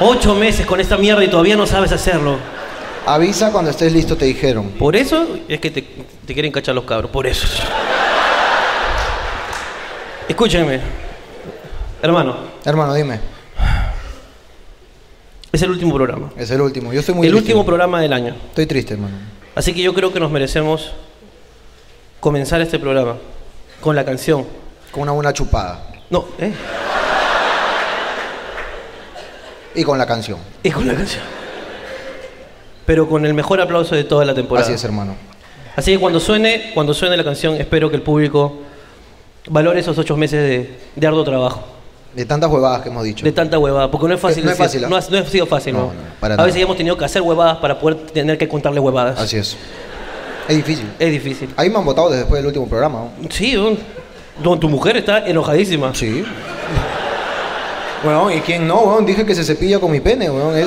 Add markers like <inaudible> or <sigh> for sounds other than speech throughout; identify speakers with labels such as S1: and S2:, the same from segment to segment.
S1: Ocho meses con esta mierda y todavía no sabes hacerlo.
S2: Avisa cuando estés listo, te dijeron.
S1: Por eso es que te, te quieren cachar los cabros, por eso. Escúchame, hermano,
S2: Hermano, dime.
S1: es el último programa.
S2: Es el último. Yo estoy muy
S1: el
S2: triste.
S1: último programa del año.
S2: Estoy triste, hermano.
S1: Así que yo creo que nos merecemos comenzar este programa con la canción.
S2: Con una buena chupada.
S1: No, ¿eh?
S2: Y con la canción.
S1: Es con la canción. Pero con el mejor aplauso de toda la temporada.
S2: Así es, hermano.
S1: Así que cuando suene, cuando suene la canción, espero que el público valore esos ocho meses de, de arduo trabajo,
S2: De tantas huevadas que hemos dicho.
S1: de tanta huevada, porque no es fácil.
S2: No es
S1: decir-
S2: fácil, ¿ah?
S1: No, ha, no ha sido fácil, ¿no?
S2: No, no, para
S1: A
S2: nada.
S1: veces hemos tenido que hacer huevadas para poder tener que contarle huevadas.
S2: Así es. Es difícil.
S1: Es difícil.
S2: Ahí me han votado desde después del último programa. ¿no?
S1: Sí, don, don, tu mujer está enojadísima.
S2: Sí. Bueno, ¿y quién no, weón? Dije que se cepilla con mi pene, weón. Es,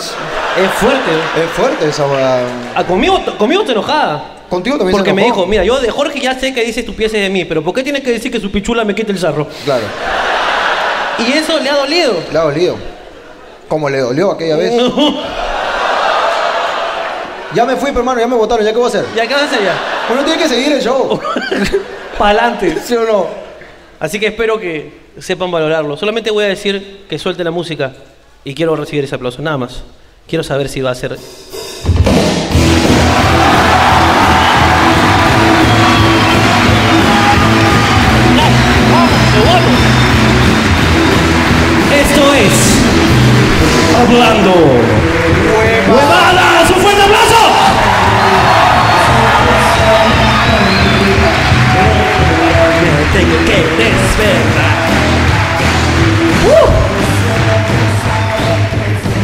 S1: Es fuerte.
S2: es fuerte esa huevada.
S1: Ah, conmigo, conmigo está enojada.
S2: Contigo también se
S1: Porque me
S2: enojó.
S1: dijo, mira, yo de Jorge ya sé que dice estupideces de mí, pero ¿por qué tienes que decir que su pichula me quite el sarro?
S2: Claro.
S1: Y eso le ha dolido.
S2: Le ha dolido. Como le dolió aquella vez.
S1: Mm.
S2: Ya me fui, pero, hermano, ya me votaron. ¿Ya qué voy a hacer?
S1: y acá se <laughs>
S2: <laughs>
S1: ya.
S2: Uno tiene que seguir
S1: <laughs>
S2: el show.
S1: Pa'lante.
S2: ¿Sí o no?
S1: Así que espero que sepan valorarlo. Solamente voy a decir que suelte la música y quiero recibir ese aplauso, nada más. Quiero saber si va a ser. Esto es Hablando Huevadas. ¡Un fuerte aplauso! Me tengo que despertar. ¡Uh!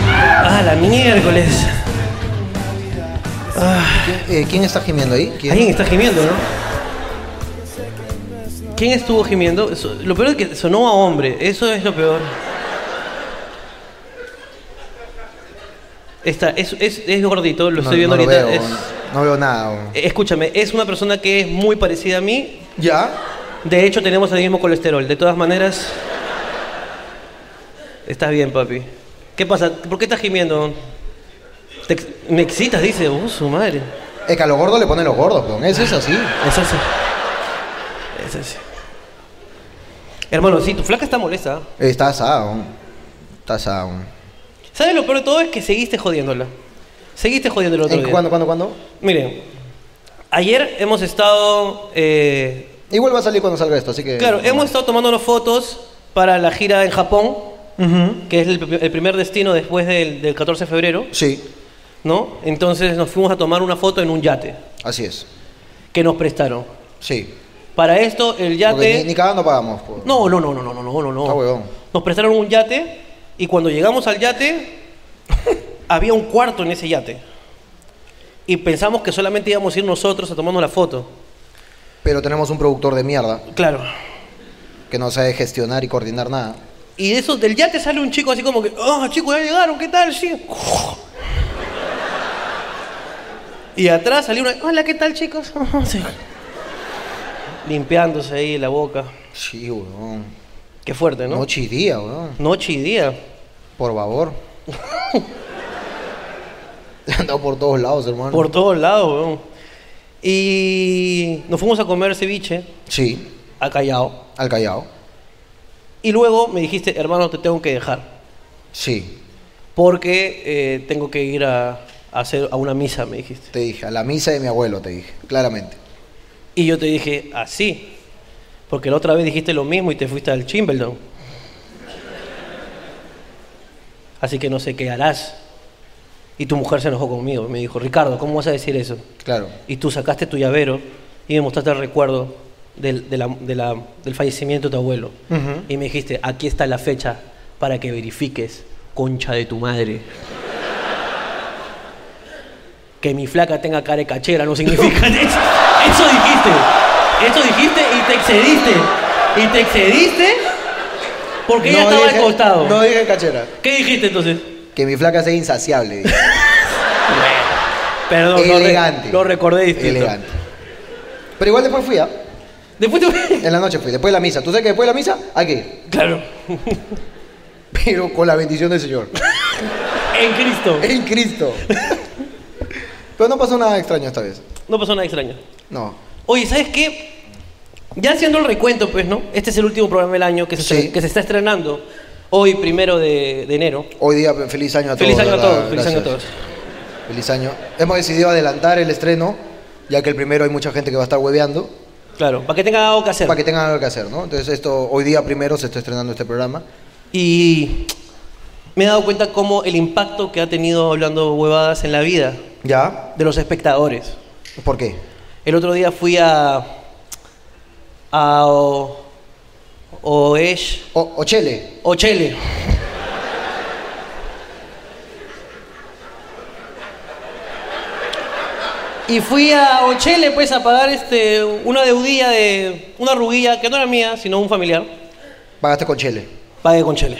S1: ¡Ah, la miércoles!
S2: Eh, ¿Quién está gimiendo ahí? ¿Quién?
S1: Alguien está gimiendo, ¿no? ¿Quién estuvo gimiendo? Eso- lo peor es que sonó a hombre, eso es lo peor. Está, es, es, es gordito, lo estoy viendo
S2: no
S1: ahorita.
S2: Lo veo,
S1: es-
S2: No veo nada. weón.
S1: escúchame, es una persona que es muy parecida a mí.
S2: ¿Ya?
S1: De hecho, tenemos el mismo colesterol. De todas maneras, estás bien, papi. ¿Qué pasa? ¿Por qué estás gimiendo? Te ex- me excitas, dice. Oh, su madre.
S2: Es que a los gordos le ponen los gordos, weón. Eso es así. Eh,
S1: Es así. Es así. Hermano, sí, tu flaca está molesta. ¿ah?
S2: Eh, Está asado. weón. Está asado. weón.
S1: ¿Sabes lo peor de todo? Es que seguiste jodiéndola. Seguiste jodiéndola el otro
S2: ¿En
S1: día.
S2: ¿Cuándo, cuándo, cuándo?
S1: Miren, ayer hemos estado... eh,
S2: Igual va a salir cuando salga esto, así que.
S1: claro, hemos estado tomándonos fotos para la gira en Japón,
S2: Ujú.
S1: que es el, pri- el primer destino después del, del 14 de febrero,
S2: Sí,
S1: ¿no? Entonces nos fuimos a tomar una foto en un yate
S2: así es.
S1: que nos prestaron.
S2: Sí.
S1: Para esto, el
S2: Porque
S1: yate...
S2: ni, ni cagando pagamos. po.
S1: No, no, no, no, no, no, no, no, no.
S2: Está huevón.
S1: Nos prestaron un yate y cuando llegamos al
S2: <laughs>
S1: yate había un cuarto en ese yate. Y pensamos que solamente íbamos a ir nosotros a tomarnos la foto.
S2: Pero tenemos un productor de mierda
S1: Claro.
S2: que no sabe gestionar y coordinar nada.
S1: Y de esos del yate sale un chico así como que, "Ah, chicos, ya llegaron, ¿qué tal?" Sí. Y atrás salió una, "Hola, ¿qué tal, chicos?" <laughs> Sí. Limpiándose ahí la boca.
S2: Sí, weón.
S1: Qué fuerte, ¿no?
S2: Noche y día, weón.
S1: Noche y día.
S2: Por favor. He andado por todos lados, hermano.
S1: Por todos lados, weón. Y nos fuimos a comer ceviche
S2: Sí,
S1: a Callao.
S2: al Callao.
S1: Y luego me dijiste, hermano, te tengo que dejar.
S2: Sí.
S1: Porque eh, tengo que ir a, a hacer a una misa, me dijiste.
S2: Te dije, a la misa de mi abuelo, te dije, claramente.
S1: Y yo te dije, así. porque la otra vez dijiste lo mismo y te fuiste al Chimbledon. Así que no sé qué harás. Y tu mujer se enojó conmigo y me dijo, Ricardo, ¿cómo vas a decir eso?
S2: Claro.
S1: y tú sacaste tu llavero y me mostraste el recuerdo del, de la- de la- del fallecimiento de tu abuelo.
S2: Ujú.
S1: Y me dijiste, aquí está la fecha para que verifiques, concha de tu madre. Que mi flaca tenga cara de cachera no significa eso. Eso dijiste. Eso dijiste y te excediste. Y te excediste porque ella estaba
S2: dije-
S1: al costado.
S2: No dije cachera.
S1: ¿Qué dijiste entonces?
S2: Que mi flaca sea insaciable. dije.
S1: Perdón, lo re-
S2: Elegante.
S1: Lo, recordé distinto.
S2: Elegante. Pero igual después fui, ¿ah?
S1: Después te-
S2: En la noche fui, después de la misa. Tú sabes
S1: <laughs>
S2: que <laughs> después de la misa hay que ir.
S1: Claro. <laughs>
S2: Pero con la bendición del Señor.
S1: En Cristo.
S2: En Cristo. Pero no pasó nada extraño esta vez.
S1: No pasó nada extraño.
S2: No.
S1: Oye, ¿sabes qué? Ya haciendo el recuento, pues, ¿no? Este es el último programa del año que se,
S2: Sí.
S1: que se está estrenando hoy, primero de, de enero.
S2: Hoy día, pues, feliz año a todos.
S1: Feliz año a
S2: ¿verdad?
S1: todos, feliz año a todos.
S2: Gracias. Feliz año. Hemos decidido adelantar el estreno, ya que el primero hay mucha gente que va a estar hueveando,
S1: Claro, para que tengan algo que hacer.
S2: para que tengan algo que hacer, ¿no? Entonces, esto, hoy día primero se está estrenando este programa.
S1: Y me he dado cuenta cómo el impacto que ha tenido hablando huevadas en la vida
S2: ¿Ya?
S1: de los espectadores.
S2: ¿Por qué?
S1: El otro día fui a. a. O, Oesh.
S2: O, Ochele.
S1: Ochele. Y fui a Ochele pues a pagar este una deudilla de una ruguilla que no era mía, sino un familiar.
S2: Pagaste con Chele.
S1: Pagué con Chele.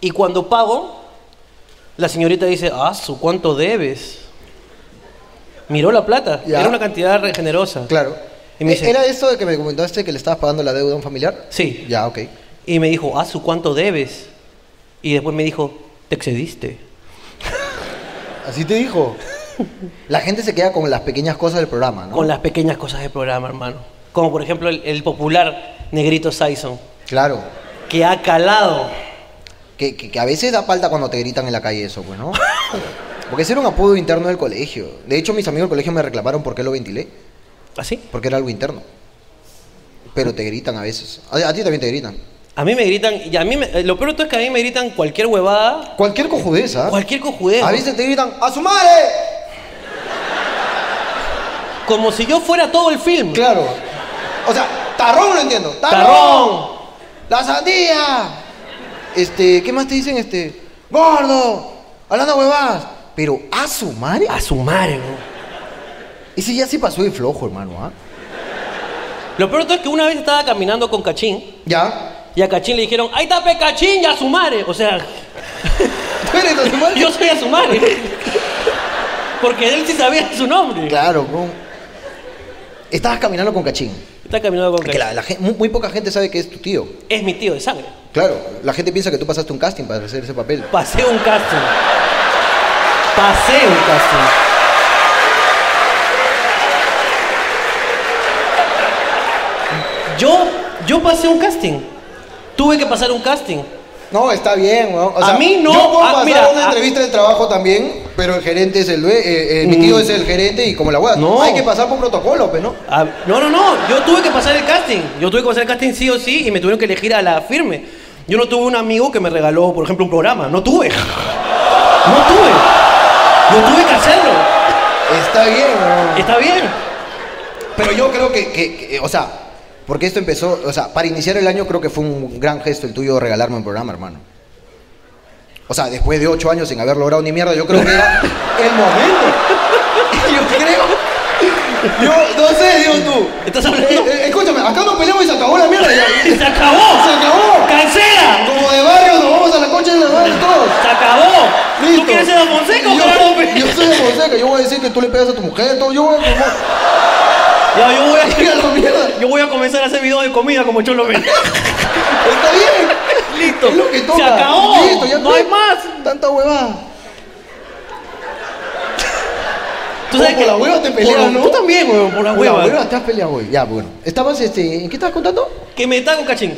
S1: Y cuando pago, la señorita dice, ah, su cuánto debes. Miró la plata,
S2: Ya.
S1: era una cantidad re- generosa.
S2: Claro.
S1: Y me
S2: Eh,
S1: dice-
S2: ¿Era esto de que me comentaste que le estabas pagando la deuda a un familiar?
S1: Sí.
S2: Ya, ok.
S1: Y me dijo, ah, su cuánto debes. Y después me dijo, te excediste.
S2: Así te dijo. <laughs> La gente se queda con las pequeñas cosas del programa, ¿no?
S1: con las pequeñas cosas del programa, hermano. Como por ejemplo el, el popular Negrito Sison,
S2: Claro.
S1: que ha calado.
S2: Que, que- que a veces da falta cuando te gritan en la calle eso, pues, ¿no? Porque ese era un apodo interno del colegio. De hecho, mis amigos del colegio me reclamaron por qué lo ventilé.
S1: ¿Así?
S2: Porque era algo interno. Pero te gritan a veces. A, a ti también te gritan.
S1: A mí me gritan, y a mí me- eh, lo peor de todo es que a mí me gritan cualquier huevada,
S2: Cualquier cojudeza.
S1: cualquier cojudeo.
S2: A veces te gritan, ¡a su madre!
S1: Como si yo fuera todo el film.
S2: Claro. O sea, tarrón lo entiendo. ¡Tarrón!
S1: ¡Tarrón!
S2: ¡La sandía! Este, ¿qué más te dicen? Este, ¡gordo! Hablando huevadas. Pero, ¿a su madre?
S1: A su madre, bro.
S2: Ese ya sí pasó de flojo, hermano, ¿ah?
S1: Lo peor de todo es que una vez estaba caminando con Cachín
S2: Ya.
S1: y a Cachín le dijeron, ahí está pe Cachín y a su madre. O sea, <laughs>
S2: ¿Tú eres a su madre?
S1: yo soy a su madre. Porque él sí sabía su nombre.
S2: Claro, con... Estabas caminando con Cachín.
S1: Está caminando con
S2: Que
S1: Cachín.
S2: la, la gen- muy, muy poca gente sabe que es tu tío.
S1: Es mi tío de sangre.
S2: Claro, la gente piensa que tú pasaste un casting para hacer ese papel.
S1: Pasé un casting. Pasé un casting. Yo, yo pasé un casting. Tuve que pasar un casting.
S2: No, está bien, weón. O
S1: A
S2: sea,
S1: mí no,
S2: Yo puedo
S1: ah,
S2: pasar
S1: mira,
S2: una
S1: ah.
S2: entrevista de trabajo también, pero el gerente es el due- eh, eh, mi tío es el gerente y como la hueá.
S1: No.
S2: Hay que pasar por protocolo, pero no.
S1: Ah, no, no, no. Yo tuve que pasar el casting. Yo tuve que pasar el casting sí o sí y me tuvieron que elegir a la firme. Yo no tuve un amigo que me regaló, por ejemplo, un programa. No tuve. No tuve. Yo tuve que hacerlo.
S2: Está bien, weón.
S1: Está bien.
S2: Pero yo creo que, que- que, o sea, porque esto empezó, o sea, para iniciar el año creo que fue un gran gesto el tuyo regalarme un programa, hermano. O sea, después de ocho años sin haber logrado ni mierda, yo creo que
S1: <laughs>
S2: era el momento. <laughs> Yo creo. Yo no sé, digo tú.
S1: Estás hablando.
S2: Eh, eh, escúchame, acá nos peleamos y se acabó la mierda. Ya.
S1: ¡Y <laughs> se acabó!
S2: Se acabó.
S1: ¡Cancela!
S2: Como de barrio nos vamos a la concha de la madre todos.
S1: ¡Se acabó!
S2: Listo.
S1: ¿Tú quieres ser Don Fonseca o
S2: yo,
S1: Gerardo Pe-
S2: yo soy de Fonseca, yo voy a decir que tú le pegas a tu mujer, todo, yo voy a <laughs> como-
S1: Ya, yo voy
S2: a la mierda.
S1: a... Yo voy a comenzar a hacer videos de comida como Cholo
S2: <laughs>
S1: Mendes.
S2: Está bien.
S1: Listo.
S2: Es lo que
S1: Se
S2: toca.
S1: acabó.
S2: Listo, ya
S1: No
S2: está.
S1: hay más.
S2: Tanta huevada.
S1: Tú sabes
S2: por
S1: que
S2: la hueva te peleas,
S1: por-
S2: ¿no?
S1: Tú también, huevón, por la
S2: Por
S1: hueva.
S2: La hueva te has peleado hoy. Ya, bueno. Estabas, este, ¿en qué estabas contando?
S1: Que me está con Cachín.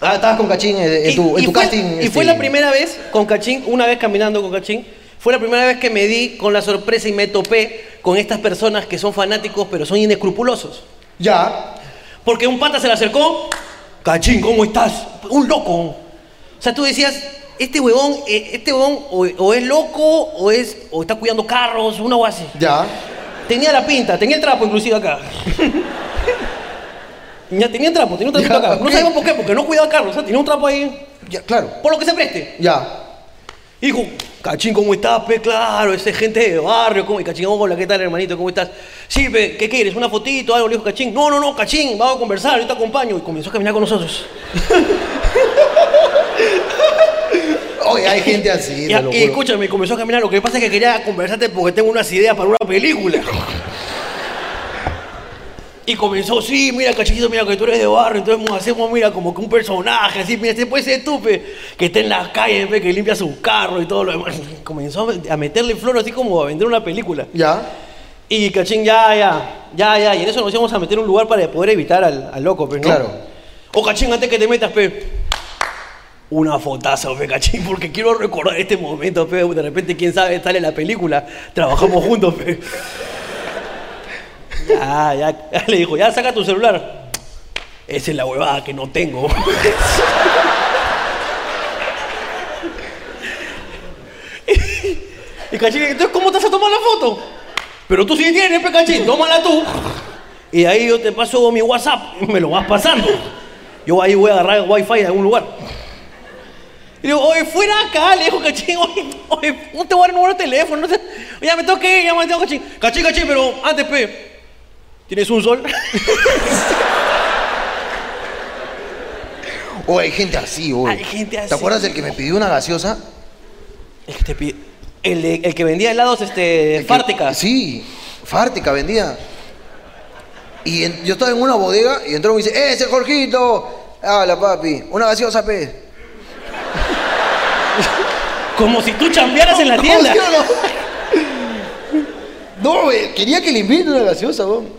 S2: Ah, estabas con Cachín eh, en, tu, en tu
S1: fue,
S2: casting.
S1: y
S2: este.
S1: fue la primera vez con Cachín, una vez caminando con Cachín, fue la primera vez que me di con la sorpresa y me topé con estas personas que son fanáticos pero son inescrupulosos.
S2: Ya.
S1: Porque un pata se le acercó. Cachín, ¿cómo estás? Un loco. O sea, tú decías, este huevón, eh, este huevón o, o es loco o, es, o está cuidando carros, una o así.
S2: Ya.
S1: Tenía la pinta, tenía el trapo inclusive acá. <laughs> ya tenía el trapo, tenía un trapo
S2: Ya,
S1: acá. No
S2: ok.
S1: sabemos por qué, porque no cuidaba carros, o sea, tenía un trapo ahí.
S2: Ya, claro.
S1: Por lo que se preste.
S2: Ya.
S1: Y dijo, Cachín, ¿cómo estás? Pe, claro, esa es gente de barrio. ¿cómo? Y Cachín, hola, ¿qué tal, hermanito? ¿Cómo estás? Sí, pe, ¿qué quieres? ¿Una fotito? Algo le dijo Cachín. No, no, no, Cachín, vamos a conversar, yo te acompaño. Y comenzó a caminar con nosotros.
S2: Oye, hay gente así.
S1: Y,
S2: te lo
S1: y
S2: juro.
S1: escúchame, comenzó a caminar. Lo que pasa es que quería conversarte porque tengo unas ideas para una película. Y comenzó, sí, mira, cachito, mira que tú eres de barrio, entonces hacemos, mira, como que un personaje, así, mira, este puede ser tú, pe, que está en las calles, pe, que limpia su carro y todo lo demás. <laughs> Comenzó a meterle flor, así como a vender una película.
S2: Ya.
S1: Y cachín, ya, ya, ya, ya. Y en eso nos íbamos a meter en un lugar para poder evitar al, al loco, pero no.
S2: Claro.
S1: O cachín, antes que te metas, pe. Una fotaza, pe, cachín, porque quiero recordar este momento, pe. De repente, quién sabe, sale la película. Trabajamos juntos, pe. Ya, ya, ya. Le dijo, ya, saca tu celular. Esa es la huevada que no tengo. Y cachín, entonces, ¿cómo te vas a tomar la foto? Pero tú sí tienes, pe, cachín, tómala tú. Y de ahí yo te paso mi WhatsApp, me lo vas pasando. Yo ahí voy a agarrar el wifi de algún lugar. Y digo, oye, fuera acá, le dijo cachín, oye, oye, no te voy a dar el número de teléfono, no te- ya me tengo que ir, ya me tengo que cachín. Cachín, cachín, pero antes, pe, ¿tienes un sol?
S2: O hay gente así, güey.
S1: Hay gente así.
S2: ¿Te acuerdas del que me pidió una gaseosa?
S1: El que, te pi- el, de- el que vendía helados, este,
S2: que-
S1: Fártica.
S2: Sí, Fártica vendía. Y en- yo estaba en una bodega y entró y me dice, "Eh, ¡Ese Jorgito! Habla, papi. Una gaseosa, pe.
S1: Como si tú chambearas
S2: <laughs>
S1: en la tienda.
S2: No, ¿sí o no? No, güey, quería que le inviten una gaseosa, weón.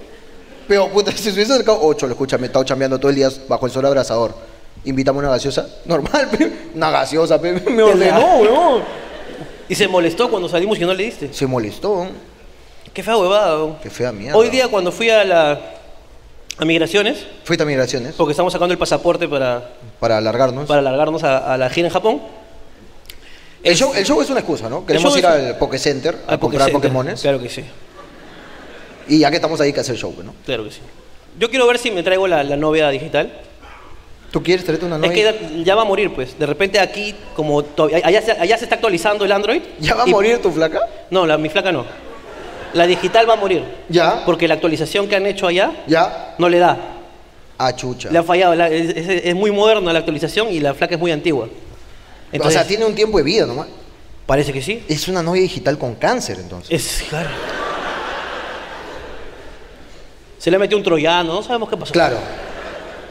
S2: Pero, puta, si se hubiese acercado, ocho, lo escúchame, he estado chambeando todo el día bajo el sol abrasador. Invítame una gaseosa. <laughs> Normal, pe. Una gaseosa, pe. Me ordenó, weón.
S1: Y se molestó cuando salimos que no le diste.
S2: Se molestó, weón.
S1: Qué fea huevada, weón.
S2: Qué fea mierda.
S1: Hoy día cuando fui a la... A migraciones,
S2: Fuiste a migraciones
S1: porque estamos sacando el pasaporte para,
S2: para alargarnos.
S1: para alargarnos a, a la gira en Japón.
S2: El show, el show es una excusa, ¿no? Queremos
S1: show
S2: ir
S1: es-
S2: al Poké Center a
S1: Al
S2: comprar
S1: Pokécenter.
S2: Pokémones.
S1: Claro que sí,
S2: Y ya que estamos ahí, hay que hacer show, ¿no?
S1: claro que sí. Yo quiero ver si me traigo la, la novia digital.
S2: ¿Tú quieres traerte una novia?
S1: es que ya, ya va a morir, pues. De repente aquí, como to- allá, se, allá se está actualizando el Android.
S2: ¿Ya va a
S1: y-
S2: morir tu flaca?
S1: No, la, mi flaca no. La digital va a morir.
S2: Ya.
S1: Porque la actualización que han hecho allá
S2: Ya.
S1: no le da.
S2: Ah, chucha.
S1: Le ha fallado. la- es, es- es muy moderna la actualización y la flaca es muy antigua.
S2: o
S1: Entonces,
S2: sea, tiene un tiempo de vida nomás.
S1: parece que sí.
S2: Es una novia digital con cáncer, entonces.
S1: Es claro. Se le metió un troyano, no sabemos qué pasó.
S2: Claro.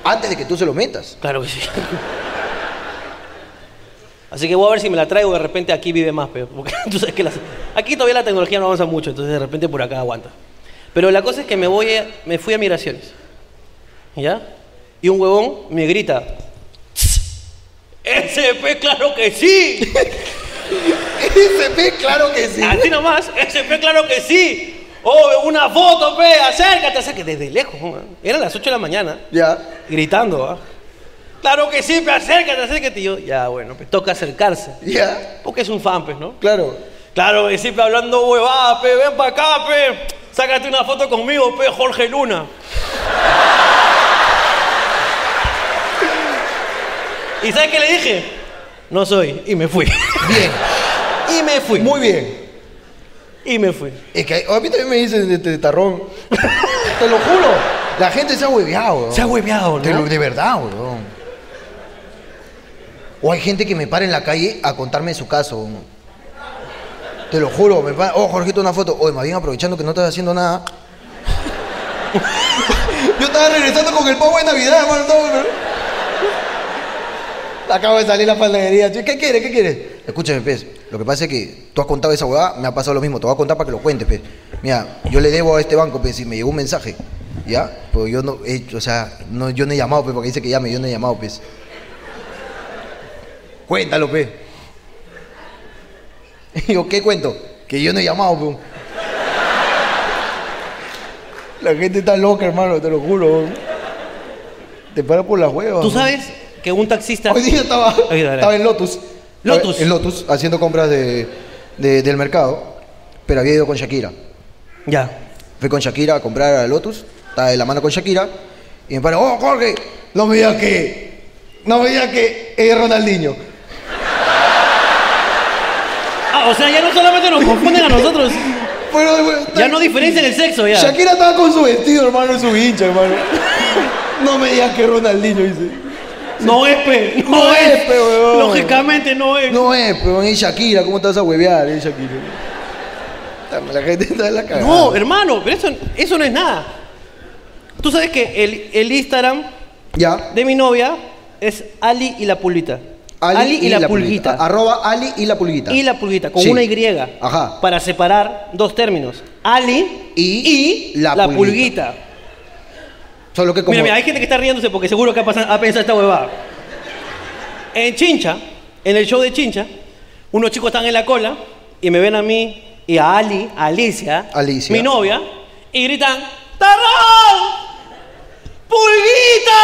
S2: Antes de que tú se lo <laughs> metas.
S1: Claro que sí. Así que voy a ver si me la traigo, de repente aquí vive más, pero porque <laughs> tú sabes que las- aquí todavía la tecnología no avanza mucho, entonces de repente por acá aguanta. Pero la cosa es que me voy a- me fui a migraciones. ¿Ya? Y un huevón me grita. SP, claro que sí.
S2: SP, claro que sí.
S1: Así nomás, SP, claro que sí. Oh, una foto, pe, acércate, acércate. Desde lejos, ¿no? eran las 8 de la mañana
S2: Ya.
S1: gritando. ¿ah? Claro que sí, pero acércate, acércate. Y yo, ya, bueno, pues toca acercarse.
S2: Ya.
S1: Porque es un fan, pues, ¿no?
S2: Claro.
S1: Claro que sí, pe, hablando huevada, pe, ven para acá, pe. Sácate una foto conmigo, pe, Jorge Luna. <laughs> ¿Y sabes qué le dije? No soy. Y me fui. <laughs>
S2: Bien.
S1: y me fui.
S2: Muy bien.
S1: Y me fui.
S2: Es que a mí también me dicen de, de tarrón. Te lo juro. La gente se ha hueveado. weón.
S1: Se ha hueveado,
S2: Te
S1: ¿no?
S2: lo- de verdad, weón. O hay gente que me para en la calle a contarme su caso. weón. Te lo juro, me para, oh, Jorgito, una foto. Oye, más bien aprovechando que no estás haciendo nada. <laughs> Yo estaba regresando con el pavo de Navidad, hermano. todo, ¿no? Acabo de salir la panadería. che, ¿Qué quieres? ¿Qué quieres? Escúchame, pez. Lo que pasa es que tú has contado esa huevada, me ha pasado lo mismo. Te voy a contar para que lo cuentes, pez. Mira, yo le debo a este banco, pez, y me llegó un mensaje. ¿Ya? Pero yo no he hecho, o sea, no, yo no he llamado, pez, porque dice que llame, yo no he llamado, pez. Cuéntalo, pez. <laughs> Y yo, ¿qué cuento? Que yo no he llamado, pez. La gente está loca, hermano, te lo juro. Te para por las huevas.
S1: Tú
S2: man.
S1: sabes que un taxista.
S2: <laughs> Hoy día estaba,
S1: Ahí, dale.
S2: estaba en Lotus.
S1: Lotus.
S2: En Lotus, haciendo compras de, de- del mercado. Pero había ido con Shakira.
S1: Ya.
S2: Fui con Shakira a comprar a Lotus. Estaba de la mano con Shakira. Y me paró, oh, Jorge, no me digas que. No me digas que es Ronaldinho.
S1: Ah, o sea, ya no solamente nos confunden a nosotros.
S2: Pero, güey,
S1: Ya no diferencian el sexo, ya.
S2: Shakira estaba con su vestido, hermano, en su hincha, hermano. <laughs> no me digas que es Ronaldinho, dice.
S1: No es, pe. No,
S2: No
S1: es.
S2: es, pe, huevón.
S1: Lógicamente no es.
S2: No es, pero es Shakira, ¿cómo te vas a huevear, eh, Shakira? La gente está en la cagada.
S1: No, hermano, pero eso, eso no es nada. Tú sabes que el, el Instagram
S2: Ya.
S1: de mi novia es Ali y la pulguita. Ali, y, la, pulguita.
S2: Ah, Arroba Ali y la pulguita.
S1: Y la pulguita, con
S2: Sí.
S1: una Y.
S2: Ajá.
S1: Para separar dos términos. Ali
S2: Y-
S1: y
S2: la
S1: la,
S2: pulguita.
S1: pulguita.
S2: Solo que como.
S1: Mira, mira, hay gente que está riéndose porque seguro que ha, pasan- ha pensado esta huevada. En Chincha, en el show de Chincha, unos chicos están en la cola y me ven a mí y a Ali, a Alicia,
S2: Alicia.
S1: mi novia, y gritan, ¡Tarrón! ¡Pulguita!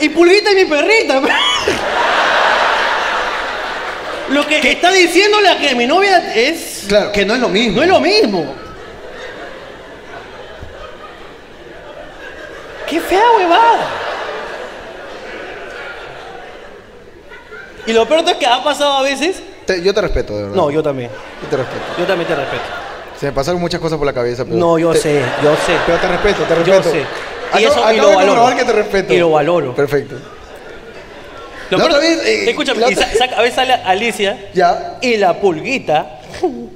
S1: Y Pulguita es mi
S2: <laughs>
S1: perrita. Lo que está diciendo la que mi novia es...
S2: Claro, que no es lo mismo.
S1: No es lo mismo. ¡Qué fea huevada! Y lo peor es que ha pasado a veces.
S2: Te- yo te respeto, de verdad.
S1: No, yo también.
S2: Yo te respeto.
S1: Yo también te respeto.
S2: Se me pasaron muchas cosas por la cabeza. Pero
S1: No, yo
S2: te-
S1: sé, yo sé.
S2: Pero te respeto,
S1: Yo
S2: te respeto. Ah,
S1: sé. Y eso
S2: Acabo-
S1: y
S2: acabo
S1: lo
S2: de
S1: valoro.
S2: comprobar que te respeto.
S1: Y lo valoro.
S2: Perfecto.
S1: Lo
S2: La
S1: peor-
S2: otra vez, eh,
S1: escúchame,
S2: la
S1: y
S2: otra-
S1: sa- saca- a veces sale Alicia
S2: Ya,
S1: y la pulguita.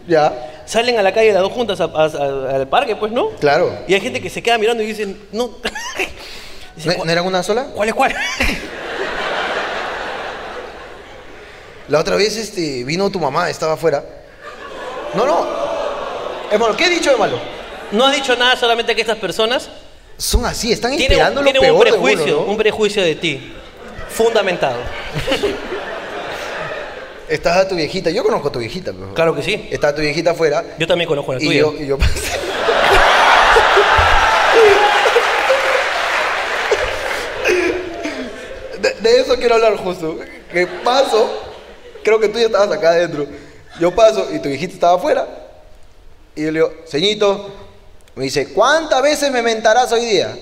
S2: ya.
S1: Salen a la calle las dos juntas a- a- a- al parque, pues, ¿no?
S2: Claro.
S1: Y hay gente que se queda mirando y dicen, no. <laughs> Dice,
S2: ¿No, no eran una sola?
S1: ¿Cuál es cuál?
S2: La otra vez este, vino tu mamá, estaba afuera. No, no. Hermano, ¿qué he dicho de malo?
S1: <laughs> No has dicho nada, solamente que estas personas
S2: Son así, están
S1: tienen,
S2: esperando
S1: un-
S2: lo
S1: tienen un
S2: peor de uno,
S1: prejuicio,
S2: ¿no?
S1: un prejuicio de ti, fundamentado.
S2: Estás a tu viejita. Yo conozco a tu viejita. pero-
S1: Claro que sí.
S2: Está tu viejita afuera.
S1: Yo también conozco a la
S2: Y
S1: tuya.
S2: yo, y yo pasé. De, de eso quiero hablar justo. Que paso, creo que tú ya estabas acá adentro. Yo paso y tu viejita estaba afuera. Y yo le digo, ceñito, me dice, ¿cuántas veces me mentarás hoy día?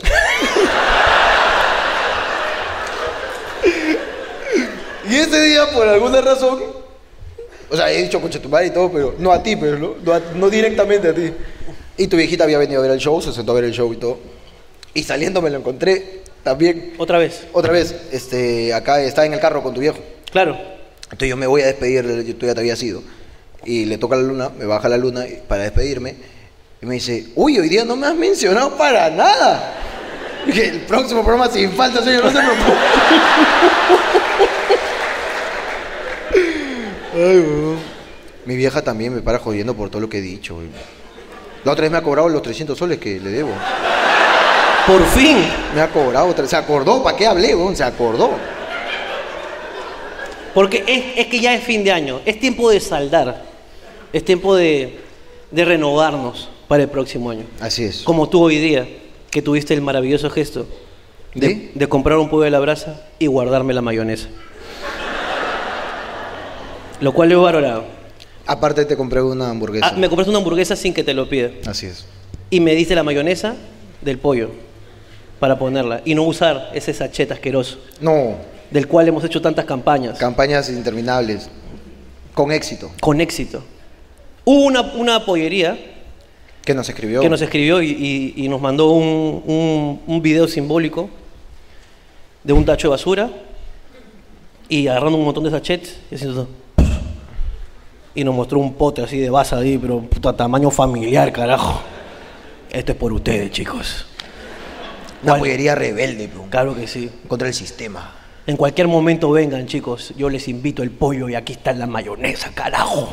S2: <laughs> y ese día, por alguna razón, o sea, he dicho concha tu madre y todo, pero no a ti, pero no, no, a- no directamente a ti. Y tu viejita había venido a ver el show, se sentó a ver el show y todo. Y saliendo me lo encontré también.
S1: Otra vez,
S2: Otra vez, este, acá estaba en el carro con tu viejo.
S1: claro.
S2: Entonces yo me voy a despedir, yo- tú ya te habías ido. Y le toca la luna, me baja la luna y- para despedirme. Y me dice, uy, hoy día no me has mencionado para nada. Y dije, el próximo programa sin falta, señor, no se preocupe. <laughs> Ay, weón. Mi vieja también me para jodiendo por todo lo que he dicho. weón. La otra vez me ha cobrado los 300 soles que le debo.
S1: Por fin.
S2: Me ha cobrado, tre- se acordó, ¿para qué hablé? weón? Se acordó.
S1: Porque es, es que ya es fin de año. Es tiempo de saldar. Es tiempo de, de renovarnos para el próximo año.
S2: Así es.
S1: Como tú hoy día, que tuviste el maravilloso gesto de,
S2: ¿Sí?
S1: de comprar un pollo de la brasa y guardarme la mayonesa. Lo cual lo he valorado.
S2: Aparte te compré una hamburguesa.
S1: Ah, me compraste una hamburguesa sin que te lo pida.
S2: Así es.
S1: Y me dice la mayonesa del pollo para ponerla y no usar ese sachet asqueroso
S2: No,
S1: del cual hemos hecho tantas campañas
S2: campañas interminables. Con éxito.
S1: con éxito. Hubo una, una pollería
S2: Que nos escribió.
S1: que nos escribió y, y- y nos mandó un, un- un video simbólico de un tacho de basura y agarrando un montón de sachets y haciendo todo. Y nos mostró un pote así de basa ahí, pero puta, tamaño familiar, carajo. Esto es por ustedes, chicos.
S2: Una
S1: ¿Cuál?
S2: pollería rebelde, bro.
S1: Claro que sí.
S2: Contra el sistema.
S1: En cualquier momento vengan, chicos. Yo les invito el pollo y aquí está la mayonesa, carajo.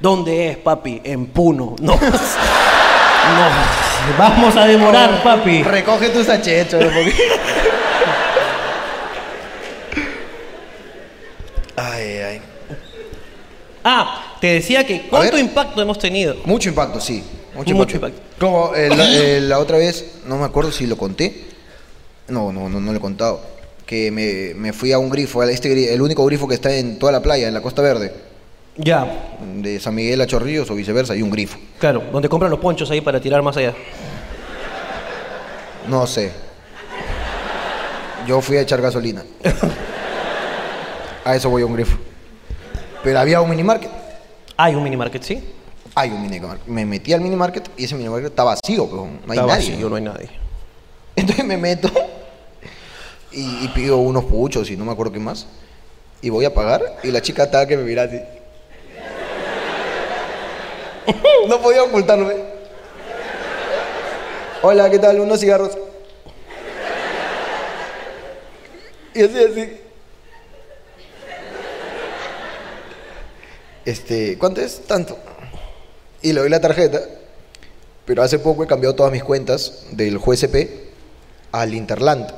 S1: ¿Dónde es, papi? En Puno. No. <laughs> no. Vamos a demorar, papi.
S2: Recoge tus sachetos, ay, ay.
S1: Ah, te decía que cuánto
S2: ver.
S1: impacto hemos tenido.
S2: Mucho impacto, sí. Mucho,
S1: Mucho
S2: impacto.
S1: impacto.
S2: Como eh, la, eh, la otra vez, no me acuerdo si lo conté. No, no, no, no lo he contado. Que me, me fui a un grifo, a este, gri- el único grifo que está en toda la playa, en la Costa Verde,
S1: Ya,
S2: de San Miguel a Chorrillos o viceversa, hay un grifo.
S1: claro. Donde compran los ponchos ahí para tirar más allá.
S2: No sé. Yo fui a echar gasolina. A eso voy a un grifo. Pero había un minimarket.
S1: Hay un mini market, ¿sí?
S2: Hay un minimarket. Me metí al minimarket y ese minimarket está vacío, pero no hay
S1: Está
S2: nadie.
S1: vacío, no hay nadie.
S2: Entonces me meto y, y pido unos puchos y no me acuerdo qué más. Y voy a pagar y la chica estaba que me mira así. <laughs> No podía ocultarlo. ¿eh? Hola, ¿qué tal? Unos cigarros. Y así, así. Este, ¿cuánto es? Tanto. Y le doy la tarjeta. Pero hace poco he cambiado todas mis cuentas del GSP al Interland.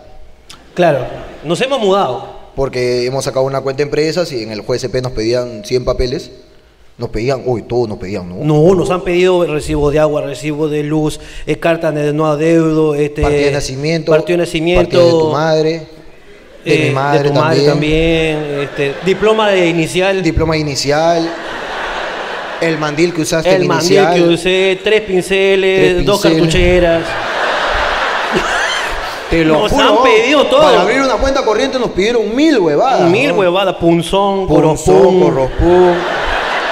S1: Claro, nos hemos mudado.
S2: Porque hemos sacado una cuenta de empresas y en el GSP nos pedían 100 papeles. Nos pedían, uy, todos nos pedían, ¿no?
S1: No, nos han pedido recibo de agua, recibo de luz, eh, carta de no adeudo, este,
S2: Partido de nacimiento.
S1: partido de nacimiento,
S2: partido de tu madre. De
S1: eh,
S2: mi madre,
S1: de tu madre también, este, diploma de inicial,
S2: Diploma inicial. El mandil que usaste
S1: el
S2: en
S1: mandil
S2: inicial.
S1: que usé, tres pinceles,
S2: Tres
S1: dos
S2: pinceles.
S1: cartucheras.
S2: Te lo
S1: Nos
S2: juro,
S1: han
S2: oh,
S1: pedido todo.
S2: Para abrir una cuenta corriente nos pidieron mil huevadas.
S1: Mil
S2: Ah, ¿no?
S1: huevadas, punzón,
S2: Punzón,
S1: coropum.
S2: corrospum,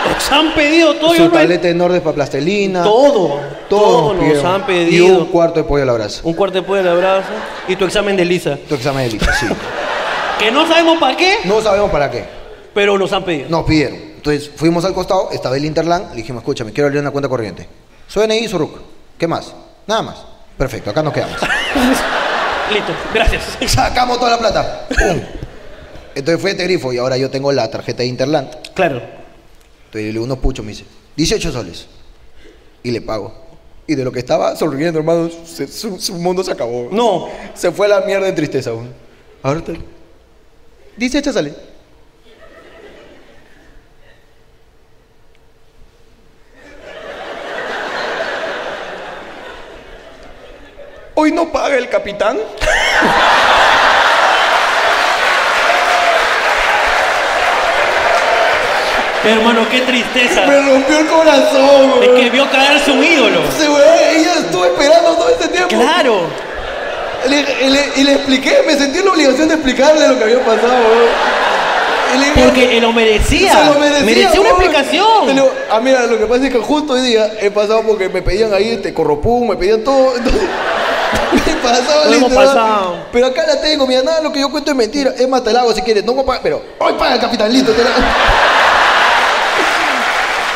S1: Nos han pedido todo. yo
S2: su
S1: no-
S2: talete de norte para plastelina.
S1: todo. Todo
S2: todos
S1: nos
S2: pidieron.
S1: han
S2: Y
S1: pedido.
S2: un cuarto de pollo al abrazo.
S1: Un cuarto de pollo de abrazo y tu examen de Lisa.
S2: Tu examen de lista,
S1: <laughs>
S2: sí.
S1: Que no sabemos para qué,
S2: No sabemos para qué.
S1: pero nos han pedido.
S2: Nos pidieron. Entonces fuimos al costado, estaba el Interland, le dijimos, escúchame, quiero abrir una cuenta corriente. Su NI y su RUC. ¿Qué más? Nada más. Perfecto, acá nos quedamos.
S1: <laughs> Listo, gracias.
S2: <laughs> Sacamos toda la plata. ¡Pum! Entonces fue este grifo y ahora yo tengo la tarjeta de Interland.
S1: Claro.
S2: Entonces le digo unos puchos, me dice, 18 soles. Y le pago. Y de lo que estaba sonriendo, hermano, se- su, su mundo se acabó.
S1: No.
S2: Se fue a la mierda de tristeza, weón. Ahora está. 18 soles. Hoy no paga el capitán.
S1: Hermano, qué tristeza.
S2: Me rompió el corazón,
S1: Es
S2: weón.
S1: que vio caerse un ídolo.
S2: Ese weón, Ella estuvo esperando todo este tiempo.
S1: Claro.
S2: Le- y le- y le expliqué, me sentí en la obligación de explicarle lo que había pasado. weón. Y le dije,
S1: Porque él lo merecía.
S2: se lo merecía.
S1: una
S2: weón. Y le
S1: explicación.
S2: digo, ah, mira, lo que pasa es que justo hoy día he pasado porque me pedían ahí este corropum, me pedían todo. Entonces, <laughs> me pasaba
S1: Lo hemos
S2: literal.
S1: pasado.
S2: Pero acá la tengo, mira, nada, lo que yo cuento es mentira. Es más, te la hago si quieres. No voy a pagar, pero hoy paga el capitalito. Te la...
S1: <laughs>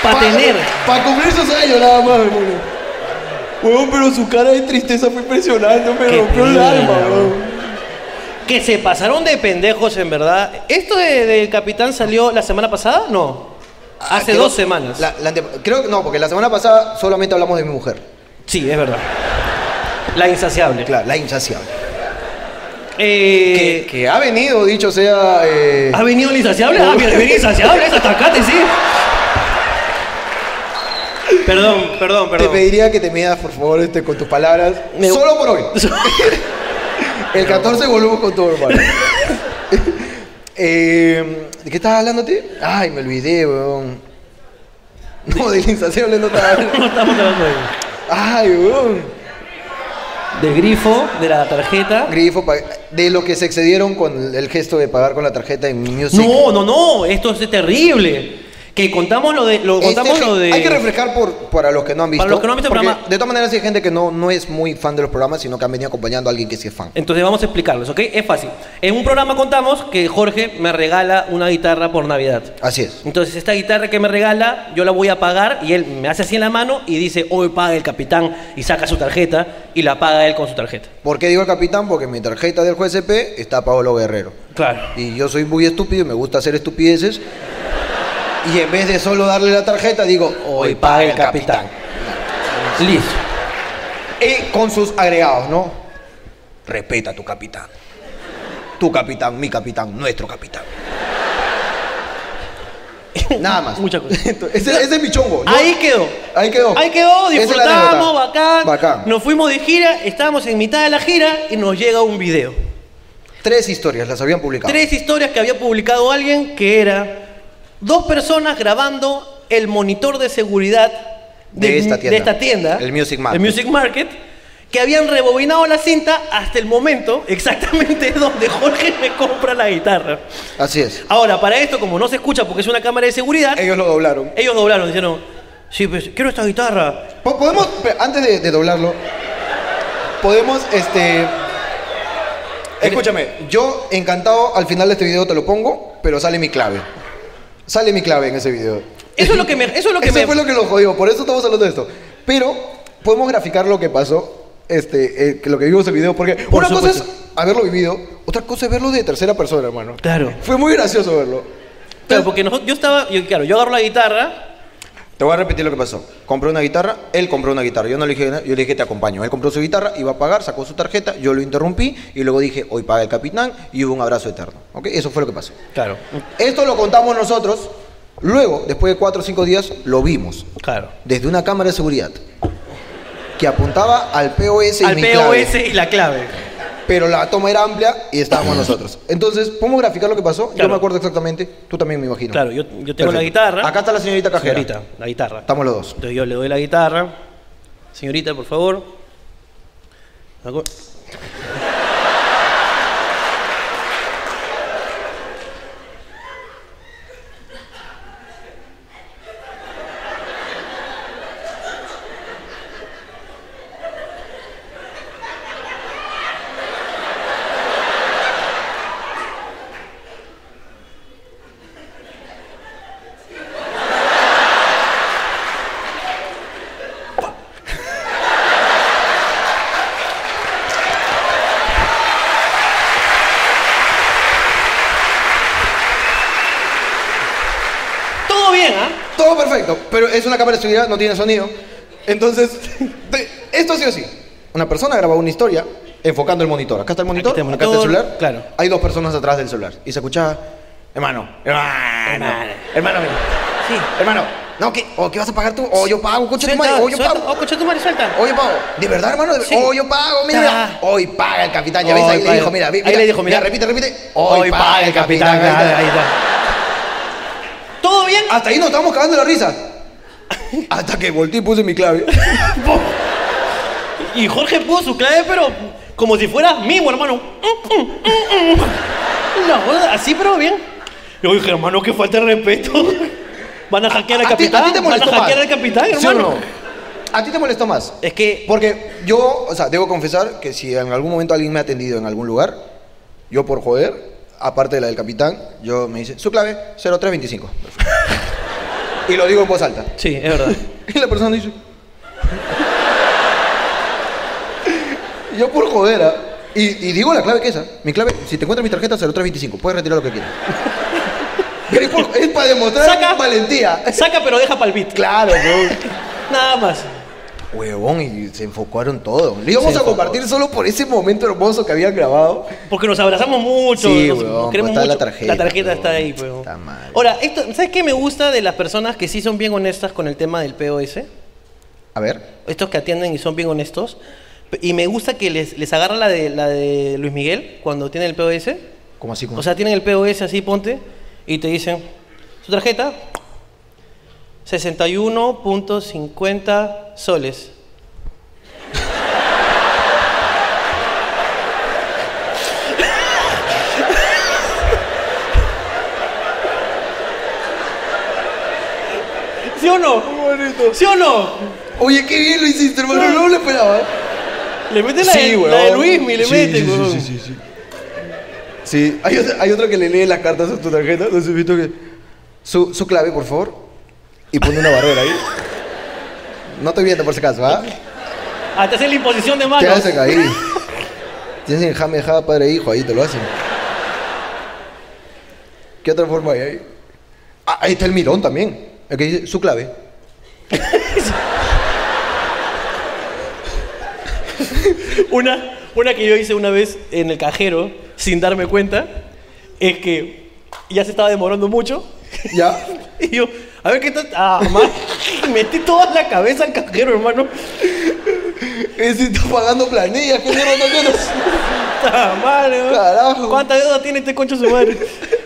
S1: Para
S2: <laughs>
S1: tener.
S2: Para cumplir sus años, nada más, hermano. Weón, pero su cara de tristeza fue impresionante, me
S1: Qué
S2: rompió el
S1: pena,
S2: alma,
S1: weón.
S2: weón.
S1: Que se pasaron de pendejos, en verdad. ¿Esto de- del capitán salió la semana pasada? No. Hace
S2: Creo-
S1: dos semanas.
S2: Ah, la- la ante- creo que no, porque la semana pasada solamente hablamos de mi mujer.
S1: Sí, es verdad. La insaciable.
S2: Claro, la insaciable.
S1: Eh,
S2: que ha venido, dicho sea. eh,
S1: ¿Ha venido el insaciable? Ah, mira, viene insaciable, es atacate, sí. Perdón, perdón,
S2: te
S1: perdón.
S2: pediría que te midas, por favor, este, con tus palabras.
S1: Me-
S2: Solo por hoy. <laughs> El 14 volvemos con todo, hermano. <laughs> Eh, ¿De qué estabas hablando, tío? Ay, me olvidé, weón. No, del insaciable no estaba
S1: <laughs>
S2: hablando.
S1: No estamos hablando de
S2: Ay, weón.
S1: Del grifo, de la tarjeta.
S2: Grifo, pa- de lo que se excedieron con el gesto de pagar con la tarjeta en Music.
S1: No, no, no, esto es terrible. Que contamos lo de. Lo,
S2: Este,
S1: contamos lo de.
S2: Hay que refrescar por, para los que no han visto.
S1: Para los que no han visto el
S2: porque
S1: programa.
S2: De todas maneras, hay gente que no, no es muy fan de los programas, sino que han venido acompañando a alguien que sí es fan.
S1: Entonces vamos a explicarles, ¿ok? Es fácil. En un programa contamos que Jorge me regala una guitarra por Navidad.
S2: Así es.
S1: Entonces esta guitarra que me regala, yo la voy a pagar y él me hace así en la mano y dice, hoy paga el capitán y saca su tarjeta y la paga él con su tarjeta.
S2: ¿Por qué digo el capitán? Porque en mi tarjeta del juez CP está Paolo Guerrero.
S1: Claro.
S2: Y yo soy muy estúpido y me gusta hacer estupideces. Y en vez de solo darle la tarjeta, digo, hoy paga el capitán.
S1: Listo.
S2: Y con sus agregados, ¿no? Respeta a tu capitán. Tu capitán, mi capitán,
S1: <laughs>
S2: nuestro capitán. Nada más.
S1: Muchas cosas.
S2: Entonces, ese, ese es mi chongo. Yo-
S1: Ahí quedó.
S2: Ahí quedó.
S1: Ahí quedó,
S2: Esa es la
S1: disfrutamos,
S2: anécdota.
S1: bacán.
S2: Bacán.
S1: Nos fuimos de gira, estábamos en mitad de la gira y nos llega un video.
S2: Tres historias las habían publicado.
S1: Tres historias que había publicado alguien que era dos personas grabando el monitor de seguridad
S2: De esta tienda.
S1: tienda,
S2: El Music Market.
S1: el Music Market, que habían rebobinado la cinta hasta el momento <laughs> exactamente donde Jorge me compra la guitarra.
S2: Así es.
S1: Ahora, para esto, como no se escucha porque es una cámara de seguridad,
S2: Ellos lo doblaron.
S1: ellos doblaron, dijeron, sí, pues quiero esta guitarra.
S2: Po- Podemos, pe- antes de, de doblarlo, podemos, este... Escúchame, yo encantado al final de este video te lo pongo, pero sale mi clave. Sale mi clave en ese video.
S1: Eso es lo que me- eso es
S2: <laughs>
S1: lo que me-
S2: fue lo que lo jodió, por eso estamos hablando de esto. Pero podemos graficar lo que pasó, este, eh, que lo que vimos en el video, porque
S1: Por
S2: una cosa es
S1: supuesto.
S2: haberlo vivido, otra cosa es verlo de tercera persona, hermano.
S1: Claro.
S2: Fue muy gracioso verlo.
S1: Claro, porque nosotros, yo estaba, yo, claro, yo agarro la guitarra,
S2: Te voy a repetir lo que pasó. Compré una guitarra, él compró una guitarra. Yo no le dije, nada, yo le dije te acompaño. Él compró su guitarra, iba a pagar, sacó su tarjeta, yo lo interrumpí y luego dije, hoy paga el capitán y hubo un abrazo eterno. ¿Ok? Eso fue lo que pasó.
S1: claro,
S2: Esto lo contamos nosotros. Luego, después de cuatro o cinco días, lo vimos
S1: claro.
S2: desde una cámara de seguridad que apuntaba al POS y
S1: Al
S2: mi
S1: POS
S2: clave.
S1: y la clave.
S2: Pero la toma era amplia
S1: <clears throat>
S2: y estábamos nosotros. Entonces, ¿podemos graficar lo que pasó? Yo
S1: Claro.
S2: me acuerdo exactamente. Tú también me imagino.
S1: Claro, yo, yo tengo la
S2: Perfecto.
S1: guitarra.
S2: Acá está la señorita cajera.
S1: Señorita, la guitarra.
S2: Estamos los dos.
S1: Entonces yo le doy la guitarra. Señorita, por favor. Acu- Todo bien, ¿ah?
S2: Todo perfecto, pero es una cámara de seguridad, no tiene sonido.
S1: <laughs>
S2: Entonces, te- esto ha sido así. Una persona grabó una historia enfocando el monitor. Acá está el monitor,
S1: Aquí está el
S2: acá está el
S1: monitor,
S2: celular.
S1: claro.
S2: Hay dos personas atrás del celular. Y se escuchaba, hermano, hermano, hermano, ven.
S1: Sí.
S2: hermano, no, ¿qué, o, ¿qué vas a pagar tú? O yo pago, coche tu
S1: Suelta,
S2: madre, o yo
S1: suelta.
S2: pago.
S1: Oh, coche tu madre, suelta.
S2: Oye, pago. ¿De verdad, hermano? ¿De-
S1: Sí.
S2: Oye, pago, mira.
S1: Ya.
S2: Hoy paga el capitán. Ya ves,
S1: Hoy
S2: ahí le
S1: paga.
S2: dijo, mira, vi-
S1: Ahí le dijo, mira.
S2: repite, repite. Hoy,
S1: Hoy
S2: paga, el capitán. ahí está.
S1: ahí está. ¿Todo bien?
S2: Hasta ahí nos estábamos cagando la risa. Hasta que volteé y puse mi clave.
S1: Ah, Y Jorge puso su clave, pero como si fuera mimo, hermano. Mm, mm, mm, mm. La joda, así, pero bien. Yo dije, hermano, que falta de respeto. Van a hackear al
S2: ti-
S1: capitán.
S2: a ti te
S1: Van a
S2: molestó más.
S1: hackear al capitán,
S2: ¿Sí o
S1: hermano.
S2: no? A ti te molestó más.
S1: Es que.
S2: Porque yo, o sea, debo confesar que si en algún momento alguien me ha atendido en algún lugar, yo por joder, aparte de la del capitán, yo me dice, su clave 0325. <laughs> y lo digo en voz alta.
S1: Sí, es verdad.
S2: <laughs> Y la persona dice. Yo por joder, ¿ah? y, y digo la clave que es esa. Mi clave, si te encuentras mi tarjeta 0325, puedes retirar lo que quieras. <laughs> Pero es, por- es para demostrar
S1: Saca. <laughs>
S2: valentía.
S1: Saca, pero deja pa'l beat.
S2: Claro, weón.
S1: Nada más.
S2: Huevón, y se enfocaron todo. Lo íbamos
S1: Se
S2: a
S1: enfocó.
S2: compartir solo por ese momento hermoso que habían grabado.
S1: Porque nos abrazamos mucho,
S2: Sí,
S1: nos,
S2: weón,
S1: nos queremos
S2: pues está la
S1: mucho.
S2: tarjeta, weón.
S1: está ahí, weón.
S2: Está mal.
S1: Ahora, esto, ¿sabes qué me gusta de las personas que sí son bien honestas con el tema del POS?
S2: A ver.
S1: Estos que atienden y son bien honestos. P- Y me gusta que les, les agarra la de, la de Luis Miguel cuando tiene el POS.
S2: ¿Cómo así?
S1: O sea, tienen el POS así, ponte, y te dicen, su tarjeta, 61.50 soles. ¿Sí o no? ¿Sí o no?
S2: Oye, qué bien lo hiciste, hermano. No lo esperaba.
S1: Le meten la, de, la de Luismi, le
S2: Sí,
S1: meten,
S2: sí,
S1: weón.
S2: sí, sí, sí, sí. Sí, hay otro, hay otro que le lee las cartas a tu tarjeta. No sé, visto que. Su, su clave, por favor. Y pone una barrera ahí. No estoy viendo por si acaso, ¿ah?
S1: Ah, te hacen la imposición de
S2: Te
S1: manos.
S2: hacen ahí. Te hacen jame, jada, padre e hijo, ahí te lo hacen. ¿Qué otra forma hay ahí? Ah, ahí está el mirón también. El que dice su clave.
S1: Una, una que yo hice una vez en el cajero, sin darme cuenta, es que ya se estaba demorando mucho. <laughs>
S2: Ya.
S1: Y yo, a ver qué tal. Ah, man, <laughs> metí toda la cabeza al cajero, hermano.
S2: <laughs>
S1: <laughs>
S2: Ese está pagando planillas, qué mierda no tienes?
S1: Puta madre, man.
S2: Carajo.
S1: ¿Cuánta deuda tiene este concho su madre?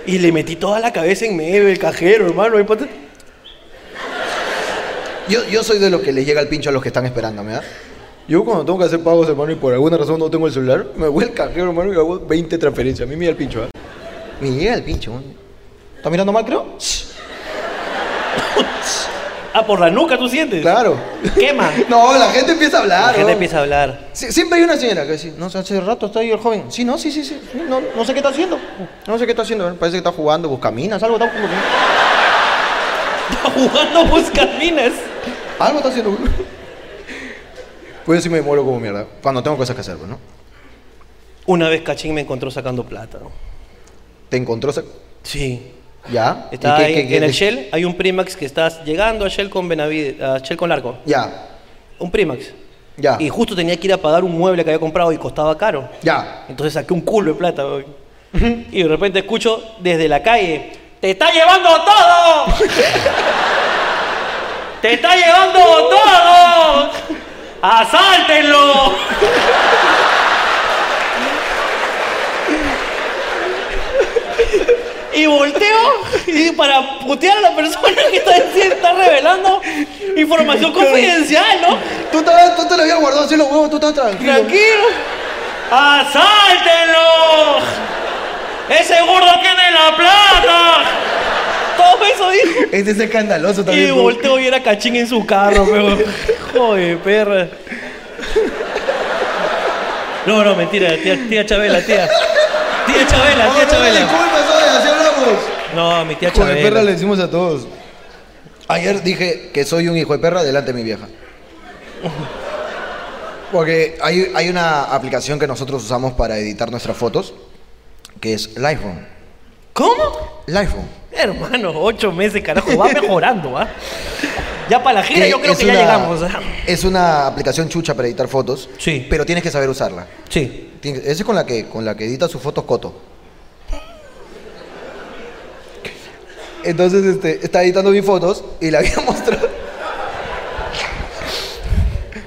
S1: Y le metí toda la cabeza en medio del cajero, hermano. Ahí ponte-
S2: Yo, yo soy de los que les llega el pincho a los que están esperándome, ¿ah? Yo cuando tengo que hacer pagos, hermano, y por alguna razón no tengo el celular, me voy al cajero, hermano, y hago 20 transferencias. A mí me llega el pincho, ¿ah? Me llega el pincho, man. ¿Estás mirando mal, creo?
S1: Ah, por la nuca, ¿tú sientes?
S2: Claro.
S1: Quema.
S2: <laughs> No, la gente empieza a hablar,
S1: La
S2: ¿no?
S1: gente empieza a hablar. <laughs>
S2: Sí, siempre hay una señora que dice, no, hace rato está ahí el joven. Sí, no, sí, sí, sí. No, no sé qué está haciendo. No sé qué está haciendo. Parece que está jugando, buscaminas, algo. Está...
S1: Está jugando buscaminas.
S2: Algo está haciendo uno. Pues yo sí me demoro como mierda. Cuando tengo cosas que hacer, pues, ¿no?
S1: Una vez Cachín me encontró sacando plata.
S2: Te encontró. sac-
S1: Sí.
S2: Ya. ¿Y
S1: Estaba
S2: qué-
S1: ahí
S2: qué- qué-
S1: en el
S2: qué-
S1: Shell, hay un Primax que estás llegando a Shell con Benavides, a Shell con Largo.
S2: Ya.
S1: Un Primax.
S2: Ya.
S1: Y justo tenía que ir a pagar un mueble que había comprado y costaba caro.
S2: Ya.
S1: Entonces saqué un culo de plata, weón. Y de repente escucho desde la calle, ¡Te está llevando todo! <laughs> ¡Te está llevando todo! ¡Asáltenlo! Y volteo y para putear a la persona que está, está revelando información confidencial, ¿no?
S2: Tú, estabas- tú te lo habías guardado así los huevos, tú estás tranquilo.
S1: Tranquilo. ¡Asáltenlo! ¡Ese gordo tiene la plata! Todo eso dijo.
S2: Este es escandaloso
S1: Y
S2: también. pues.
S1: volteo y era cachín en su carro, pero. Joder, perra. No, no, mentira, tía, tía Chabela, tía. Tía Chabela,
S2: Ahora,
S1: tía Chabela.
S2: Ah, Disculpa, Sonia, así hablamos.
S1: No, mi tía
S2: Hijo de perra le
S1: Chabela.
S2: decimos a todos. Ayer dije que soy un hijo de perra delante de mi vieja. Porque hay, hay una aplicación que nosotros usamos para editar nuestras fotos, que es Lightroom.
S1: ¿Cómo?
S2: Lightroom.
S1: Hermano, ocho meses, carajo, va mejorando, ¿ah? Ya para la gira,
S2: Que
S1: yo creo
S2: Eh, es
S1: que ya
S2: una-
S1: llegamos. ¿ah?
S2: Es una aplicación chucha para editar fotos.
S1: Sí.
S2: Pero tienes que saber usarla.
S1: Sí.
S2: Tienes- Esa es con la que, con la que edita sus fotos Coto. Entonces, este, está editando mis fotos y la había <laughs> mostrado.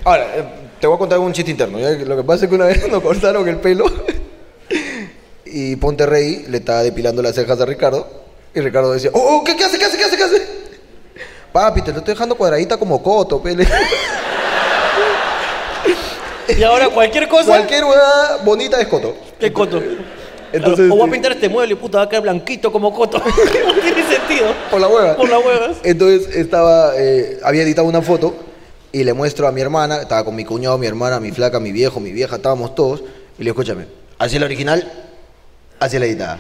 S2: Ahora, eh, te voy a contar un chiste interno. ya que Lo que pasa es que una vez nos cortaron el pelo y Ponte Rey le estaba depilando las cejas a Ricardo. Y Ricardo decía, oh, oh, ¿qué, qué hace, qué hace, qué hace, qué hace? Papi, te lo estoy dejando cuadradita como Coto, pele.
S1: Y ahora cualquier cosa.
S2: Cualquier hueá bonita es Coto.
S1: ¿Qué coto?
S2: Entonces,
S1: o voy a
S2: este-
S1: pintar este mueble, puta, va a quedar blanquito como coto. <laughs> no tiene sentido.
S2: Por la hueva.
S1: Por las huevas.
S2: Entonces estaba, eh, había editado una foto y le muestro a mi hermana, estaba con mi cuñado, mi hermana, mi flaca, mi viejo, mi vieja, estábamos todos. Y le digo, escúchame, así la original, así la editada.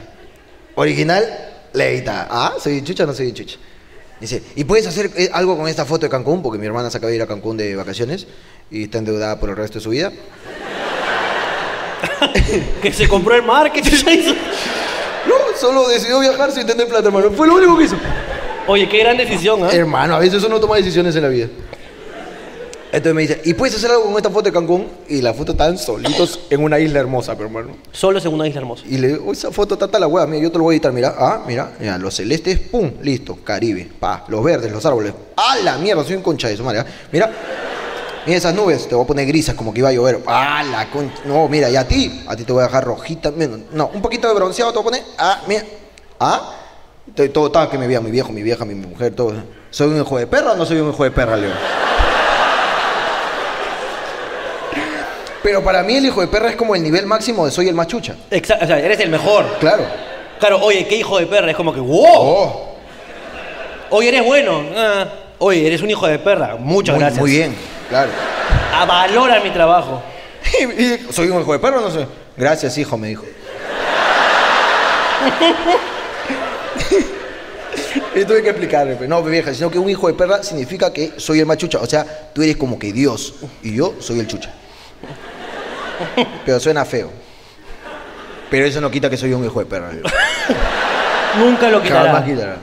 S2: Original, la editada. Ah, soy bien chucha, o no soy bien chucha. Dice, ¿y puedes hacer eh, algo con esta foto de Cancún? Porque mi hermana se acaba de ir a Cancún de vacaciones y está endeudada por el resto de su vida.
S1: Que se compró el marketing. <laughs> ya hizo.
S2: No, solo decidió viajar sin tener plata, hermano. Fue lo único que hizo.
S1: Oye, qué gran decisión, ¿ah?
S2: Hermano, a veces uno toma decisiones en la vida. Entonces me dice, ¿y puedes hacer algo con esta foto de Cancún? Y la foto están solitos en una isla hermosa, pero hermano.
S1: Solo según una isla hermosa.
S2: Y le digo, "Oh, esa foto está tal la hueá, mira, yo te lo voy a editar, mira, ah, mira, mira, los celestes, pum, listo, Caribe, pa, los verdes, los árboles, a la mierda, soy un concha de su madre, ah. mira, mira esas nubes, te voy a poner grisas como que iba a llover, a la concha, no, mira, y a ti, a ti te voy a dejar rojita, menos, no, un poquito de bronceado te voy a poner, ah, mira, ah, Estoy todo estaba que me veía, mi viejo, mi vieja, mi mujer, todo, soy un hijo de perra o no soy un hijo de perra, Leo. Pero para mí el hijo de perra es como el nivel máximo de soy el más chucha.
S1: Exacto, o sea, eres el mejor.
S2: Claro.
S1: Claro, oye, qué hijo de perra. Es como que, wow.
S2: Oh,
S1: Oye, eres bueno. Ah, Oye, eres un hijo de perra. Muchas
S2: muy,
S1: gracias.
S2: muy bien, <laughs> claro.
S1: Ah, valora mi trabajo.
S2: ¿Soy un hijo de perro o no soy? Gracias, hijo, me dijo. <laughs> y tuve que explicarle, pero no, pues, vieja, sino que un hijo de perra significa que soy el más chucha. O sea, tú eres como que Dios y yo soy el chucha. Pero suena feo. Pero eso no quita que soy un hijo de <laughs> perra.
S1: Nunca lo quitará.
S2: Jamás quitará.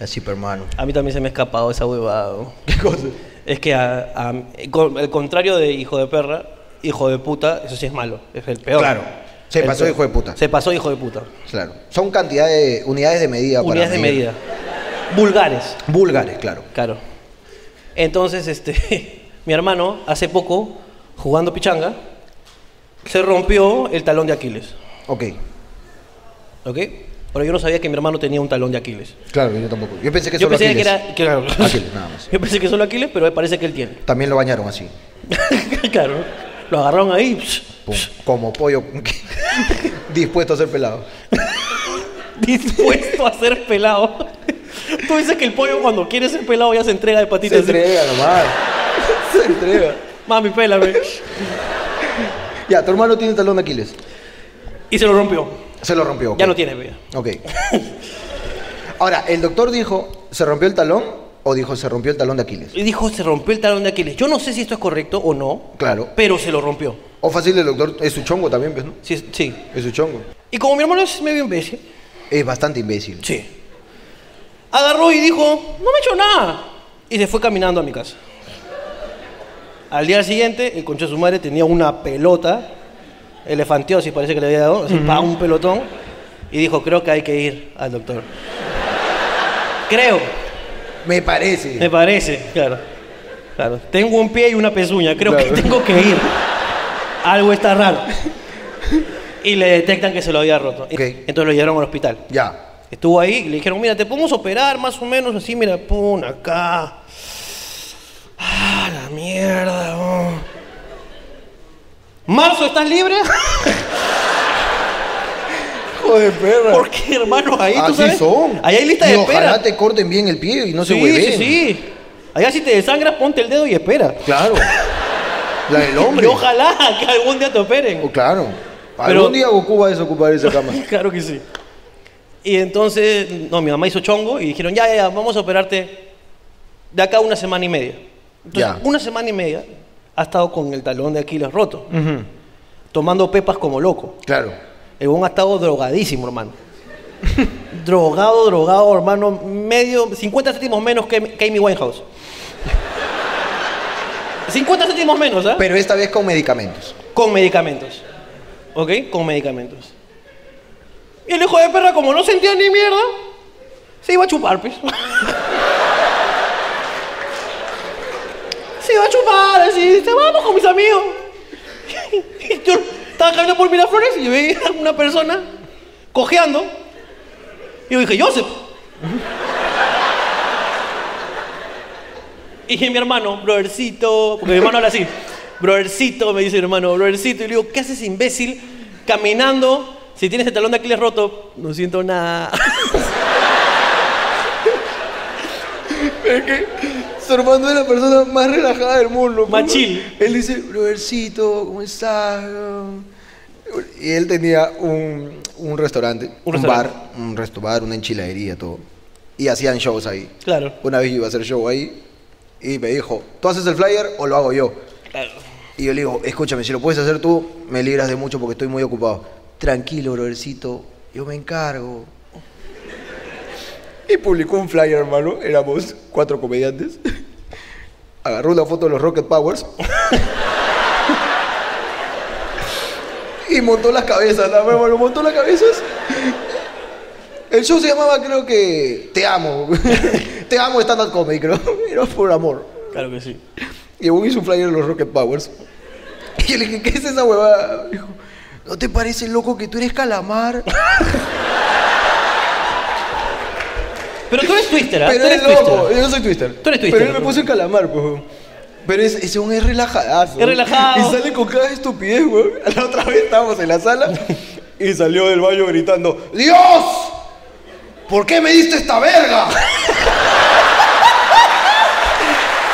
S2: Así, pero, hermano.
S1: A mí también se me ha escapado esa huevada. ¿no?
S2: ¿Qué cosa?
S1: Es que a- a- con- el contrario de hijo de perra, hijo de puta, eso sí es malo, es el peor.
S2: Claro. Se
S1: El
S2: pasó
S1: peor.
S2: hijo de puta.
S1: Se pasó hijo de puta.
S2: Claro. Son cantidades de unidades de medida. para
S1: Unidades de
S2: medir.
S1: medida. Vulgares,
S2: Vulgares, claro.
S1: claro. Entonces, este, <laughs> mi hermano, hace poco, jugando pichanga, se rompió el talón de Aquiles.
S2: Ok.
S1: ¿Ok? Pero yo no sabía que mi hermano tenía un talón de Aquiles.
S2: Claro, yo tampoco. Yo pensé que
S1: Yo
S2: solo
S1: pensé
S2: Aquiles.
S1: que era. que-
S2: Aquiles, nada más.
S1: <laughs> Yo pensé que solo Aquiles, pero parece que él tiene.
S2: También lo bañaron así.
S1: <laughs> claro. Lo agarraron ahí.
S2: Pum. Como pollo <laughs> dispuesto a ser pelado.
S1: <laughs> dispuesto a ser pelado. Tú dices que el pollo cuando quiere ser pelado ya se entrega de
S2: Se
S1: patitas.
S2: entrega nomás.
S1: <laughs>
S2: Se entrega.
S1: Mami,
S2: <laughs>
S1: pélame.
S2: Ya, tu hermano tiene talón de Aquiles.
S1: Y se lo rompió.
S2: Se lo rompió. ok.
S1: Ya no tiene vida.
S2: Ok. Ahora, el doctor dijo ¿se rompió el talón o dijo se rompió el talón de Aquiles?
S1: Y dijo, se rompió el talón de Aquiles. Yo no sé si esto es correcto o no,
S2: Claro.
S1: pero se lo rompió.
S2: O fácil, el doctor es su chongo también, pues, ¿no?
S1: Sí, sí.
S2: Es su chongo.
S1: Y como mi hermano es medio imbécil,
S2: Es bastante imbécil.
S1: sí. Agarró y dijo, no me he hecho nada. Y se fue caminando a mi casa. Al día siguiente, el concha de su madre tenía una pelota, elefantiosis parece que le había dado, así, pa, un pelotón, y dijo, creo que hay que ir al doctor. creo,
S2: Me parece.
S1: me parece, claro. Claro, tengo un pie y una pezuña, creo que
S2: Claro.
S1: tengo que ir. Algo está raro. Y le detectan que se lo había roto.
S2: Ok.
S1: Entonces lo llevaron al hospital.
S2: Ya.
S1: Estuvo ahí y le dijeron, mira, te podemos operar más o menos así, mira, pum, acá. Ah, la mierda. oh. ¿Marzo estás
S2: <laughs>
S1: libre?
S2: Joder, perra.
S1: ¿Por qué, hermano? Ahí tú
S2: Así
S1: sabes.
S2: son.
S1: Ahí hay lista
S2: Y
S1: de
S2: Ojalá
S1: espera.
S2: te corten bien el pie y no se
S1: sí, sí,
S2: hueven.
S1: sí. Allá si te desangras, ponte el dedo y espera. <laughs>
S2: Claro. La del hombre.
S1: Y ojalá <laughs> que algún día te operen.
S2: Oh, claro.
S1: Pero-
S2: Algún día Goku va a desocupar esa
S1: <laughs>
S2: cama.
S1: claro que sí. Y entonces, no, mi mamá hizo chongo y dijeron, ya, ya, ya, vamos a operarte de acá a una semana y media. Entonces,
S2: Ya.
S1: una semana y media ha estado con el talón de Aquiles roto,
S2: Ujú.
S1: tomando pepas como loco.
S2: Claro.
S1: El buen ha estado drogadísimo, hermano. <laughs> drogado, drogado, hermano, medio, 50 céntimos menos que que Amy Winehouse. <laughs> 50 céntimos menos, ¿ah?
S2: Pero esta vez con medicamentos.
S1: Con medicamentos. ¿Ok? Con medicamentos. Y el hijo de perra, como no sentía ni mierda, se iba a chupar, pues. <laughs> se iba a chupar, así, se vamos con mis amigos. <laughs> y yo estaba caminando por Miraflores y vi a una persona cojeando. Y yo dije, Joseph. Y dije, mi hermano, brothercito, porque mi hermano habla así, brothercito, me dice mi hermano, brothercito. Y le digo, ¿qué haces, imbécil? Caminando, si tienes el talón de Aquiles roto, no siento nada. <laughs>
S2: Su hermano es la persona más relajada del mundo.
S1: Más chill.
S2: Él dice, brodercito, ¿cómo estás? Y él tenía un, un restaurante,
S1: Un
S2: un,
S1: restaurante.
S2: bar, un resto bar, una enchiladería, todo. Y hacían shows ahí.
S1: Claro.
S2: Una vez yo iba a hacer show ahí y me dijo, ¿tú haces el flyer o lo hago yo?
S1: Claro.
S2: Y yo le digo, escúchame, si lo puedes hacer tú, me libras de mucho porque estoy muy ocupado. Tranquilo, brodercito, yo me encargo. Y publicó un flyer, hermano. Éramos cuatro comediantes. Agarró una foto de los Rocket Powers. y montó las cabezas, la verdad, hermano. Montó las cabezas. El show se llamaba, creo que, Te amo. <laughs> Te amo stand-up comedy, creo. Era por amor.
S1: Claro que sí.
S2: Llegó y hizo un flyer de los Rocket Powers. Y yo le dije, ¿qué es esa huevada? Dijo, ¿no te parece loco que tú eres
S1: <laughs>
S2: calamar?
S1: Pero tú eres twister, ¿ah?
S2: Pero
S1: tú
S2: eres
S1: eres
S2: loco, yo no soy Twister.
S1: Tú eres Twister,
S2: Pero él me
S1: bro.
S2: puso el calamar, pues. weón. Pero ese, ese weón es relajadazo.
S1: Es relajado.
S2: Y sale con cada estupidez, weón. <laughs> La otra vez estábamos en la sala y salió del baño gritando, ¡Dios! ¿Por qué me diste esta
S1: <laughs>
S2: verga?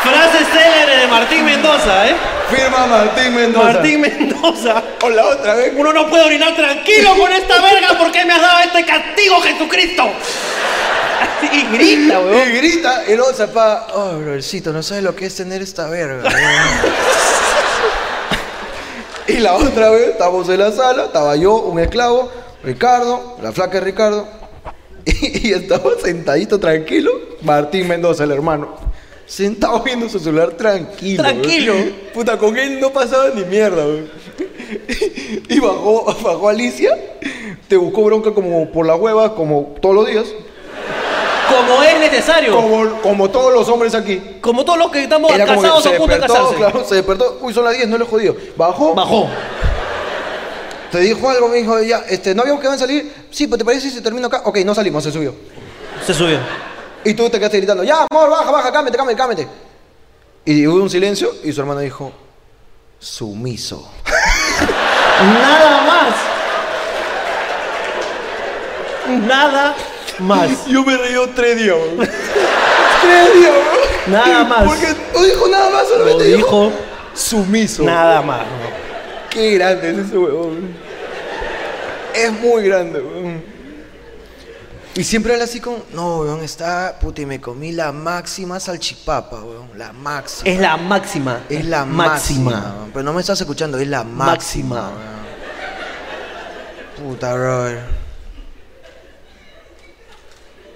S1: Frase célebre de Martín Mendoza, ¿eh?
S2: Firma Martín Mendoza.
S1: Martín Mendoza.
S2: O la otra vez,
S1: Uno no puede orinar tranquilo con esta verga porque me has dado este castigo, Jesucristo. <laughs> Y grita, weón.
S2: Y grita, el otro zapá, oh, brothercito, no sabes lo que es tener esta verga. weón". <laughs> y la otra vez, estábamos en la sala, estaba yo, un esclavo, Ricardo, la flaca de Ricardo, <laughs> y, y estaba sentadito tranquilo, Martín Mendoza, el hermano. Sentado viendo su celular tranquilo. weón.
S1: Tranquilo.
S2: Puta, con él no pasaba ni mierda, weón. <laughs> Y bajó, bajó Alicia, te buscó bronca como por la hueva, como todos los días.
S1: Como es necesario.
S2: Como, como todos los hombres aquí.
S1: Como todos los que estamos
S2: Era como que
S1: casados o a punto de casarse.
S2: claro, se despertó. Uy, son las 10, no le he jodido. Bajó,
S1: Bajó.
S2: te dijo algo, me dijo, ya, este, ¿no habíamos quedado en salir? Sí, pero ¿te parece si se termina acá? Ok, no salimos, se subió.
S1: Se subió.
S2: Y tú te quedaste gritando, ya, amor, baja, baja, cámete, cámete, cámete. Y hubo un silencio y su hermano dijo, sumiso.
S1: Nada más. Nada más.
S2: <laughs> Yo me reío tres días,
S1: <laughs>
S2: bro. tres <laughs> días, bro.
S1: Nada más.
S2: Porque no dijo nada más,
S1: Lo
S2: solamente dijo,
S1: dijo
S2: sumiso.
S1: nada más.
S2: Qué grande es ese huevón. Es muy grande, huevón.
S3: Y siempre él así con, no, weón, está, puta, y me comí la máxima salchipapa, weón, la máxima.
S1: Es la máxima.
S3: Es la máxima. weón. Pero no me estás escuchando, es la máxima.
S1: Máxima.
S3: weón. Puta, brother.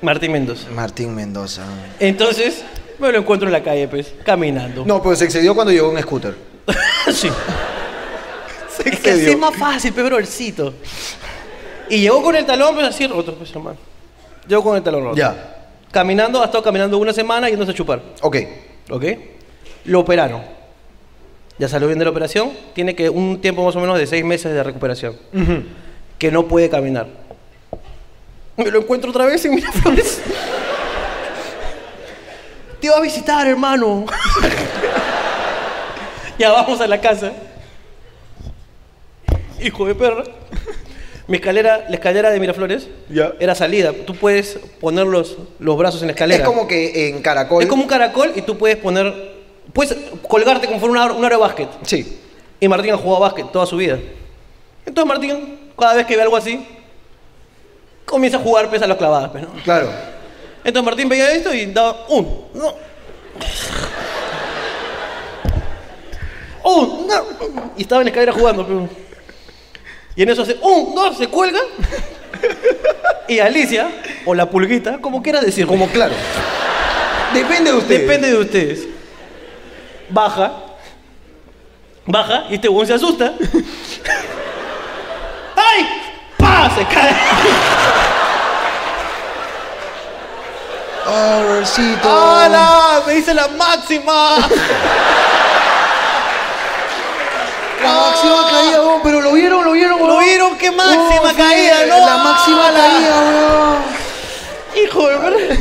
S1: Martín Mendoza.
S3: Martín Mendoza. weón.
S1: Entonces, me lo encuentro en la calle, pues, caminando.
S2: No, pero se excedió cuando llegó un scooter.
S1: <laughs> sí.
S2: Se
S1: Es que así es más fácil, pe, brothercito. Y llegó con el talón, pues así roto, pues, hermano. Llegó con el talón roto.
S2: Ya.
S1: Caminando, ha estado caminando una semana yéndose a chupar.
S2: Ok.
S1: ¿Ok? Lo operaron. Ya salió bien de la operación. Tiene que un tiempo más o menos de seis meses de recuperación. Que no puede caminar. Me lo encuentro otra vez en Miraflores. <laughs> Te iba a visitar, hermano. <laughs> ya vamos a la casa. Hijo de perra. Mi escalera, la escalera de Miraflores
S2: Ya.
S1: era salida. Tú puedes poner los, los brazos en la escalera.
S2: Es como que en Caracol.
S1: Es como un caracol y tú puedes poner. Puedes colgarte como fuera una, una hora de básquet.
S2: Sí.
S1: Y Martín ha jugado básquet toda su vida. Entonces Martín, cada vez que ve algo así, comienza a jugar pesa a las clavadas, pues, ¿no?
S2: Claro.
S1: Entonces Martín veía esto y daba un, no. Un, no. Y estaba en la escalera jugando. pero- Y en eso hace un, dos, se cuelga. Y Alicia, o la pulguita, como quieras decir, como
S2: Como claro. Depende de usted.
S1: Depende de ustedes. Baja. Baja y este huevón se <laughs> asusta. ¡Ay! ¡Pa! Se cae.
S3: Oh, brothercito.
S1: ¡Hala! ¡Me dice la máxima!
S3: La máxima caída, weón, pero lo vieron, lo vieron, weón.
S1: ¿Lo vieron? ¡Qué máxima
S3: sí,
S1: caída! ¡No!
S3: La máxima
S1: ¡Hala!
S3: caída, weón.
S1: Hijo de verdad.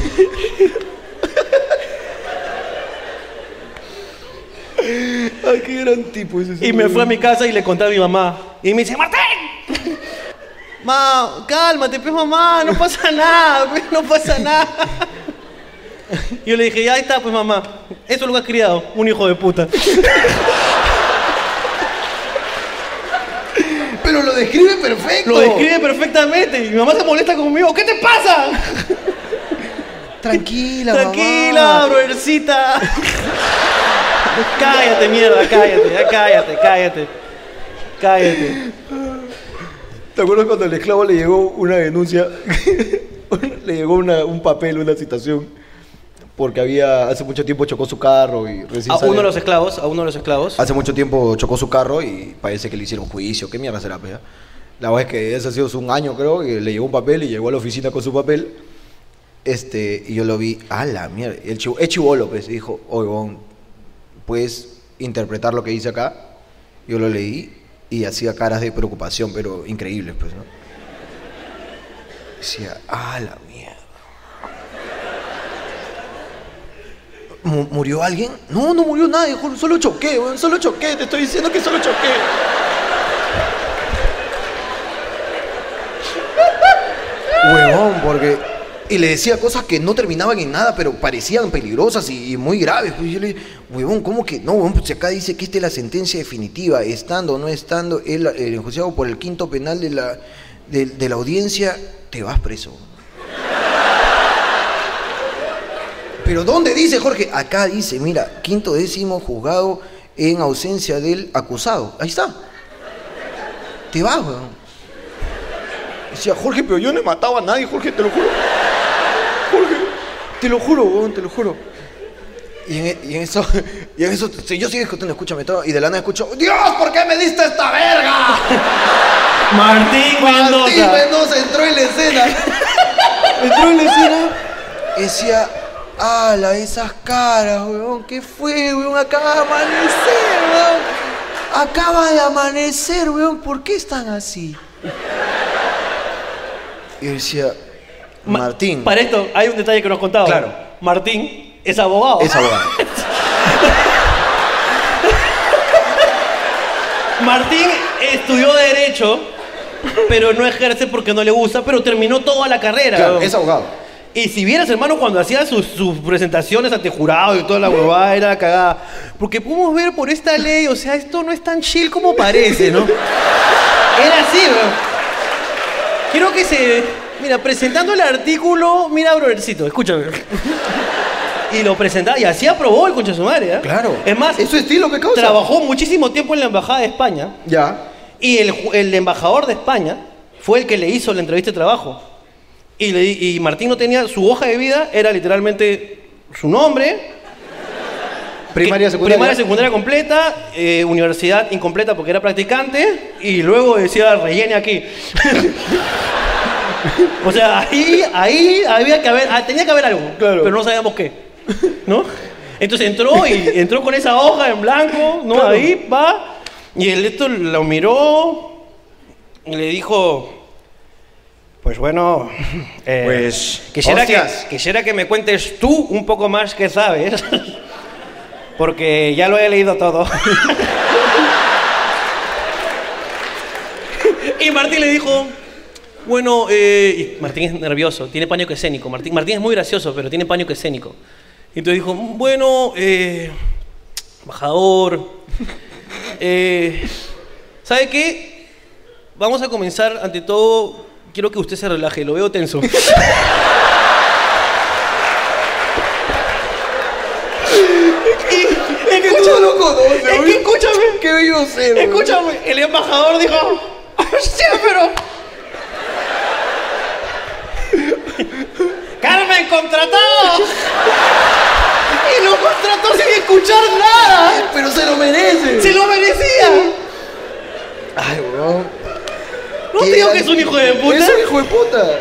S3: Ay, qué gran tipo ese.
S1: Y me fui a mi casa y le conté a mi mamá. Y me dice, ¡Martín! Ma, cálmate, pues mamá, no pasa nada, pues, no pasa nada. Y yo le dije, ya está, pues mamá, eso es lo que has criado, un hijo de puta.
S2: Pero lo describe perfecto.
S1: Lo describe perfectamente. Y mi mamá se molesta conmigo. ¿Qué te pasa?
S3: Tranquila,
S1: Tranquila,
S3: mamá.
S1: brothercita. cállate, mierda, cállate, ya cállate, cállate. Cállate.
S4: ¿Te acuerdas cuando al esclavo le llegó una denuncia? <laughs> le llegó una- un papel, una citación, porque había hace mucho tiempo chocó su carro y recién
S1: A
S4: sale-
S1: uno de los esclavos, a uno de los esclavos.
S4: Hace mucho tiempo chocó su carro y parece que le hicieron juicio. ¿Qué mierda será, pea? La verdad es que ese ha sido hace un año, creo, que le llegó un papel y llegó a la oficina con su papel. Este, y yo lo vi, a la mierda. El chivo, es chivolo, pues, y dijo, oye, huevón, puedes interpretar lo que dice acá. Yo lo leí y hacía caras de preocupación, pero increíbles, pues, ¿no? Decía, a la mierda.
S3: Mu- ¿Murió alguien?
S4: No, no murió nadie, Julio, solo choqué, weón, solo choqué, te estoy diciendo que solo choqué.
S2: Huevón, porque. Y le decía cosas que no terminaban en nada, pero parecían peligrosas y, y muy graves. Pues yo le dije, huevón, ¿cómo que no? Huevón, pues acá dice que esta es la sentencia definitiva, estando o no estando, el, el enjuiciado por el quinto penal de la, de, de la audiencia, te vas preso. Pero ¿dónde dice Jorge? Acá dice, mira, quinto décimo juzgado en ausencia del acusado. Ahí está. Te vas, huevón.
S4: Decía, Jorge, pero yo no he matado a nadie, Jorge, te lo juro. Jorge, te lo juro, weón, te lo juro.
S2: Y en, e, y en eso, <laughs> y en eso, si yo sigo escuchando, escúchame todo, y de la nada escucho, Dios, ¿por qué me diste esta verga?
S1: Martín
S2: Martín
S1: Mendoza.
S2: Mendoza entró en la escena.
S3: Entró en la escena. Decía, ala, esas caras, weón, ¿qué fue, weón? Acaba de amanecer, weón. Acaba de amanecer, weón, ¿por qué están así?
S2: Y yo decía,
S1: Ma-
S2: Martín,
S1: Para esto, hay un detalle que nos contaba.
S2: Claro.
S1: Martín es abogado. <laughs>
S2: es abogado.
S1: Martín estudió Derecho, pero no ejerce porque no le gusta, pero terminó toda la carrera.
S2: Claro,
S1: weón.
S2: es abogado.
S1: Y si vieras, hermano, cuando hacía sus, sus presentaciones ante jurado y toda la huevada, era la cagada. Porque podemos ver por esta ley, o sea, esto no es tan chill como parece, ¿no? Era así, bro. Quiero que se... Mira, presentando el artículo, mira, brothercito, escúchame. Y lo presentaba, y así aprobó el concha de su madre, ¿eh?
S2: Claro.
S1: Es más,
S2: Es su estilo, ¿qué causa?
S1: trabajó muchísimo tiempo en la Embajada de España,
S2: Ya.
S1: y el, ju- el embajador de España fue el que le hizo la entrevista de trabajo. Y, le- y Martín no tenía, su hoja de vida era literalmente su nombre,
S2: Primaria,
S1: que-
S2: secundaria.
S1: Primaria, secundaria completa, eh, universidad incompleta porque era practicante, y luego decía, rellene aquí. <laughs> o sea, ahí, ahí había que haber, ah, tenía que haber algo,
S4: Claro.
S1: pero no sabíamos qué, ¿no? Entonces entró y entró con esa hoja en blanco, ¿no? Ahí, va, y el esto lo miró, y le dijo... Pues <laughs> bueno, eh,
S4: Pues,
S1: quisiera, que,
S4: hostias.
S1: quisiera que me cuentes tú un poco más que sabes. <laughs> Porque ya lo he leído todo. <laughs> y Martín le dijo, bueno, eh, y Martín es nervioso, tiene pánico escénico. Martín, Martín es muy gracioso, pero tiene pánico escénico. Entonces dijo, bueno, eh, embajador, eh, ¿sabe qué? Vamos a comenzar, ante todo, quiero que usted se relaje, lo veo <laughs> tenso.
S3: Escucha, loco, ¿no?
S1: Es que escúchame.
S3: Qué bello ser. weón.
S1: Escúchame, el embajador dijo, hostia, pero... <laughs> Carmen, contratado. Y lo contrató sin escuchar nada.
S3: Pero se lo merece.
S1: Se lo merecía.
S2: Ay, weón.
S1: No te digo que es un hijo de puta.
S2: Es un hijo de puta.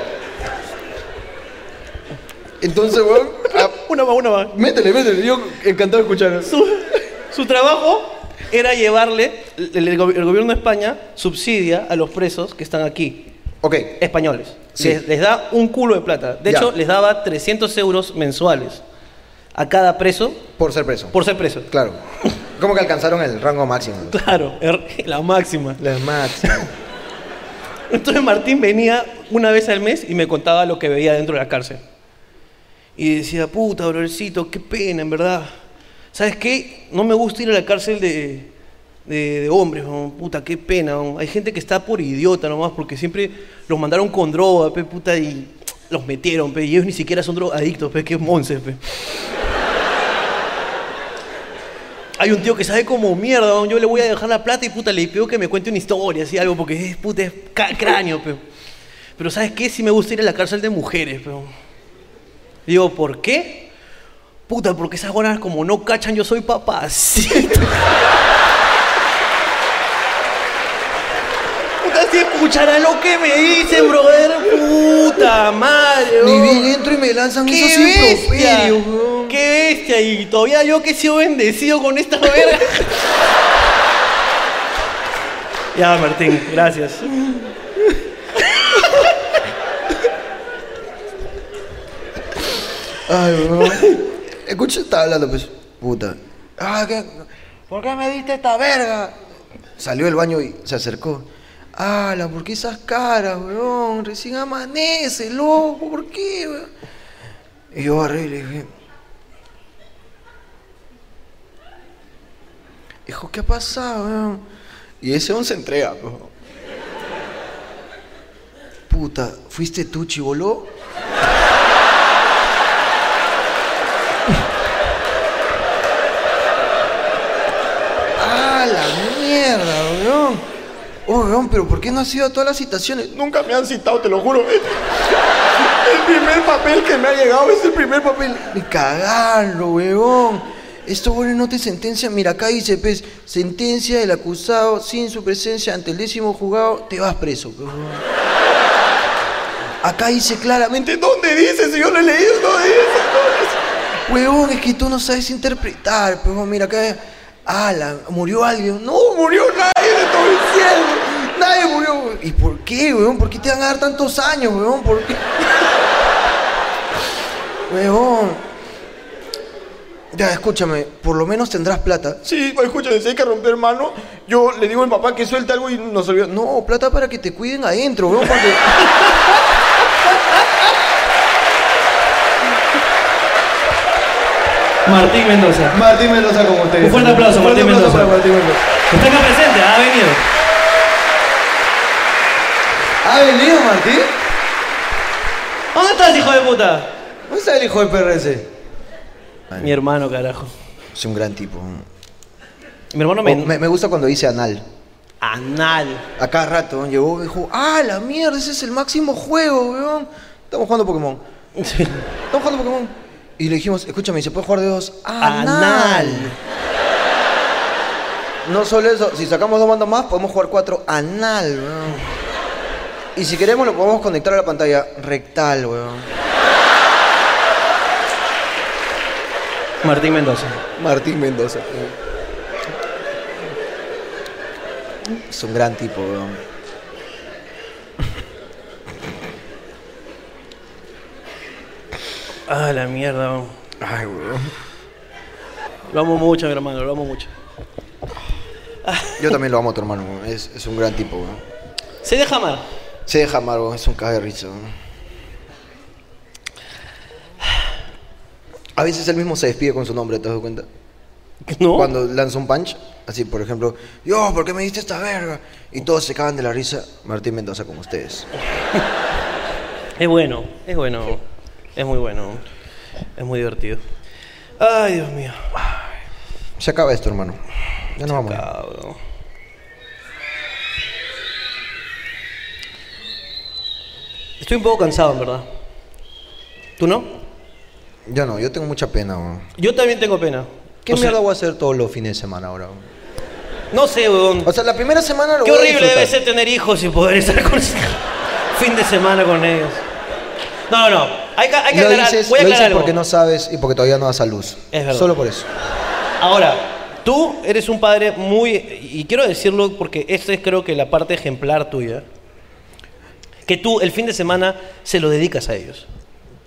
S2: Entonces, weón. ah,
S1: Una más, una más.
S2: Métele, métele. Yo encantado de escuchar.
S1: Su, su trabajo era llevarle, el, el go- el gobierno de España subsidia a los presos que están aquí,
S2: Ok.
S1: españoles.
S2: Sí.
S1: Les, les da un culo de plata. De
S2: Ya.
S1: hecho, les daba 300 euros mensuales a cada preso
S2: Por ser preso.
S1: por ser preso.
S2: Claro. ¿Cómo que alcanzaron el rango máximo?
S1: Claro, er- <laughs> la máxima.
S2: Las máximas.
S1: Entonces Martín venía una vez al mes y me contaba lo que veía dentro de la cárcel. Y decía, puta, brothercito, qué pena, en verdad. ¿Sabes qué? No me gusta ir a la cárcel de, de- de hombres, weón. puta, qué pena. weón. Hay gente que está por idiota nomás porque siempre los mandaron con droga, pe, puta, y los metieron, pe, y ellos ni siquiera son drogadictos, pe, qué monces, pe. Hay un tío que sabe como mierda, weón. yo le voy a dejar la plata y puta, le pido que me cuente una historia, así algo, porque es puta, es ca- cráneo, pero. Pero ¿sabes qué? Sí me gusta ir a la cárcel de mujeres, pero. Digo, ¿por qué? Puta, porque esas buenas como no cachan, yo soy papacito. <laughs> puta, si escuchara lo que me dicen, brother, puta madre.
S3: Ni
S1: weón.
S3: bien entro y me lanzan
S1: ¡Qué
S3: esos
S1: bestia!
S3: improperios, weón.
S1: ¡Qué bestia! Y todavía yo que he sido bendecido con esta verga. <laughs> ya, Martín, gracias.
S3: Ay, weón.
S2: <laughs> Escucha, estaba hablando, pues. Puta.
S3: Ah, ¿qué? ¿Por qué me diste esta verga?
S2: Salió del baño y se acercó.
S3: Ala, ¿por qué esas caras, weón? Recién amanece, loco, ¿por qué, weón?
S2: Y yo agarré y le dije.
S3: Hijo, ¿qué ha pasado, weón?
S4: Y ese aún se entrega, po.
S3: Puta, ¿fuiste tú, chivoló? ¡Ah, la mierda, weón! Oh, weón, pero ¿por qué no has ido a todas las citaciones?
S4: Nunca me han citado, te lo juro. El primer papel que me ha llegado es el primer papel.
S3: Ni cagarlo, weón. Esto, bueno, no te sentencia. Mira, acá dice, pues, sentencia del acusado sin su presencia ante el décimo juzgado, te vas preso, pues, weón. Acá dice claramente,
S4: ¿Dónde dice? Si yo lo he leído, no dice.
S3: weón, es que tú no sabes interpretar, pues, weón. Mira, acá, ala, murió alguien. No,
S4: No murió nadie de todo el cielo.
S3: nadie murió, weón. ¿Y por qué, weón? ¿Por qué te van a dar tantos años, weón? ¿Por qué? <laughs> weón. Ya, escúchame, por lo menos tendrás plata.
S4: Sí, pues, escúchame, si hay que romper mano, yo le digo a mi papá que suelte algo y nos olvidamos.
S3: No, plata para que te cuiden adentro, weón, porque...
S1: Martín Mendoza.
S2: <laughs> Martín Mendoza como ustedes.
S1: Un fuerte aplauso, Martín
S2: Fuerte
S1: Mendoza.
S2: aplauso para Martín Mendoza.
S1: Está acá presente, ha venido.
S2: ¿Ha venido Martín?
S1: ¿Dónde estás, hijo de puta?
S2: ¿Dónde está el hijo de PRC?
S1: Mi hermano, carajo.
S2: Es un gran tipo. Oh, ¿no?
S1: Mi hermano Oh, me...
S5: O Me, me gusta cuando dice anal.
S1: Anal.
S2: A cada rato ¿no? llegó y dijo, ah, la mierda, ese es el máximo juego, weón. Estamos jugando Pokémon. Estamos jugando Pokémon. Y le dijimos, escúchame, ¿se puede jugar de dos? Anal.
S1: Anal.
S2: No solo eso, si sacamos dos bandas más, podemos jugar cuatro anal, weón. Y si queremos lo podemos conectar a la pantalla rectal, weón.
S1: Martín Mendoza.
S2: Martín Mendoza. Es un gran tipo, weón.
S1: Ah, la mierda. weón.
S2: Ay, weón.
S1: Lo amo mucho, mi hermano, lo amo mucho.
S2: Yo también lo amo a tu hermano, weón. Es, es un gran tipo, weón.
S1: Se deja amar.
S2: Se deja amar, weón. Es un caga de risa, weón. A veces él mismo se despide con su nombre, ¿te has dado cuenta?
S1: ¿No?
S2: Cuando lanza un punch, así por ejemplo, yo, ¿por qué me diste esta verga? Y todos se cagan de la risa. Martín Mendoza con ustedes.
S1: Es bueno, es bueno. Es muy bueno. Es muy divertido. Ay, Dios mío.
S2: Se acaba esto, hermano. Ya nos vamos.
S1: Cabrón. Estoy un poco cansado, en verdad. ¿Tú no?
S2: Yo no, yo tengo mucha pena, weón.
S1: Yo también tengo pena.
S2: ¿Qué
S1: O sea,
S2: mierda voy a hacer todos los fines de semana ahora? weón?
S1: No sé, weón.
S2: O sea, la primera semana lo
S1: Qué
S2: voy a
S1: horrible debe ser
S2: disfrutar.
S1: tener hijos y poder estar con <laughs> fin de semana con ellos. No, no. Hay que, hay que
S2: Lo
S1: aclarar.
S2: dices,
S1: voy a
S2: lo dices
S1: aclarar algo.
S2: porque no sabes y porque todavía no das a luz.
S1: Es verdad.
S2: Solo por eso.
S1: Ahora, tú eres un padre muy, y quiero decirlo porque esta es creo que la parte ejemplar tuya, que tú el fin de semana se lo dedicas a ellos.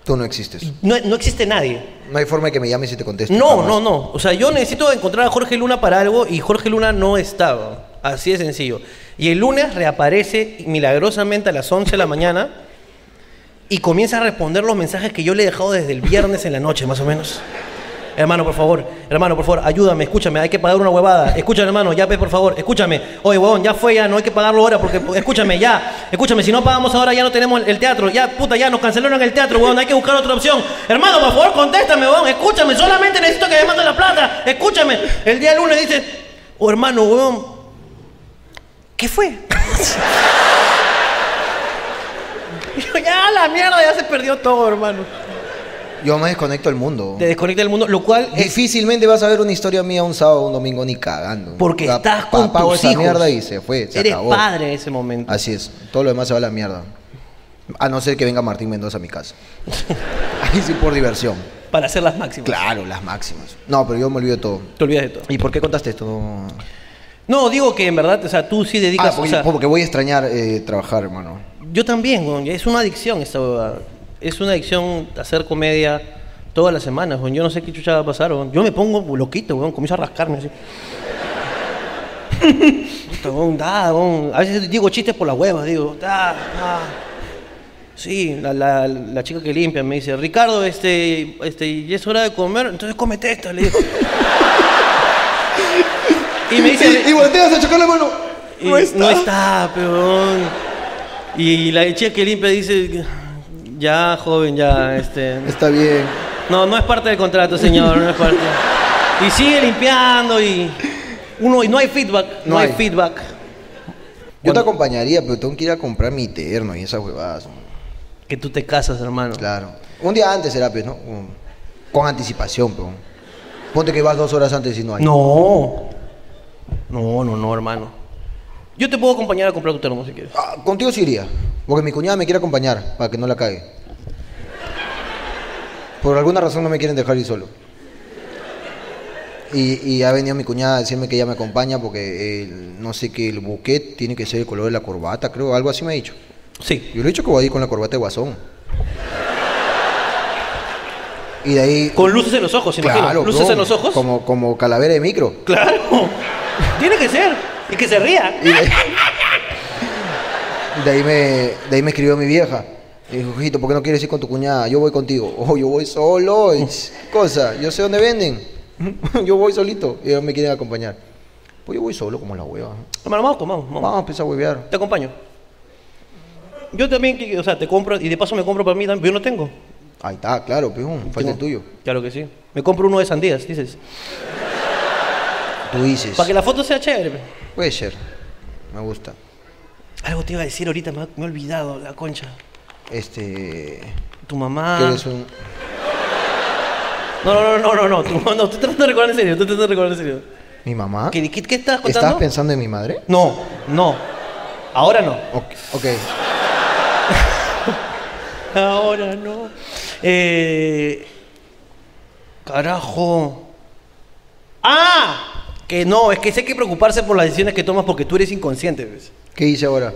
S2: Tú no existes.
S1: No, no existe nadie.
S2: No hay forma de que me llames y te conteste.
S1: No,
S2: Este jamás.
S1: no, no. O sea, yo necesito encontrar a Jorge Luna para algo y Jorge Luna no estaba. Así de sencillo. Y el lunes reaparece milagrosamente a las 11 de la mañana y comienza a responder los mensajes que yo le he dejado desde el viernes en la noche, más o menos. Hermano, por favor, hermano, por favor, ayúdame, escúchame, hay que pagar una huevada. Escúchame, hermano, ya ve, por favor, escúchame. Oye, huevón, ya fue, ya no hay que pagarlo ahora, porque pues, escúchame, ya, escúchame, si no pagamos ahora ya no tenemos el, el teatro. Ya, puta, ya nos cancelaron el teatro, huevón, hay que buscar otra opción. Hermano, por favor, contéstame, huevón, escúchame, solamente necesito que me manden la plata, escúchame. El día lunes dice, oh, hermano, huevón, ¿qué fue? <laughs> Y yo, ya, la mierda, ya se perdió todo, hermano.
S2: Yo me desconecto del mundo.
S1: Te desconecta del mundo, lo cual es
S2: Difícilmente vas a ver una historia mía un sábado o un domingo ni cagando.
S1: Porque
S2: Pa-
S1: estás
S2: pa-
S1: con
S2: pago
S1: tus
S2: esa
S1: hijos.
S2: mierda y se fue, se
S1: Eres
S2: acabó.
S1: padre en ese momento.
S2: Así es. Todo lo demás se va a la mierda. A no ser que venga Martín Mendoza a
S1: <laughs>
S2: mi casa. Ahí sí por diversión.
S1: Para hacer las máximas.
S2: Claro, las máximas. No, pero yo me olvido de todo.
S1: Te olvidas de todo.
S2: ¿Y por qué contaste esto?
S1: No, digo que en verdad, o sea, tú sí
S2: Ah,
S1: dedicas. o
S2: porque,
S1: sea,
S2: porque voy a extrañar eh, trabajar, hermano.
S1: yo también, weón, Es una adicción esta huevada. Es una adicción hacer comedia todas las semanas, weón. Yo no sé qué chucha va a pasar, weón. Yo me pongo loquito, weón. Comienzo a rascarme así. <laughs> Puta, weón, da, weón. A veces digo chistes por las huevas, digo. Da, da. Sí, la, la- la chica que limpia me dice, Ricardo, este, este, ya es hora de comer, entonces cómete esto, le digo. <laughs> <laughs> y me dice,
S2: <laughs> Y, y volteas a chocar la mano.
S1: y no está, peón. Y la chica que limpia dice, ya, joven, ya, este...
S2: Está bien.
S1: No, no es parte del contrato, señor, no es parte. Y sigue limpiando y... Uno, y no hay feedback, no,
S2: No
S1: hay.
S2: hay.
S1: feedback.
S2: Yo te acompañaría, pero tengo que ir a comprar mi terno y esas huevadas. ¿no?
S1: Que tú te casas, hermano.
S2: Claro. Un día antes será, pues, ¿no? Un- Con anticipación, pero. Ponte que vas dos horas antes y no hay.
S1: No. No, no, no, hermano. Yo te puedo acompañar a comprar tu termo si quieres.
S2: Ah, contigo sí iría. Porque mi cuñada me quiere acompañar para que no la cague. Por alguna razón no me quieren dejar ir solo. Y, y ha venido mi cuñada a decirme que ella me acompaña porque el- no sé qué, el buquet tiene que ser el color de la corbata, creo, algo así me ha dicho.
S1: Sí.
S2: Yo le he dicho que voy a ir con la corbata de guasón. Y de ahí.
S1: Con luces en los ojos, imagino.
S2: Claro,
S1: luces
S2: bro,
S1: en los ojos.
S2: Como, como calavera de micro.
S1: Claro. <laughs> Tiene que ser. Y que se ría.
S2: Y de, de ahí me, de ahí me escribió mi vieja. Y dijo, hijito, ¿por qué no quieres ir con tu cuñada? Yo voy contigo. <laughs> Oh, yo voy solo. y
S1: Oh.
S2: cosa, yo sé dónde venden. <laughs> yo voy solito. Y ellos me quieren acompañar. Pues yo voy solo como la hueva.
S1: Oh. Hermano, vamos, vamos, vamos.
S2: Vamos, empieza a huevear.
S1: Te acompaño. yo también, que- o sea, te compro y de paso me compro para mí también. Yo no tengo.
S2: Ahí está, claro, pejón, falta el tuyo.
S1: Claro que sí. Me compro uno de sandías, dices.
S2: Tú dices.
S1: Para que la foto sea chévere. pe.
S2: Puede ser. Me gusta.
S1: Algo te iba a decir ahorita, me, ha- me he olvidado la concha.
S2: Este.
S1: Tu mamá.
S2: que eres un.
S1: No, no, no, no, no, no. Tu, no, estoy tratando de recordar en serio, estoy tratando de recordar en serio.
S2: ¿Mi mamá?
S1: ¿Qué, qué, qué estabas contando?
S2: Ah. ¿Estabas pensando en mi madre?
S1: No, no. Ahora no.
S2: Ok. ok.
S1: Ahora no. Eh, carajo. ¡Ah! Que no, es que sé que preocuparse por las decisiones que tomas porque tú eres inconsciente. ¿ves?
S2: ¿Qué hice ahora?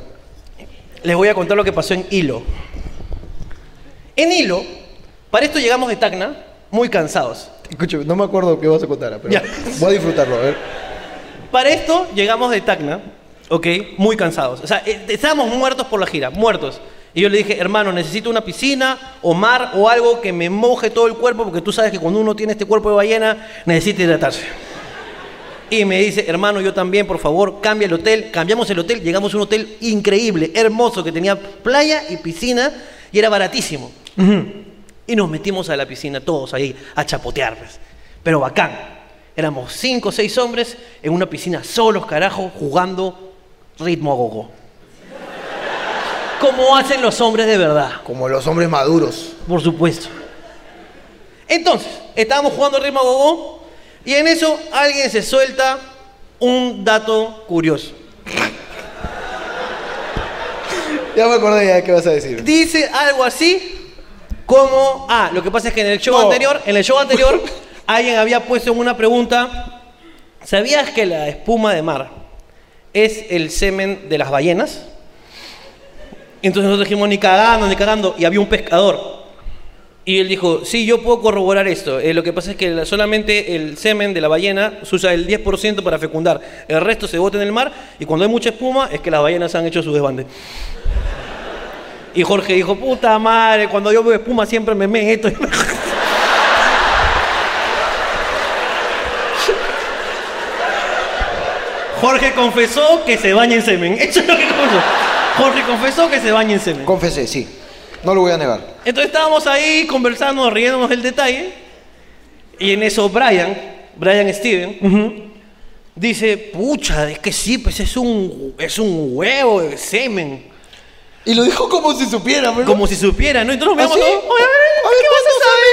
S1: Les voy a contar lo que pasó en Hilo. En Hilo, para esto llegamos de Tacna muy cansados.
S2: Escúchame, no me acuerdo qué vas a contar, ah, pero
S1: Ya.
S2: voy a disfrutarlo. A ver.
S1: Para esto llegamos de Tacna, ¿ok? Muy cansados. O sea, eh, estábamos muertos por la gira, muertos. Y yo le dije, hermano, necesito una piscina o mar o algo que me moje todo el cuerpo, porque tú sabes que cuando uno tiene este cuerpo de ballena, necesita hidratarse. Y me dice, hermano, yo también, por favor, cambia el hotel. Cambiamos el hotel, llegamos a un hotel increíble, hermoso, que tenía playa y piscina y era baratísimo. Y nos metimos a la piscina todos ahí a chapotear, pues. Pero bacán. Éramos cinco o seis hombres en una piscina solos, carajo, jugando ritmo a gogo. Como hacen los hombres de verdad.
S2: Como los hombres maduros.
S1: Por supuesto. Entonces, estábamos jugando ritmo a gogó y en eso alguien se suelta un dato curioso.
S2: Ya me acordé ya de qué vas a decir.
S1: Dice algo así como, ah, lo que pasa es que en el show
S2: No.
S1: anterior, en el show anterior, alguien había puesto en una pregunta, ¿sabías que la espuma de mar es el semen de las ballenas? Entonces nosotros dijimos, ni cagando, ni cagando, y había un pescador. Y él dijo, sí, yo puedo corroborar esto. Eh, lo que pasa es que la- solamente el semen de la ballena se usa el 10% para fecundar. El resto se bota en el mar y cuando hay mucha espuma es que las ballenas han hecho su desbande. Y Jorge dijo, puta madre, cuando yo veo espuma siempre me meto. <laughs> Jorge confesó que se baña en semen. Eso es lo que confesó. Jorge confesó que se baña en semen.
S2: Confesé, sí. No lo voy a negar.
S1: Entonces estábamos ahí conversando, riéndonos del detalle. Y en eso Brian, Brian Steven, dice, pucha, es que sí, pues es un, es un huevo de semen.
S2: Y lo dijo como si supiera, pero.
S1: Como si supiera, ¿no? Entonces nos veamos,
S2: ¿Ah, sí?
S1: ¿no? Oye,
S2: A ver,
S1: ¿qué
S2: ¿cuánto
S1: vas a saber?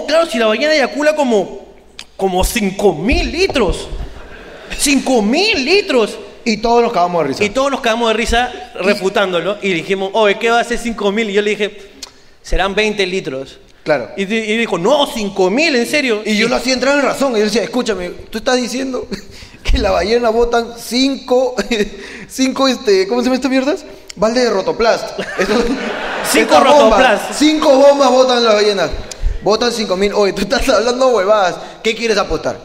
S1: No, claro, si la ballena eyacula como, como 5 mil litros. 5 mil litros.
S2: Y todos nos cagamos de risa.
S1: Y todos nos cagamos de risa refutándolo. Y dijimos, oye, ¿qué va a ser 5 mil? Y yo le dije, serán 20 litros.
S2: Claro.
S1: Y, di- y dijo, no, 5 mil, en serio.
S2: Y yo lo hacía entrar en razón. Y yo decía, escúchame, tú estás diciendo <laughs> que la ballena botan cinco, <laughs> cinco, este, ¿cómo se llama estas mierdas? Balde de rotoplast. Estos-
S1: <laughs> Cinco
S2: estas bombas,
S1: rotoplast.
S2: cinco bombas botan las ballenas. Botan cinco mil. Oye, tú estás hablando huevadas. ¿Qué quieres apostar?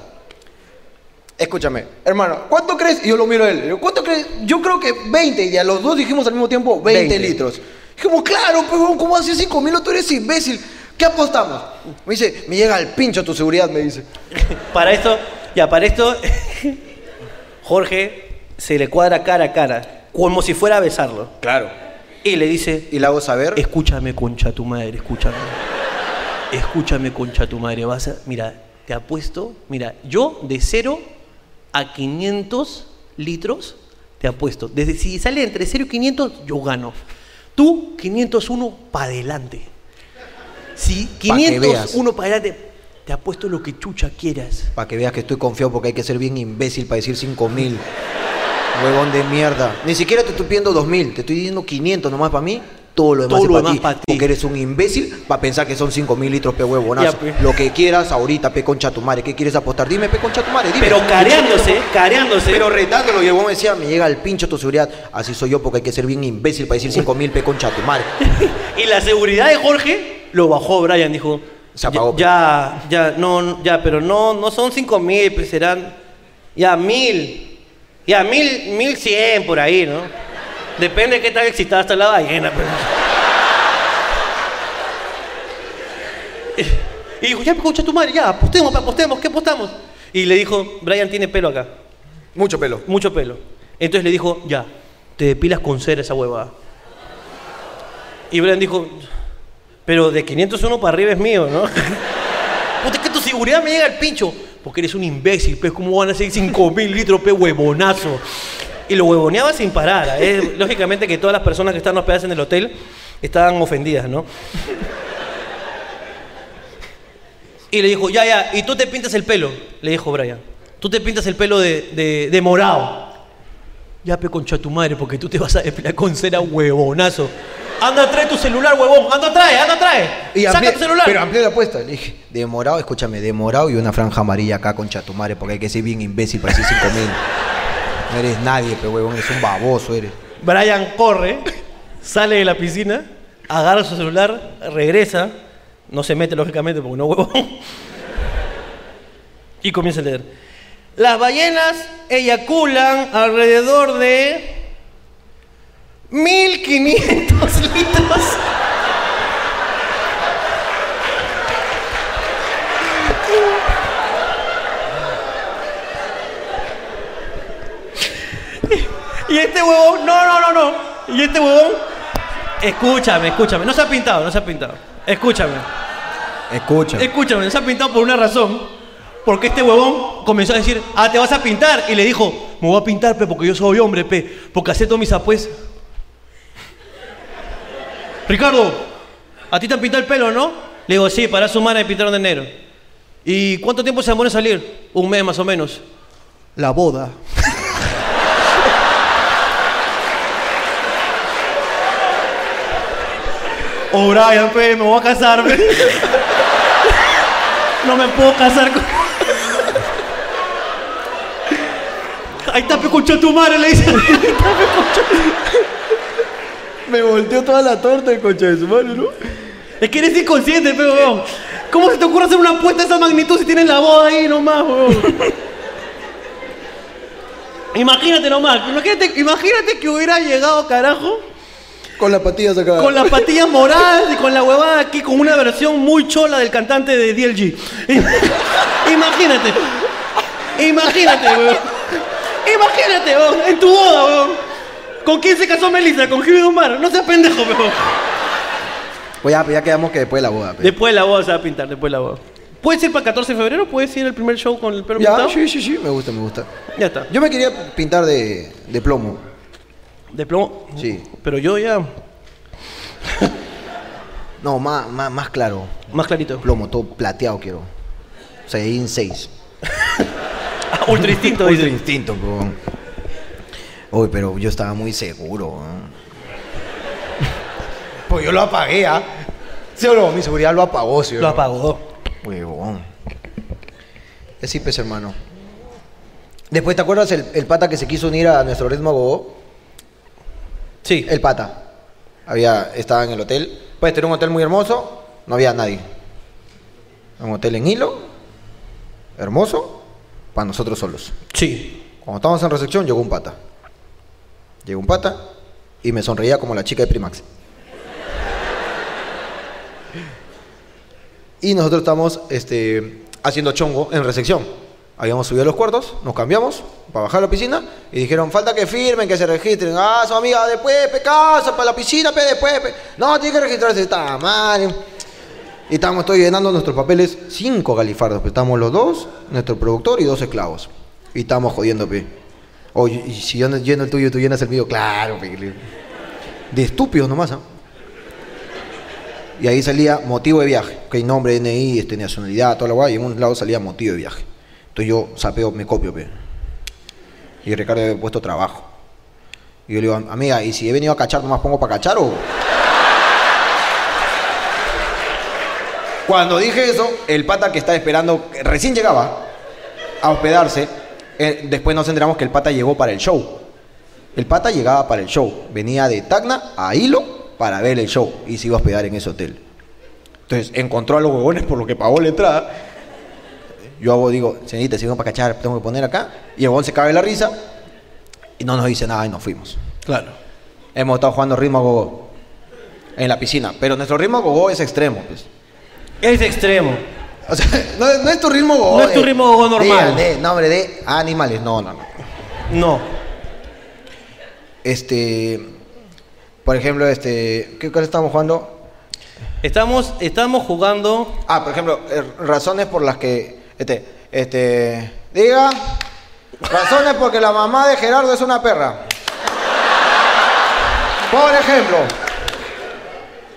S2: Escúchame, hermano, ¿cuánto crees? Y yo lo miro a él. le digo, ¿Cuánto crees? Yo creo que 20. Y a los dos dijimos al mismo tiempo 20,
S1: 20.
S2: litros. Dijimos, claro, pero ¿cómo haces 5 mil? Tú eres imbécil. ¿Qué apostamos? Me dice, me llega al pincho tu seguridad, me dice.
S1: <laughs> Para esto, ya, para esto, <laughs> Jorge se le cuadra cara a cara, como si fuera a besarlo.
S4: Claro.
S1: Y le dice,
S2: Y la hago saber.
S1: escúchame, concha tu madre, escúchame. Escúchame, concha tu madre, vas a... Mira, te apuesto, mira, yo de 0 a 500 litros, te apuesto. Desde, si sale entre 0 y 500, yo gano. Tú, 501 para adelante. Si
S2: que veas.
S1: 501 para adelante, te apuesto lo que chucha quieras.
S2: Para que veas que estoy confiado porque hay que ser bien imbécil para decir 5 mil. Huevón de mierda. Ni siquiera te estoy pidiendo 2 mil, te estoy diciendo 500 nomás para mí. Todo lo demás
S1: Todo
S2: es
S1: lo
S2: para ti,
S1: demás pa' ti.
S2: Porque eres un imbécil para pensar que son 5 mil litros, pe huevonazo.
S1: Ya, pe.
S2: Lo que quieras ahorita, pe concha tu madre. ¿Qué quieres apostar? Dime, pe concha tu madre. Dime.
S1: Pero careándose, careándose.
S2: Pero retándolo. Y el huevón decía, me llega al pincho tu seguridad. Así soy yo porque hay que ser bien imbécil para decir 5 mil, pe concha tu
S1: <laughs>
S2: madre.
S1: y la seguridad de Jorge lo bajó Brian, dijo.
S2: Se apagó,
S1: Ya, ya, no, no, ya, pero no, no son cinco mil, pues serán ya mil. Ya mil, mil cien por ahí, ¿no? Depende de qué tan excitada está la ballena, pero. <laughs> Y dijo, ya escucha tu madre, ya, apostemos, pa, apostemos, ¿qué apostamos? Y le dijo, Brian tiene pelo acá,
S2: Mucho pelo.
S1: mucho pelo. Entonces le dijo, ya, te depilas con cera esa huevada. Y Brian dijo, pero de 501 para arriba es mío, ¿no? Puta, es que tu seguridad me llega al pincho. Porque eres un imbécil, pues, ¿cómo van a ser 5000 litros, pe huevonazo? Y lo huevoneaba sin parar. ¿ah? Es, lógicamente que todas las personas que estaban hospedadas en el hotel estaban ofendidas, ¿no? Y le dijo, ya, ya, ¿y tú te pintas el pelo? Le dijo Brian. Tú te pintas el pelo de, de, de morado. Ya, pe concha tu madre, porque tú te vas a depilar con cera huevonazo. Anda, trae tu celular, huevón. Anda, trae, anda, trae.
S2: Y
S1: Saca
S2: amplié-
S1: tu celular.
S2: Pero amplié la apuesta. Le dije, demorado, escúchame, demorado y una franja amarilla acá con chatumare, porque hay que ser bien imbécil para decir 5 mil. No eres nadie, pero huevón, eres un baboso, eres.
S1: Brian corre, sale de la piscina, agarra su celular, regresa, no se mete lógicamente porque no huevo, y comienza a leer. Las ballenas eyaculan alrededor de 1500 <laughs> litros. Y este huevón, no, no, no, no. Y este huevón, escúchame, escúchame. No se ha pintado, no se ha pintado. Escúchame,
S2: Escucha.
S4: Eh,
S1: escúchame, no se ha pintado por una razón. Porque este huevón comenzó a decir, ah, te vas a pintar. Y le dijo, me voy a pintar, pe, porque yo soy hombre, pe, porque acepto mis apuestas. Ricardo, a ti te han pintado el pelo, ¿no? Le digo, sí, para su mano me pintaron de enero. ¿Y cuánto tiempo se demora en salir? Un mes más o menos.
S3: La boda.
S1: <laughs> Oh, Brian, pe, me voy a casar, pe. No me puedo casar con. Ahí está, pe, concha tu madre, le dice.
S4: Me volteó toda la torta el concha de su madre, ¿no?
S1: Es que eres inconsciente, pe, weón. ¿Cómo se te ocurre hacer una apuesta de esa magnitud si tienes la boda ahí nomás, weón? Imagínate nomás, imagínate, imagínate que hubiera llegado, carajo.
S4: Con las patillas acá.
S1: Con las patillas moradas y con la huevada aquí, con una versión muy chola del cantante de DLG. <laughs> Imagínate. Imagínate, weón. Imagínate, weón. En tu boda, weón. ¿Con quién se casó Melissa? Con Jimmy Dumar. No seas pendejo, weón.
S2: Pues ya, pues ya quedamos que después de la boda. pe.
S1: Después la boda se va a pintar, después la boda. ¿Puedes ir para el 14 de febrero? ¿Puedes ir al primer show con el pelo
S2: Ya,
S1: pintado?
S2: sí, sí, sí, me gusta, me gusta.
S1: Ya está.
S2: Yo me quería pintar de, de plomo.
S1: De plomo.
S2: Sí.
S1: Pero yo ya.
S2: No, más, más, más claro.
S1: Más clarito.
S2: Plomo, todo plateado quiero. O sea, ahí en 6.
S1: Ah, <laughs> Ultra instinto,
S2: Ultra
S1: dice.
S2: instinto, bro. Uy, pero yo estaba muy seguro. Pues yo lo apagué, ¿ah? Sí o no, mi seguridad lo apagó, sí o
S1: Lo
S2: no.
S1: apagó.
S2: Huevón. Así pues, hermano. Después, ¿te acuerdas el, el pata que se quiso unir a nuestro ritmo Gogó?
S1: Sí.
S2: El pata. Había, estaba en el hotel. Pues era un hotel muy hermoso, no había nadie. Un hotel en hilo, hermoso, para nosotros solos.
S1: Sí.
S2: Cuando estábamos en recepción, llegó un pata. Llegó un pata y me sonreía como la chica de Primax. Y nosotros estábamos este, haciendo chongo en recepción. Habíamos subido a los cuartos, nos cambiamos para bajar a la piscina y dijeron, falta que firmen, que se registren. Ah, su amiga, después, pe, casa, para la piscina, pe, después, pe. No, tiene que registrarse, está mal. Y estábamos todos llenando nuestros papeles, cinco galifardos, pero estamos los dos, nuestro productor y dos esclavos. Y estamos jodiendo, pe. Oye, y si yo no lleno el tuyo, tú llenas el mío, claro, pe. le- De estúpidos nomás, ¿ah? Y ahí salía motivo de viaje, que nombre, DNI, este, nacionalidad, toda la guay, y en un lado salía motivo de viaje. Entonces yo sapeo, me copio, pe. Y Ricardo había puesto trabajo. Y yo le digo, amiga, ¿y si he venido a cachar, nomás pongo para cachar o...? Cuando dije eso, el pata que estaba esperando, que recién llegaba a hospedarse, eh, después nos enteramos que el pata llegó para el show. El pata llegaba para el show, venía de Tacna a Hilo para ver el show y se iba a hospedar en ese hotel. Entonces encontró a los huevones por lo que pagó la entrada. Yo hago, digo, señorita, si vengo para cachar, tengo que poner acá. Y el huevón se cabe la risa y no nos dice nada y nos fuimos.
S1: Claro.
S2: Hemos estado jugando ritmo a gogo en la piscina, pero nuestro ritmo a gogo es extremo, pues.
S1: Es extremo.
S2: O sea, <laughs> no, no es tu ritmo gogó.
S1: No es tu
S2: de-
S1: ritmo gogó
S2: de-
S1: normal.
S2: De, no, hombre, de animales. No, no, no.
S1: No.
S2: Este. Por ejemplo, este, ¿qué cosa estamos jugando?
S1: Estamos, estamos jugando.
S2: Ah, por ejemplo, eh, razones por las que, este, este, diga, razones porque la mamá de Gerardo es una perra. Por ejemplo,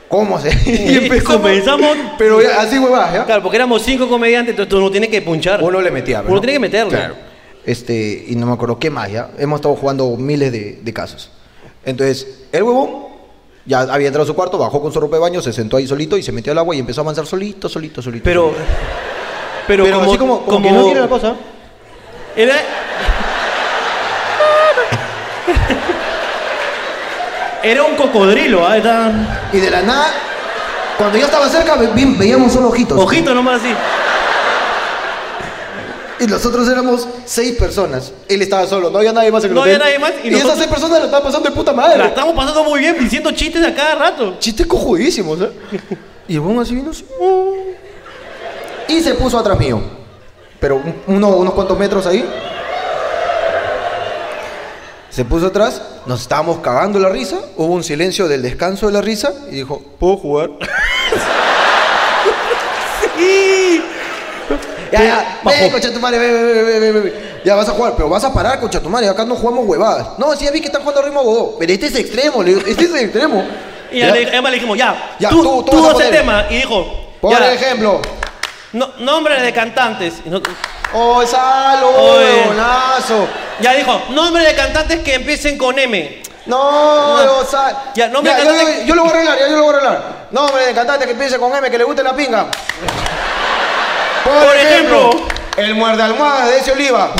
S2: ¿cómo se? <laughs>
S1: <laughs> Y comenzamos.
S2: Pero ya, así huevadas, ¿ya?
S1: Claro, porque éramos cinco comediantes, entonces tú no tienes que punchar.
S2: Uno le metía,
S1: Uno tiene que meterle.
S2: Claro. Este, y no me acuerdo qué más, ¿ya? Hemos estado jugando miles de, de casos. Entonces, el huevón ya había entrado a su cuarto, bajó con su ropa de baño, se sentó ahí solito y se metió al agua y empezó a avanzar solito, solito, solito.
S1: Pero,
S2: solito.
S1: pero.
S2: Pero así como, como que no quiere la cosa.
S1: Era. Era un cocodrilo, ¿ah? Estaba-
S2: Y de la nada, cuando ya estaba cerca, ve- vi- veíamos solo ojitos.
S1: Ojito nomás así.
S2: Y nosotros éramos seis personas. Él estaba solo, no había nadie más en el
S1: No había
S2: hotel.
S1: nadie más, y
S2: Y,
S1: nosotros-
S2: esas seis personas lo estaban pasando de puta madre.
S1: La estamos pasando muy bien, diciendo chistes a cada rato.
S2: Chistes cojudísimos, ¿eh? Y el huevón así vino así, mm. Y se puso atrás mío. Pero un- uno, unos cuantos metros ahí. Se puso atrás, nos estábamos cagando la risa. Hubo un silencio del descanso de la risa. Y dijo, ¿puedo jugar? Ya, ya,
S1: Bajó.
S2: ven, concha tu madre, ven, ven, ven, ven, ven, ven. Ya vas a jugar, pero vas a parar, concha tu madre. Acá no jugamos huevadas. No, sí, ya vi que están jugando a ritmo godó. Pero este es extremo, le digo, este es extremo.
S1: <laughs> Y
S2: Ya.
S1: le- además le dijimos, ya,
S2: Ya,
S1: tú,
S2: tú- tú
S1: tú
S2: vas a
S1: haz el
S2: poner.
S1: tema. Y dijo,
S2: Por
S1: ya,
S2: ejemplo,
S1: no- nombres de cantantes. Y no-
S2: ¡Oh, Salo,
S1: Oye.
S2: huevonazo!
S1: ya dijo, nombres de cantantes que empiecen con M.
S2: No,
S1: No.
S2: no, Sal.
S1: Ya, nombre de
S2: yo,
S1: cantante-
S2: yo- yo lo voy a arreglar, ya, yo lo voy a arreglar. No, hombre, de cantante que empiece con M, que le guste la pinga. Por,
S1: Por ejemplo.
S2: el muerde almohadas de ese oliva.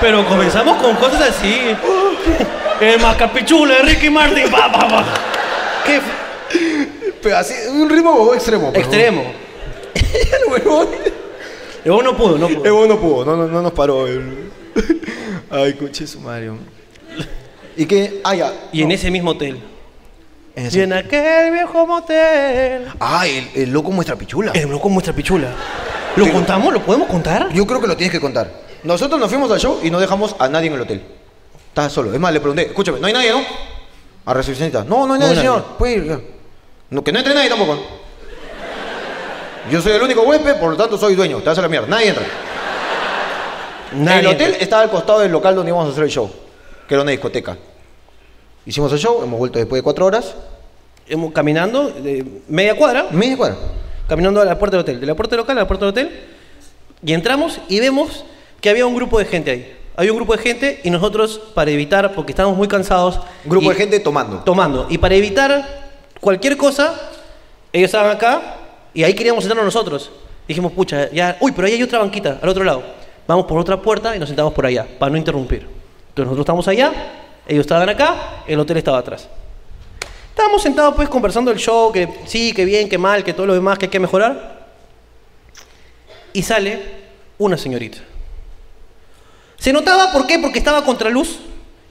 S1: Pero comenzamos con cosas así. El mascapichula de Ricky Martin, pa, pa, pa. Qué f-
S2: Pero así, un ritmo huevón extremo. pero-
S1: extremo.
S2: El huevón.
S1: Luego no pudo, no pudo.
S4: El huevón no pudo, no, no, no nos paró. el-
S2: <laughs>
S4: Ay, coche su madre, hombre.
S2: ¿Y qué? Ah, ya.
S1: Y en ese mismo hotel.
S2: En
S1: Y
S2: ese-
S1: en aquel viejo motel.
S2: Ah, el, el loco muestra pichula.
S1: El loco muestra pichula. ¿Lo
S2: Pero-
S1: contamos? ¿Lo podemos contar?
S2: Yo creo que lo tienes que contar. Nosotros nos fuimos al show y no dejamos a nadie en el hotel. Estaba solo. Es más, le pregunté, escúchame, ¿no hay nadie, no? A recepcionista. No, no hay
S1: No
S2: nadie,
S1: hay
S2: señor.
S1: nadie.
S2: Puede ir, ya. No, que no entre nadie tampoco. Yo soy el único huésped, por lo tanto soy dueño. Te vas a la mierda. Nadie entra. el hotel estaba al costado del local donde íbamos a hacer el show, que era una discoteca. Hicimos el show, hemos vuelto después de cuatro horas.
S1: Hemos- em, Caminando, de media cuadra.
S2: Media cuadra.
S1: caminando a la puerta del hotel, de la puerta local a la puerta del hotel, y entramos y vemos que había un grupo de gente ahí. Había un grupo de gente y nosotros, para evitar, porque estábamos muy cansados.
S2: Grupo
S1: y-
S2: de gente tomando.
S1: Tomando. Y para evitar cualquier cosa, ellos estaban acá y ahí queríamos sentarnos nosotros. Dijimos, pucha, ya. Uy, pero ahí hay otra banquita, al otro lado. Vamos por otra puerta y nos sentamos por allá, para no interrumpir. Entonces nosotros estábamos allá, ellos estaban acá, el hotel estaba atrás. Estábamos sentados pues conversando el show, que sí, que bien, que mal, que todo lo demás, que hay que mejorar. Y sale una señorita. Se notaba, ¿por qué? Porque estaba contra luz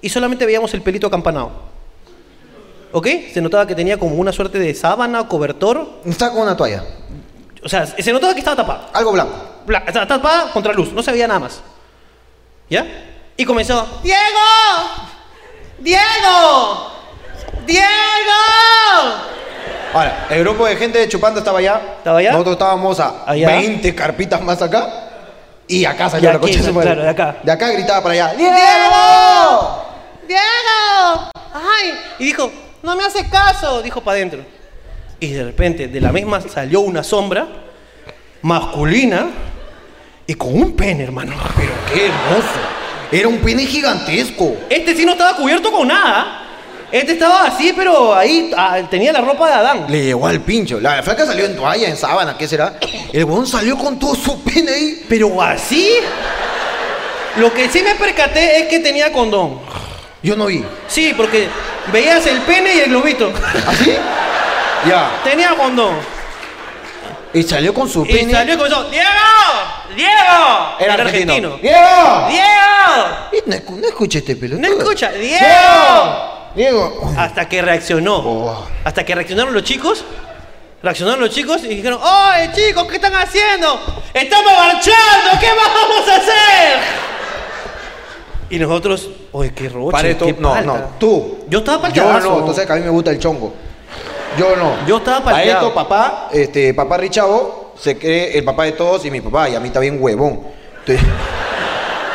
S1: y solamente veíamos el pelito acampanado. ¿Ok? Se notaba que tenía como una suerte de sábana, cobertor.
S2: Estaba con una toalla.
S1: O sea, se notaba que estaba tapada.
S2: Algo blanco.
S1: Bla- estaba tapada contra luz, no se veía nada más. ¿Ya? Y comenzó. ¡Diego! ¡Diego! ¡Diego!
S2: Ahora, el grupo de gente de Chupando estaba allá.
S1: ¿Estaba allá?
S2: Nosotros estábamos a
S1: Allá.
S2: 20 carpitas más acá. Y acá
S1: Y
S2: salió la
S1: aquí,
S2: coche de su madre.
S1: claro, de acá.
S2: De acá gritaba para allá.
S1: ¡Diego!
S2: ¡Diego!
S1: ¡Diego! ¡Ay! Y dijo, no me hace caso, dijo para adentro. Y de repente, de la misma salió una sombra masculina y con un pene, hermano.
S2: Pero qué hermoso. Era un pene gigantesco.
S1: Este sí no estaba cubierto con nada. Este estaba así, pero ahí ah, tenía la ropa de Adán.
S2: Le llegó al pincho. La flaca salió en toalla, en sábana, ¿qué será? El huevón salió con todo su pene ahí.
S1: Pero así. Lo que sí me percaté es que tenía condón.
S2: Yo no vi.
S1: Sí, porque veías el pene y el globito.
S2: ¿Así? ya.
S1: Tenía condón.
S2: Y salió con su
S1: Y
S2: pene.
S1: salió y comenzó, ¡Diego! ¡Diego!
S2: Era argentino. ¡Diego!
S1: ¡Diego!
S2: Y No, escu- no escucha este pelotudo.
S1: No escucha, ¡Diego!
S2: ¡Diego! ¡Diego!
S1: Hasta que reaccionó.
S2: Oh.
S1: Hasta que reaccionaron los chicos Reaccionaron los chicos y dijeron, ¡Oye, chicos, qué están haciendo! ¡Estamos marchando! ¿Qué más vamos a hacer? Y nosotros, ¡oye, qué roche!
S2: Pare tú.
S1: qué
S2: No,
S1: palta".
S2: no, tú.
S1: Yo estaba
S2: Yo
S1: parchadazo.
S2: no, tú sabes que a mí me gusta el chongo. Yo no.
S1: Yo estaba
S2: Para
S1: palteado.
S2: esto, papá, este, papá Richavo se cree el papá de todos y mi papá, y a mí está bien huevón. Entonces, <laughs>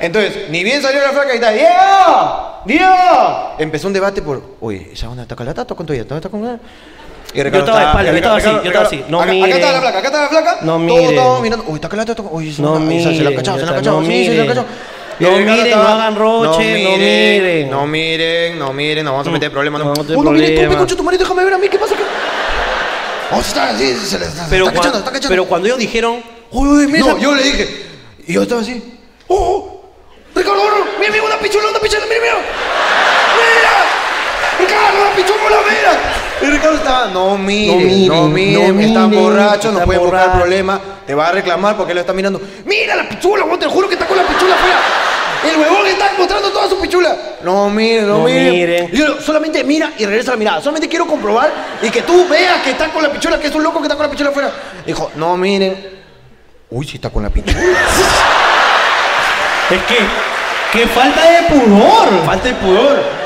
S2: Entonces, ni bien salió la flaca y está, ¡Diego! ¡Diego! Empezó un debate por, oye, ¿esa onda está con la tata o con tu ella? ¿Dónde está con la y Ricardo
S1: estaba de espalda,
S2: y
S1: yo estaba
S2: Ricardo-
S1: así, yo estaba así. No
S2: acá, acá
S1: miren.
S2: está la flaca, acá está la flaca.
S1: No
S2: Todos
S1: miren.
S2: estábamos mirando. Uy, está con la tata. Uy, se,
S1: No
S2: la- se- se la
S1: miren,
S2: ha cachado, se
S1: ya
S2: la ha
S1: está,
S2: cachado.
S1: no
S2: sí, se la ha
S1: miren.
S2: cachado. Y
S1: No
S2: Ricardo
S1: miren,
S2: estaba,
S1: no hagan roche, no miren.
S2: No miren, no miren, nos vamos a meter en problemas.
S1: no, no te
S2: Uy, no miren, tú,
S1: problemas.
S2: me concha tu marido, déjame ver a mí, ¿qué pasa? acá? Oh, se está, sí, se le está, se
S1: Pero, cuando,
S2: está cachando, está cachando.
S1: pero cuando ellos dijeron, ¡Uy, uy, mira!
S2: No, yo le dije. Y yo estaba así. ¡Oh! oh, ¡Ricardo Gorro! ¡Mira, mira, una pichula, una pichula! ¡Mira, mira! ¡Mira! ¡Ricardo, una pichula, mira! Y Ricardo estaba, no miren, no
S1: miren,
S2: miren,
S1: no
S2: están
S1: miren,
S2: borrachos, nos
S1: están
S2: pueden buscar
S1: borrachos.
S2: problema, te va a reclamar porque él lo está mirando. ¡Mira la pichula, weón! Te lo juro que está con la pichula afuera. El huevón está mostrando toda su pichula. No miren, no,
S1: No
S2: miren.
S1: miren.
S2: Y yo, solamente mira y regresa la mirada. Solamente quiero comprobar y que tú veas que está con la pichula, que es un loco que está con la pichula afuera. Dijo, no miren. Uy, sí está con la pichula.
S1: Es que, ¡qué falta de pudor! Falta de pudor.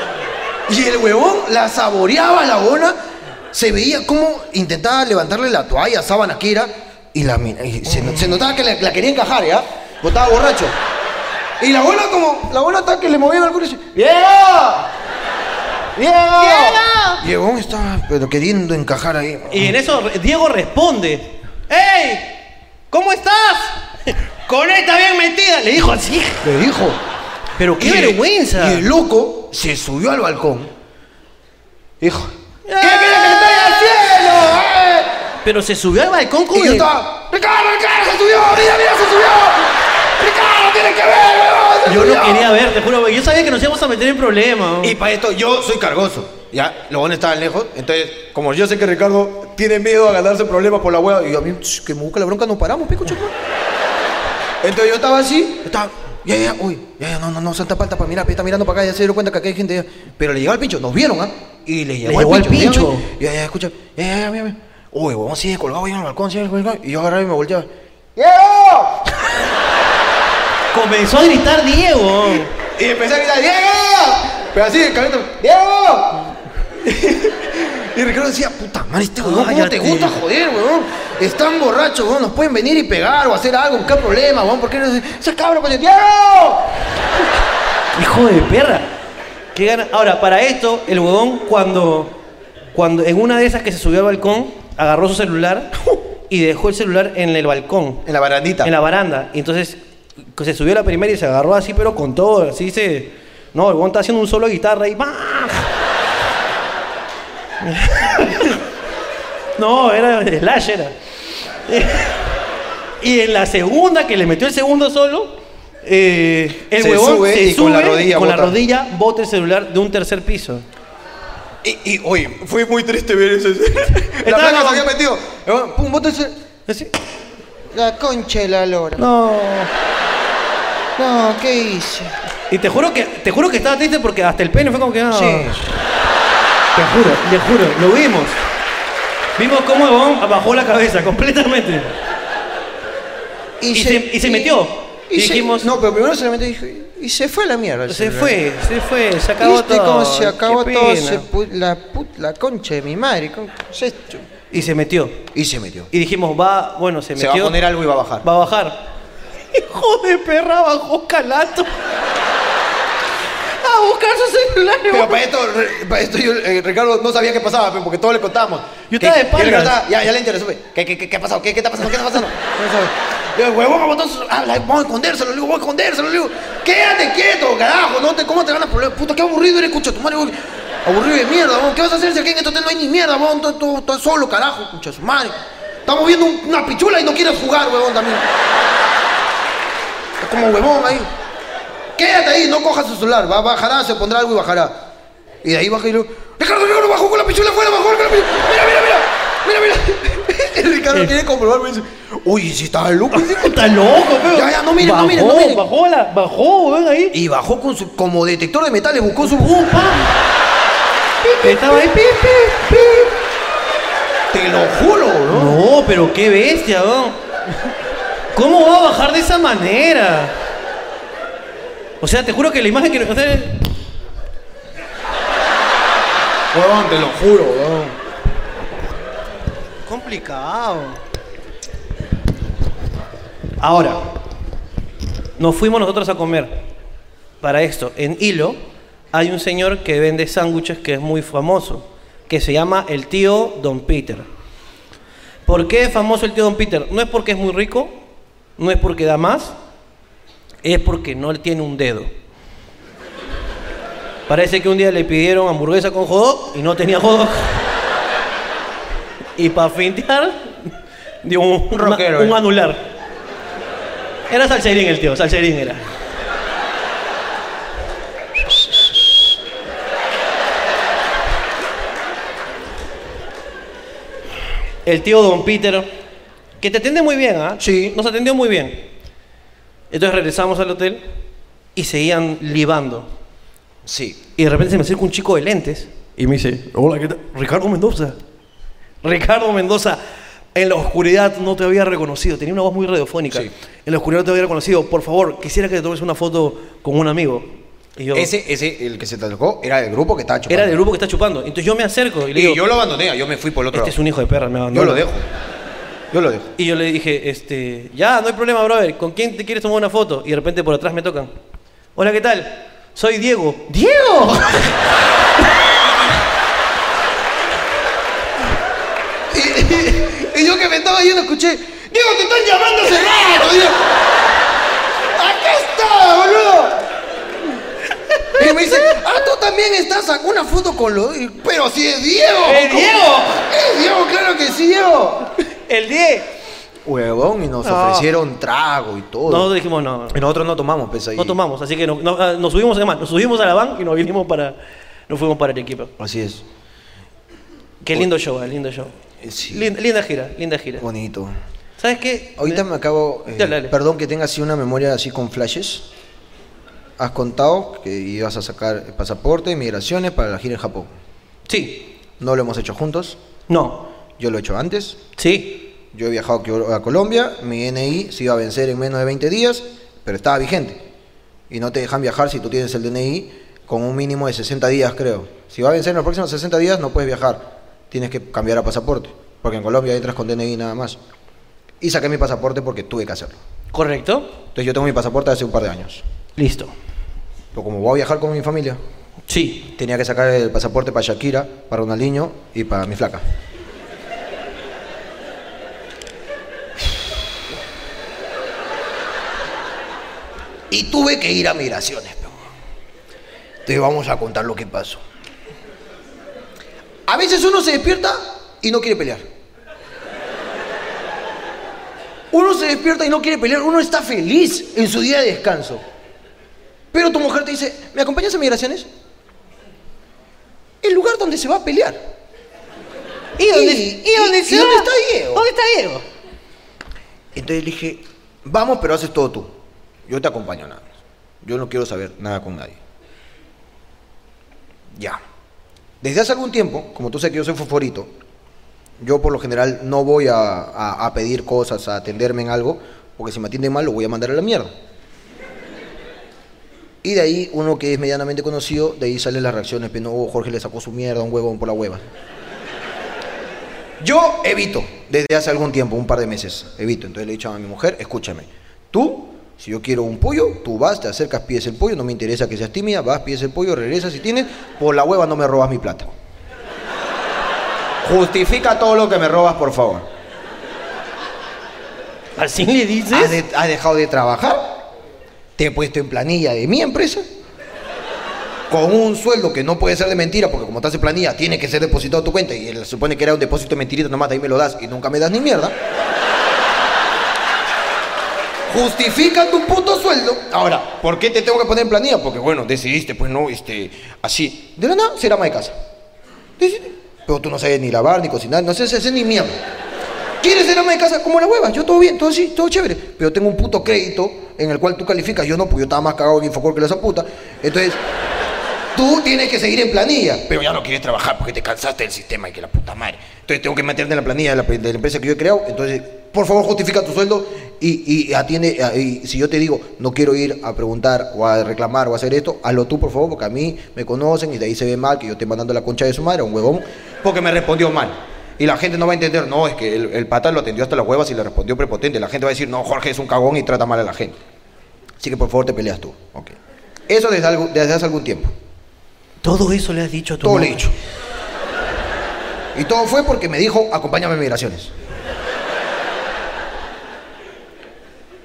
S2: Y el huevón la saboreaba la bona. Se veía como intentaba levantarle la toalla, sábana que era, y la mina- y se, no- se notaba que la, la quería encajar, ¿ya? Botaba borracho. Y la bona como, la bona estaba que le movían algunos y dice, ¡Diego! ¡Diego! Y el huevón estaba pero queriendo encajar ahí.
S1: Y en eso re- Diego responde, ¡Ey! ¿Cómo estás? Con esta bien metida, le dijo así.
S2: Le dijo.
S1: Pero qué
S2: Y el-
S1: vergüenza.
S2: Y el loco se subió al balcón. Dijo,
S1: ¡Eh!
S2: ¿qué crees que estoy haciendo? eh?"
S1: Pero se subió al balcón con
S2: Y yo
S1: el-
S2: estaba, Ricardo, Ricardo, se subió, mira, mira, se subió. Ricardo, tienes que ver, huevón, se
S1: Yo
S2: subió".
S1: no quería ver, te juro, yo sabía que nos íbamos a meter en problemas.
S2: Y para esto, yo soy cargoso. Ya, los bonos estaban lejos. Entonces, como yo sé que Ricardo tiene miedo a ganarse problemas por la hueá, y yo a mí, "Ch, que me busca la bronca, nos paramos, pico, chaval. Entonces yo estaba así, estaba, ya, ya, uy, ya, ya, no, no, no, Santa Palta, para mirar, está mirando para acá, ya se dieron cuenta que acá hay gente. ya. Pero le llegó al pincho, nos vieron, ¿ah? Y le llegó,
S1: llegó al
S2: al pincho.
S1: pincho.
S2: Ya, ya, ya, escucha, ya, ya, ya, mira, mira. Uy, huevón, sigue colgado ahí en el balcón, sigue colgado. Y yo agarraba y me volteaba. ¡Diego!
S1: Comenzó a gritar Diego.
S2: Y empecé a gritar, ¡Diego! Pero así, cabrito, ¡Diego! <laughs> y Ricardo decía, puta madre, este huevón, ¿cómo te
S1: Cállate.
S2: gusta joder, huevón? Están borrachos, huevón, nos pueden venir y pegar o hacer algo, buscar problemas, huevón, ¿por qué no se... ¡Ese cabrón, pues, Diego!
S1: Hijo de perra. Qué gana- Ahora, para esto, el huevón, cuando, cuando en una de esas que se subió al balcón, agarró su
S2: <laughs>
S1: celular y dejó el celular en el balcón,
S2: En la barandita.
S1: en la baranda. Y entonces se subió a la primera y se agarró así, pero con todo. Así se. No, el huevón está haciendo un solo de guitarra y. ¡bah! <laughs> no, era slash, era. <laughs> y en la segunda, que le metió el segundo solo, eh, el
S2: Se
S1: huevón
S2: sube
S1: se
S2: y con la
S1: sube,
S2: rodilla
S1: con la
S2: bota.
S1: rodilla bota el celular de un tercer piso.
S2: Y, y, oye, fue muy triste ver eso. <laughs> la
S1: Estaba
S2: placa se
S1: como-
S2: había metido. Huevón, Pum, bota ese...
S1: Así,
S3: La concha de la lora.
S1: No.
S3: No, ¿qué hice?
S1: Y te juro que te juro que estaba triste porque hasta el pene fue como que. ah.
S3: Sí.
S1: Te juro, te juro, lo vimos. Vimos cómo el huevón bajó la cabeza <laughs> completamente. Y se- y se metió.
S2: Y se-
S1: Dijimos-
S2: No, pero primero solamente dije, y se fue a la mierda. el
S1: Se
S2: celular.
S1: fue, se fue, se acabó
S3: ¿Viste
S1: todo.
S3: cómo se
S1: Qué
S3: acabó todo?
S1: pena.
S3: Se pu- la, put- la concha de mi madre. ¿cómo- qué es esto?
S1: Y se metió.
S2: Y se metió.
S1: Y dijimos, va, bueno, se
S2: Se
S1: metió.
S2: va a poner algo y va a bajar.
S1: Va a bajar. <laughs> Hijo de perra, bajó
S3: <laughs>
S1: calato. A buscar su celular. <laughs>
S2: Pero para esto, re- para esto yo, eh, Ricardo no sabía qué pasaba, pe, porque todos le contábamos.
S1: Yo
S2: Que-
S1: estaba de
S2: que Ricardo
S1: espaldas.
S2: estaba- ya, ya le interesó. pe. ¿Qué, qué, qué, qué ha pasado? ¿Qué, qué está pasando? ¿Qué
S1: <laughs>
S2: está pasando? No sabe. Le digo, huevón, botón, ah, la- vamos a escondérselo, le digo, vamos a escondérselo, le digo, quédate quieto, carajo, no te, ¿cómo te van a problemas? Puta, qué aburrido eres, escucha, tu madre, huevón. aburrido de mierda, huevón, ¿qué vas a hacer si aquí en este hotel no hay ni mierda, huevón? Tú- tú estás solo, carajo, escucha, su madre. Estamos viendo un- una pichula y no quieres jugar, huevón, también. Es como huevón ahí. Quédate ahí, no cojas su celular. Va, bajará, se pondrá algo y bajará. Y de ahí baja y luego. Ricardo Ricardo bajó con la pichula afuera, bajó con la pichula. Mira, mira, mira. Mira, mira. <laughs> El Ricardo quiere comprobarme y dice, uy, si estaba loco. ese".
S1: Está loco, pero.
S2: Ya, ya, no miren, no miren, no
S1: Bajó,
S2: miren.
S1: Bajó, la, bajó, ven ahí.
S2: Y bajó con su, como detector de metales, buscó su.
S1: ¡Pum, pam! Estaba ahí, pi, pi, pi.
S2: Te lo juro, ¿no?
S1: No, pero qué bestia, weón. ¿Cómo va a bajar de esa manera? O sea, te juro que la imagen que nos o sea,
S2: Huevón, te lo juro, huevón.
S1: Complicado. Ahora, nos fuimos nosotros a comer. Para esto, en Hilo hay un señor que vende sándwiches que es muy famoso, que se llama el tío Don Peter. ¿Por qué es famoso el tío Don Peter? No es porque es muy rico, no es porque da más, es porque no le tiene un dedo. Parece que un día le pidieron hamburguesa con hot dog y no tenía hot dog. Y para fintear, dio un,
S2: Un rockero,
S1: un
S2: eh.
S1: anular. Era salserín el tío, salserín era. El tío Don Peter, que te atiende muy bien, ¿ah?
S2: Sí.
S1: Nos atendió muy bien. Entonces regresamos al hotel y seguían libando.
S2: Sí.
S1: Y de repente se me acerca un chico de lentes y me dice, hola, ¿qué tal? Ricardo Mendoza. Ricardo Mendoza, en la oscuridad no te había reconocido. Tenía una voz muy radiofónica.
S2: Sí.
S1: En la oscuridad no te había reconocido. Por favor, quisiera que te tomes una foto con un amigo. Y yo,
S2: Ese, ese, el que se tocó, era del grupo que estaba chupando.
S1: era del grupo que está chupando. Entonces yo me acerco y le digo,
S2: Y yo lo abandoné, yo me fui por el otro
S1: este es un hijo de perra, me
S2: lado.
S1: abandonó.
S2: Yo lo dejo. Yo lo dejo.
S1: Y yo le dije, este, ya, no hay problema, brother. ¿Con quién te quieres tomar una foto? Y de repente por atrás me tocan. Hola, ¿qué tal? Soy Diego. ¡Diego!
S6: Y yo que me estaba yendo escuché, Diego, te están llamando hace rato, Diego. Acá está, boludo. Y me dice, ah, tú también estás, sacó una foto con los... Pero si es Diego.
S1: ¡Es
S6: ¿cómo?
S1: Diego!
S6: Es Diego, claro que sí, Diego.
S1: El 10.
S2: Huevón, y nos
S1: No.
S2: ofrecieron trago y todo.
S1: Nosotros dijimos, no, no,
S2: Y nosotros no tomamos, pues ahí.
S1: no tomamos. Así que no- no, ah, nos subimos, además, nos subimos a la van y nos vinimos para, nos fuimos para el equipo.
S2: Así es.
S1: Qué lindo show, eh, lindo show.
S2: Eh, sí.
S1: Linda, linda gira, linda gira.
S2: Bonito.
S1: ¿Sabes qué?
S2: Ahorita me acabo. eh,
S1: Dale, dale.
S2: Perdón que tenga así una memoria así con flashes. Has contado que ibas a sacar el pasaporte, migraciones para la gira en Japón.
S1: Sí.
S2: No lo hemos hecho juntos.
S1: No.
S2: Yo lo he hecho antes.
S1: Sí.
S2: Yo he viajado aquí a Colombia. Mi NI se iba a vencer en menos de 20 días, pero estaba vigente. Y no te dejan viajar si tú tienes el DNI con un mínimo de 60 días, creo. Si va a vencer en los próximos 60 días, no puedes viajar. Tienes que cambiar a pasaporte. Porque en Colombia entras con DNI nada más. Y saqué mi pasaporte porque tuve que hacerlo.
S1: Correcto.
S2: Entonces yo tengo mi pasaporte hace un par de años.
S1: Listo.
S2: Pero como voy a viajar con mi familia,
S1: Sí.
S2: tenía que sacar el pasaporte para Shakira, para Ronaldinho y para mi flaca.
S6: Y tuve que ir a migraciones. pe. Te vamos a contar lo que pasó. A veces uno se despierta y no quiere pelear. Uno se despierta y no quiere pelear. Uno está feliz en su día de descanso. Pero tu mujer te dice, ¿me acompañas a migraciones? El lugar donde se va a pelear.
S1: ¿Y dónde,
S6: ¿Y-
S1: y dónde
S6: y-
S1: se
S6: y dónde
S1: va?
S6: está Diego?
S1: ¿Dónde está Diego?
S2: Entonces le dije, vamos, pero haces todo tú. Yo te acompaño nada más. Yo no quiero saber nada con nadie. Ya. Desde hace algún tiempo, como tú sabes que yo soy foforito, yo por lo general no voy a, a- a pedir cosas, a atenderme en algo, porque si me atienden mal lo voy a mandar a la mierda. Y de ahí, uno que es medianamente conocido, de ahí salen las reacciones, pero no, "Oh, Jorge le sacó su mierda a un huevón por la hueva. Yo evito, desde hace algún tiempo, un par de meses, evito. Entonces le he dicho a mi mujer, escúchame, tú, si yo quiero un pollo, tú vas, te acercas, pides el pollo, no me interesa que seas tímida, vas, pides el pollo, regresas si tienes, por la hueva no me robas mi plata. Justifica todo lo que me robas, por favor.
S1: ¿Así le dices?
S2: ¿Has, de- has dejado de trabajar? ¿Te he puesto en planilla de mi empresa? Con un sueldo que no puede ser de mentira, porque como estás en planilla, tiene que ser depositado a tu cuenta. Y él se supone que era un depósito de mentirita, nomás de ahí me lo das y nunca me das ni mierda. Justifica tu puto sueldo. Ahora, ¿por qué te tengo que poner en planilla? Porque bueno, decidiste, pues no, este, así. De la nada, será ama de casa. Decidí. Pero tú no sabes ni lavar, ni cocinar, no sé hacer ni mierda. ¿Quieres ser ama de casa como la hueva? Yo todo bien, todo así, todo chévere. Pero tengo un puto crédito en el cual tú calificas. Yo no, pues yo estaba más cagado en Infocor que la esa puta. Entonces, Tú tienes que seguir en planilla, pero ya no quieres trabajar porque te cansaste del sistema y que la puta madre. Entonces tengo que meterte en la planilla de la, de la empresa que yo he creado. Entonces, por favor, justifica tu sueldo y, y atiende. a- Y si yo te digo, no quiero ir a preguntar o a reclamar o a hacer esto, hazlo tú, por favor, porque a mí me conocen y de ahí se ve mal que yo esté mandando la concha de su madre a un huevón porque me respondió mal. Y la gente no va a entender, no, es que el, el pata lo atendió hasta las huevas y le respondió prepotente. La gente va a decir, no, Jorge es un cagón y trata mal a la gente. Así que por favor te peleas tú. Ok. Eso desde, algo- desde hace algún tiempo.
S1: Todo eso le has dicho a tu
S2: Todo le
S1: novia?
S2: he dicho. Y todo fue porque me dijo, acompáñame a migraciones.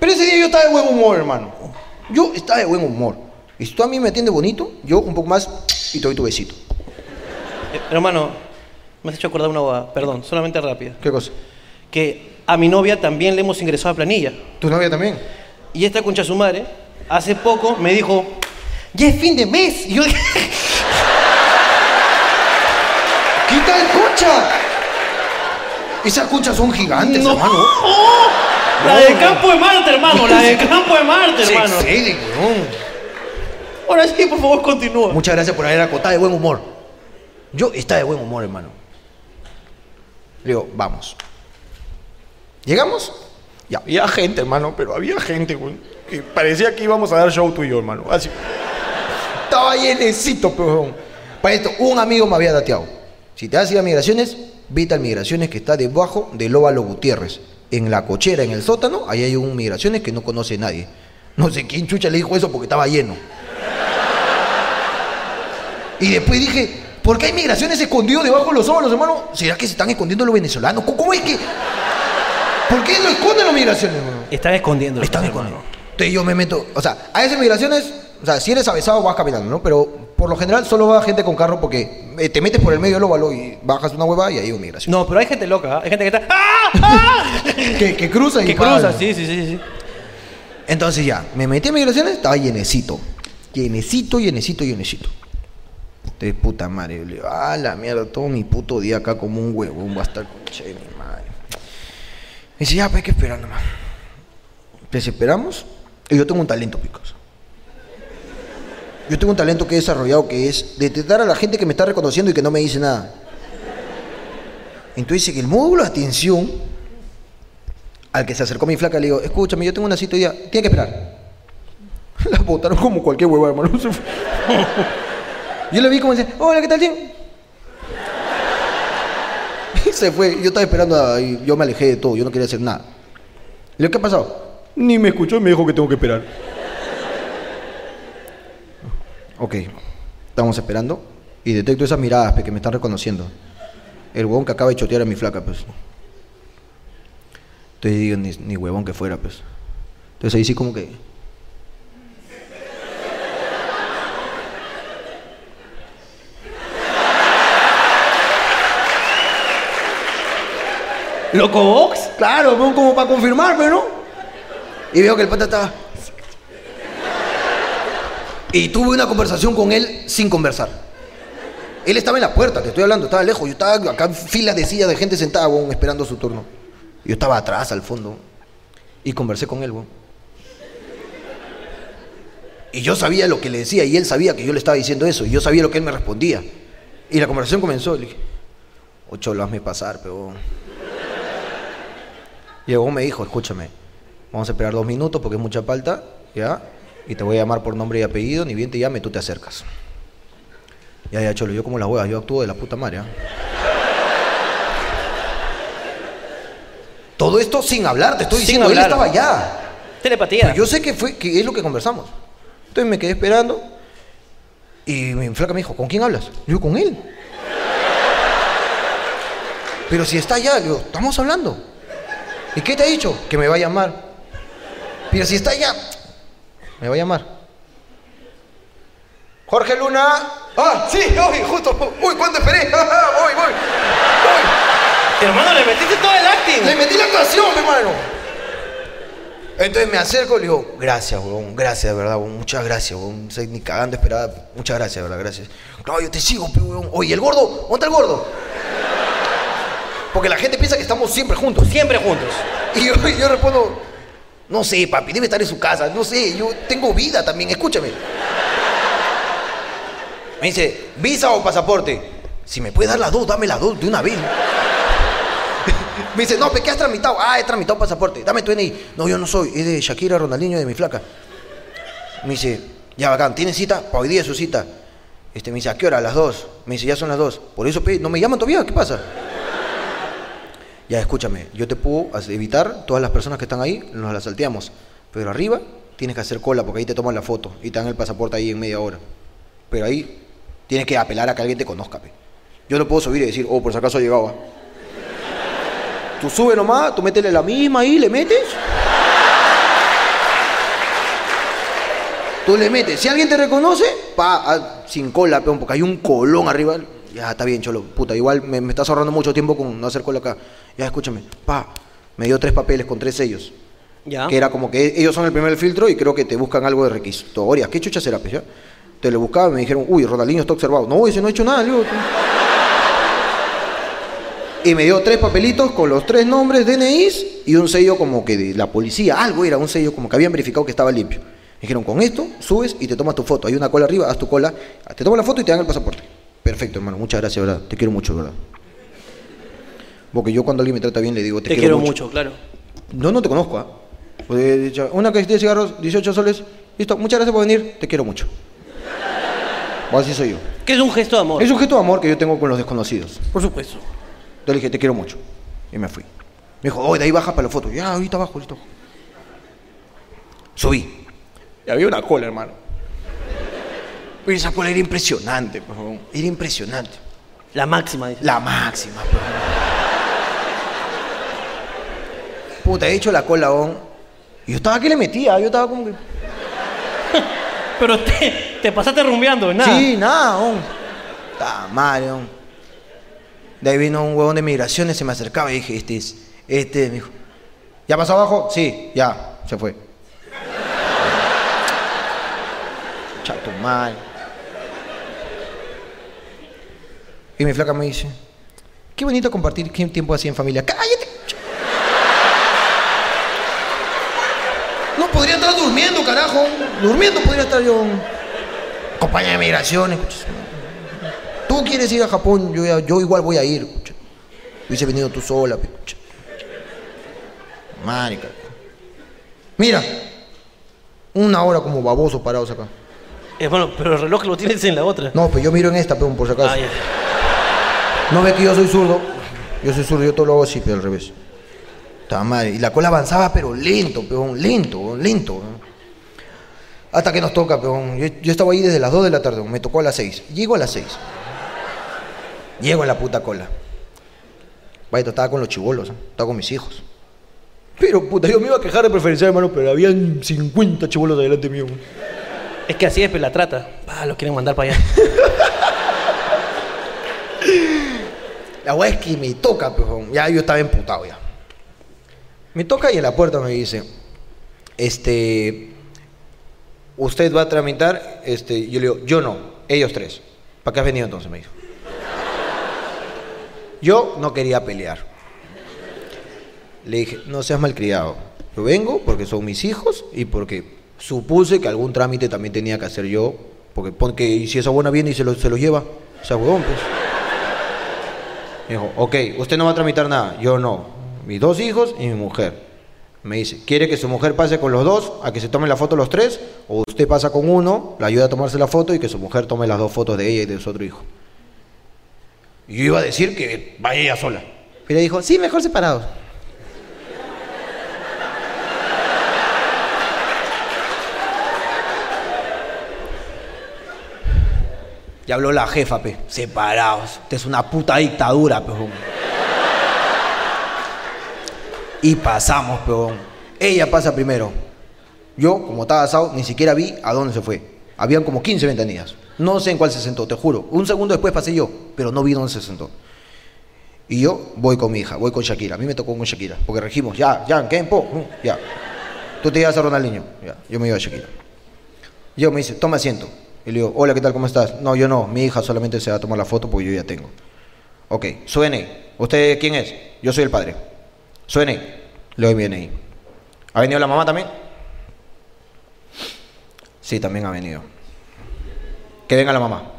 S2: Pero ese día yo estaba de buen humor, hermano. Yo estaba de buen humor. Y si tú a mí me atiendes bonito, yo un poco más y te doy tu besito.
S1: Eh, hermano, me has hecho acordar una boda. Perdón, solamente rápida.
S2: ¿Qué cosa?
S1: Que a mi novia también le hemos ingresado a planilla.
S2: ¿Tu novia también?
S1: Y esta concha su madre, hace poco me dijo, ya es fin de mes. Y yo
S2: ¡Quita el cucha! Esas cuchas son gigantes,
S1: No.
S2: hermano.
S1: <laughs> La de Campo de Marte, hermano, la <laughs> de Campo de Marte,
S2: Se
S1: hermano.
S2: exceden, weón.
S1: Ahora sí, por favor, continúa.
S2: Muchas gracias por haber acotado de buen humor. Yo estaba de buen humor, hermano. Le digo, vamos. ¿Llegamos? Ya.
S4: Había gente, hermano, pero había gente, güey. Que parecía que íbamos a dar show tú y yo, hermano. Así.
S2: Estaba llenecito, pejón. Para esto, un amigo me había dateado. Si te has ido a migraciones, vete al migraciones que está debajo del óvalo Gutiérrez. En la cochera, en el sótano, ahí hay un migraciones que no conoce nadie. No sé quién chucha le dijo eso porque estaba lleno. Y después dije, ¿por qué hay migraciones escondidos debajo de los óvalos, hermano? ¿Será que se están escondiendo los venezolanos? ¿Cómo- ¿Cómo es que.? ¿Por qué lo esconden los migraciones, hermano?
S1: Están escondiendo.
S2: Me están escondiendo. Entonces yo me meto, o sea, a esas migraciones, o sea, si eres avesado vas caminando, ¿no? Pero por lo general solo va gente con carro porque eh, te metes por el medio del óvalo y bajas una hueva y ahí hay una migración.
S1: No, pero hay gente loca, ¿ah? hay gente que está... ¡Ah! ¡Ah!
S2: Que, que cruza y
S1: que
S2: va,
S1: cruza,
S2: ¿no?
S1: sí, sí, sí, sí.
S2: Entonces ya, me metí a migraciones, estaba llenecito. Llenecito, llenecito, llenecito. Entonces, puta madre, yo le digo, ah, la mierda, todo mi puto día acá como un huevón va a estar con che, mi madre. Me dice, ya, pues hay que esperar nomás. Entonces esperamos, y yo tengo un talento, picos. Yo tengo un talento que he desarrollado que es detectar a la gente que me está reconociendo y que no me dice nada. Entonces, en el módulo de atención, al que se acercó mi flaca le digo, escúchame, yo tengo una cita hoy día, tiene que esperar. <laughs> La botaron como cualquier hueva, hermano. <laughs> Se fue. yo le vi como dice, hola, ¿qué tal, Jim? <laughs> Y se fue, yo estaba esperando, a- y yo me alejé de todo, yo no quería hacer nada. Le digo, ¿qué ha pasado?
S4: Ni me escuchó y me dijo que tengo que esperar.
S2: <laughs> Ok, estamos esperando y detecto esas miradas pe, que me están reconociendo. El huevón que acaba de chotear a mi flaca, pues. Entonces digo, ni, ni huevón que fuera, pues. Entonces ahí sí como que...
S1: ¿Loco Box?
S2: Claro, weón, como para confirmarme, ¿no? Y veo que el pata estaba. Y tuve una conversación con él sin conversar. Él estaba en la puerta, te estoy hablando, estaba lejos. Yo estaba acá en filas de sillas de gente sentada, weón, esperando su turno. Yo estaba atrás, al fondo. Y conversé con él, weón. Y yo sabía lo que le decía y él sabía que yo le estaba diciendo eso. Y yo sabía lo que él me respondía. Y la conversación comenzó. y Le dije, ocho, lo hazme pasar, pero... Llegó, me dijo, escúchame, vamos a esperar dos minutos porque es mucha falta, ¿ya? Y te voy a llamar por nombre y apellido, ni bien te llame, tú te acercas. Ya, ya, cholo, yo como las huevas, yo actúo de la puta madre, ¿ah? Todo esto sin hablar, te estoy
S1: Sin
S2: diciendo, él
S1: hablar.
S2: estaba allá.
S1: Telepatía.
S2: Pero Pues yo sé que fue que es lo que conversamos. Entonces me quedé esperando y mi flaca me dijo, ¿con quién hablas? Yo con él. Pero si está allá, le digo, estamos hablando. ¿Y qué te ha dicho? Que me va a llamar. Pero si está allá, me va a llamar. Jorge Luna. Ah, sí, hoy, justo. Uy, ¿cuánto esperé? <laughs> voy, voy. Voy.
S1: Hermano, le metiste todo el acting.
S2: Le metí la actuación, mi hermano. Entonces me acerco y le digo, gracias, weón, gracias, de verdad, weón, muchas gracias, weón. No sé, ni cagando esperaba, muchas gracias, de verdad, gracias. No, yo te sigo, pe, weón. Oye, el gordo, ¿dónde está el gordo? Porque la gente piensa que estamos siempre juntos.
S1: Siempre juntos.
S2: Y yo, y yo respondo, no sé, papi, debe estar en su casa, no sé, yo tengo vida también, escúchame. Me dice, ¿visa o pasaporte? Si me puedes dar las dos, dame las dos de una vez. <laughs> me dice, no, ¿pe qué has tramitado? Ah, he tramitado pasaporte. Dame tu NI. No, yo no soy. Es de Shakira, Ronaldinho, de mi flaca. Me dice, ya bacán, ¿tienes cita? Para hoy día es su cita. Este, me dice, ¿a qué hora? A las dos. Me dice, ya son las dos. Por eso, pe, ¿no me llaman todavía? ¿Qué pasa? Ya, escúchame, yo te puedo as- evitar, todas las personas que están ahí, nos las salteamos. Pero arriba tienes que hacer cola porque ahí te toman la foto y te dan el pasaporte ahí en media hora. Pero ahí tienes que apelar a que alguien te conozca. pe. Yo no puedo subir y decir, oh, por si acaso llegaba. Tú sube nomás, tú métele la misma ahí, le metes. Tú le metes. Si alguien te reconoce, pa, ah, sin cola, peón, porque hay un colón arriba. Ya, está bien, cholo, puta. Igual me, me estás ahorrando mucho tiempo con no hacer cola acá. Ya, escúchame. Pa, me dio tres papeles con tres sellos.
S1: Ya.
S2: Que era como que ellos son el primer filtro y creo que te buscan algo de requisitoria. ¿Qué chucha será, pues, ya? Te lo buscaba y me dijeron, uy, Ronaldinho está observado. No, ese no ha hecho nada, le digo. Y me dio tres papelitos con los tres nombres, DNIs y un sello como que de la policía, algo era, un sello como que habían verificado que estaba limpio. Me dijeron, con esto subes y te tomas tu foto. Hay una cola arriba, haz tu cola, te tomas la foto y te dan el pasaporte. Perfecto, hermano, muchas gracias, ¿verdad? Te quiero mucho, ¿verdad? Porque yo cuando alguien me trata bien le digo, te,
S1: Te quiero mucho, claro.
S2: no, no te conozco, ¿ah? Pues, eh, dicho, Una cajetilla de cigarros, 18 soles. Listo, muchas gracias por venir, te quiero mucho. O así soy yo.
S1: Que es un gesto de amor.
S2: Es un gesto de amor que yo tengo con los desconocidos.
S1: Por supuesto.
S2: Yo le dije, te quiero mucho. Y me fui. Me dijo, oh, de ahí bajas para la foto. Ya, ahorita bajo, listo. Subí. Y había una cola, hermano. Pero esa cola era impresionante, por favor. Era impresionante.
S1: La máxima, dice.
S2: La máxima, pues. Puta, he hecho la cola, on. Y yo estaba que le metía, yo estaba como que.
S1: Pero te, te pasaste rumbeando, nada.
S2: Sí, nada, on. Está mal, on. Ah, De ahí vino un huevón de migraciones, se me acercaba y dije, este es, este es, me dijo. ¿Ya pasó abajo? Sí, ya, se fue. <laughs> Chato mal. Y mi flaca me dice, qué bonito compartir qué tiempo así en familia. ¡Cállate! ch-". No podría estar durmiendo, carajo. Durmiendo podría estar yo. Compañía de migraciones. escucha. Tú quieres ir a Japón, yo, ya- yo igual voy a ir. escucha. Hubiese venido tú sola. pe, escucha. Marica. Mira. Una hora como baboso parados acá.
S1: Hermano, Eh, pero el reloj lo tienes en la otra.
S2: No, pero yo miro en esta, peón, por si acaso.
S1: Ah, ya.
S2: No ve que yo soy zurdo. Yo soy zurdo, yo todo lo hago así, pero al revés. Está mal. Y la cola avanzaba, pero lento, peón, lento, peón, lento. peón. Hasta que nos toca, peón. Yo, yo estaba ahí desde las 2 de la tarde, me tocó a las 6. Llego a las 6. Llego en la puta cola. Vaya, estaba con los chivolos, estaba con mis hijos. Pero puta, yo me iba a quejar de preferencia, hermano, pero habían 50 chivolos delante mío. weón.
S1: Es que así es, pues, la trata. Ah, los quieren mandar para allá.
S2: La weá es que me toca, pejón. Ya yo estaba emputado ya. Me toca y en la puerta me dice, este, usted va a tramitar, este, yo le digo, yo no, ellos tres. ¿Para qué has venido entonces? Me dijo. Yo no quería pelear. Le dije, no seas malcriado. Yo vengo porque son mis hijos y porque supuse que algún trámite también tenía que hacer yo. Porque pon que y si esa buena viene y se lo, se lo lleva, o sea, huevón, pues. Me dijo, ok, usted no va a tramitar nada. Yo no. Mis dos hijos y mi mujer. Me dice, ¿quiere que su mujer pase con los dos a que se tomen la foto los tres? ¿O usted pasa con uno, la ayuda a tomarse la foto y que su mujer tome las dos fotos de ella y de su otro hijo? Y yo iba a decir que vaya ella sola. Pero dijo, sí, mejor separados. Y habló la jefa, pe. Separados. Esta es una puta dictadura, pejón. Y pasamos, pejón. Ella pasa primero. Yo, como estaba asado, ni siquiera vi a dónde se fue. Habían como 15 ventanillas. No sé en cuál se sentó, te juro. Un segundo después pasé yo, pero no vi dónde se sentó. Y yo voy con mi hija, voy con Shakira. A mí me tocó con Shakira, porque regimos, ya, ya, ¿qué? Po, mm, ya. Tú te ibas a Ronaldinho, ya. Yo me iba a Shakira. Yo me dice, toma asiento. Y le digo, hola, ¿qué tal? ¿Cómo estás? No, yo no, mi hija solamente se va a tomar la foto porque yo ya tengo. Ok, suene. ¿Usted quién es? Yo soy el padre. Suene. Le doy mi DNI. ¿Ha venido la mamá también? Sí, también ha venido. Que venga la mamá.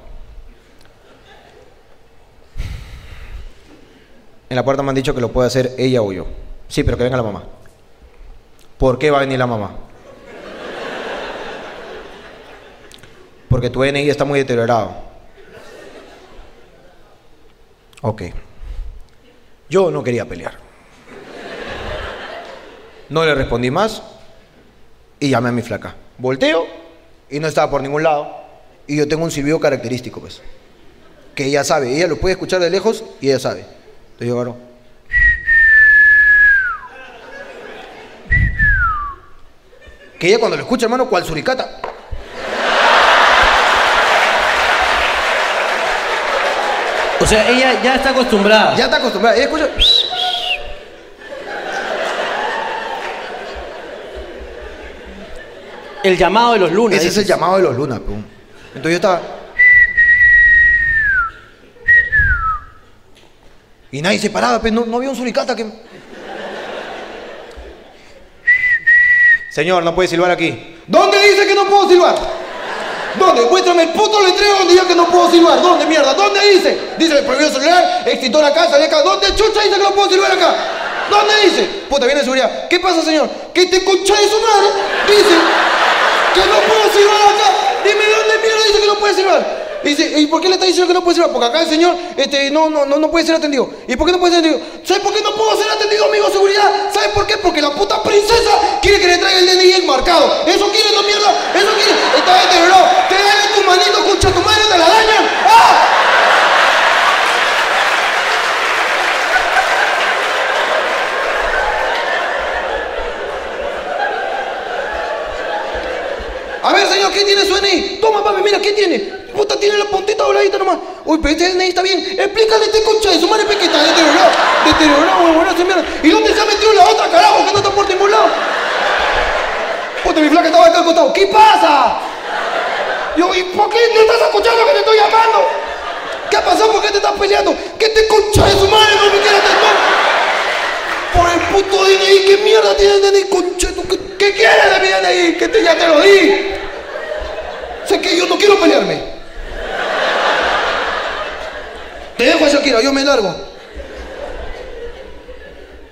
S2: En la puerta me han dicho que lo puede hacer ella o yo. Sí, pero que venga la mamá. ¿Por qué va a venir la mamá? Porque tu NI está muy deteriorado. Ok.
S4: Yo no quería pelear.
S2: No le respondí más y llamé a mi flaca. Volteo y no estaba por ningún lado. Y yo tengo un silbido característico, pues. Que ella sabe, ella lo puede escuchar de lejos y ella sabe. Entonces yo agarro. Que ella cuando lo escucha, hermano, cual suricata.
S1: <laughs> O sea, ella ya está acostumbrada.
S2: Ya está acostumbrada, ella escucha.
S1: El llamado de los lunes.
S2: Ese es el
S1: dices.
S2: llamado de los lunas, pum. Entonces yo estaba. Y nadie se paraba, pues no, no había un suricata que. Señor, no puede silbar aquí.
S4: ¿Dónde dice que no puedo silbar? ¿Dónde? Muéstrame el puto letrero donde diga que no puedo silbar. ¿Dónde, mierda? ¿Dónde dice? Dice el prohibido celular, extintor acá, sale acá. ¿Dónde chucha dice que no puedo silbar acá? ¿Dónde dice? Puta, viene seguridad. ¿Qué pasa, señor? Que te concha de su madre dice que no puedo silbar acá. Dime dónde mierda dice que no puede silbar. Dice, ¿y por qué le está diciendo que no puede silbar? Porque acá el señor este, no, no, no, no puede ser atendido. ¿Y por qué no puede ser atendido? ¿Sabes por qué no puedo ser atendido, amigo seguridad? ¿Sabes por qué? Porque la puta princesa quiere que le traiga el DNI enmarcado. Eso quiere, no mierda. Eso quiere. Está deteriorado. Te dejan tu manito, concha tu madre, te la dañan. ¡Ah! A ver, señor, ¿qué tiene su DNI? Toma, papi, mira, ¿qué tiene? Puta, tiene la puntita dobladita nomás. Uy, pero este DNI está bien. Explícale este concha de su madre, pe, que está deteriorado. Deteriorado, huevona, se mierda. ¿Y dónde se ha metido la otra, carajo, que no está por ningún lado? Puta, mi flaca estaba acá al costado. ¿Qué pasa? Yo, ¿y por qué no estás escuchando que te estoy llamando? ¿Qué ha pasado? ¿Por qué te estás peleando? ¿Qué te concha de su madre no me quiere atender? Por el puto DNI, ¿qué mierda tiene el DNI, concha? de tu- ¿Qué, qué quieres de mi DNI? Que te, ya te lo di. Sé que yo no quiero pelearme. Te dejo a Shakira, yo me largo.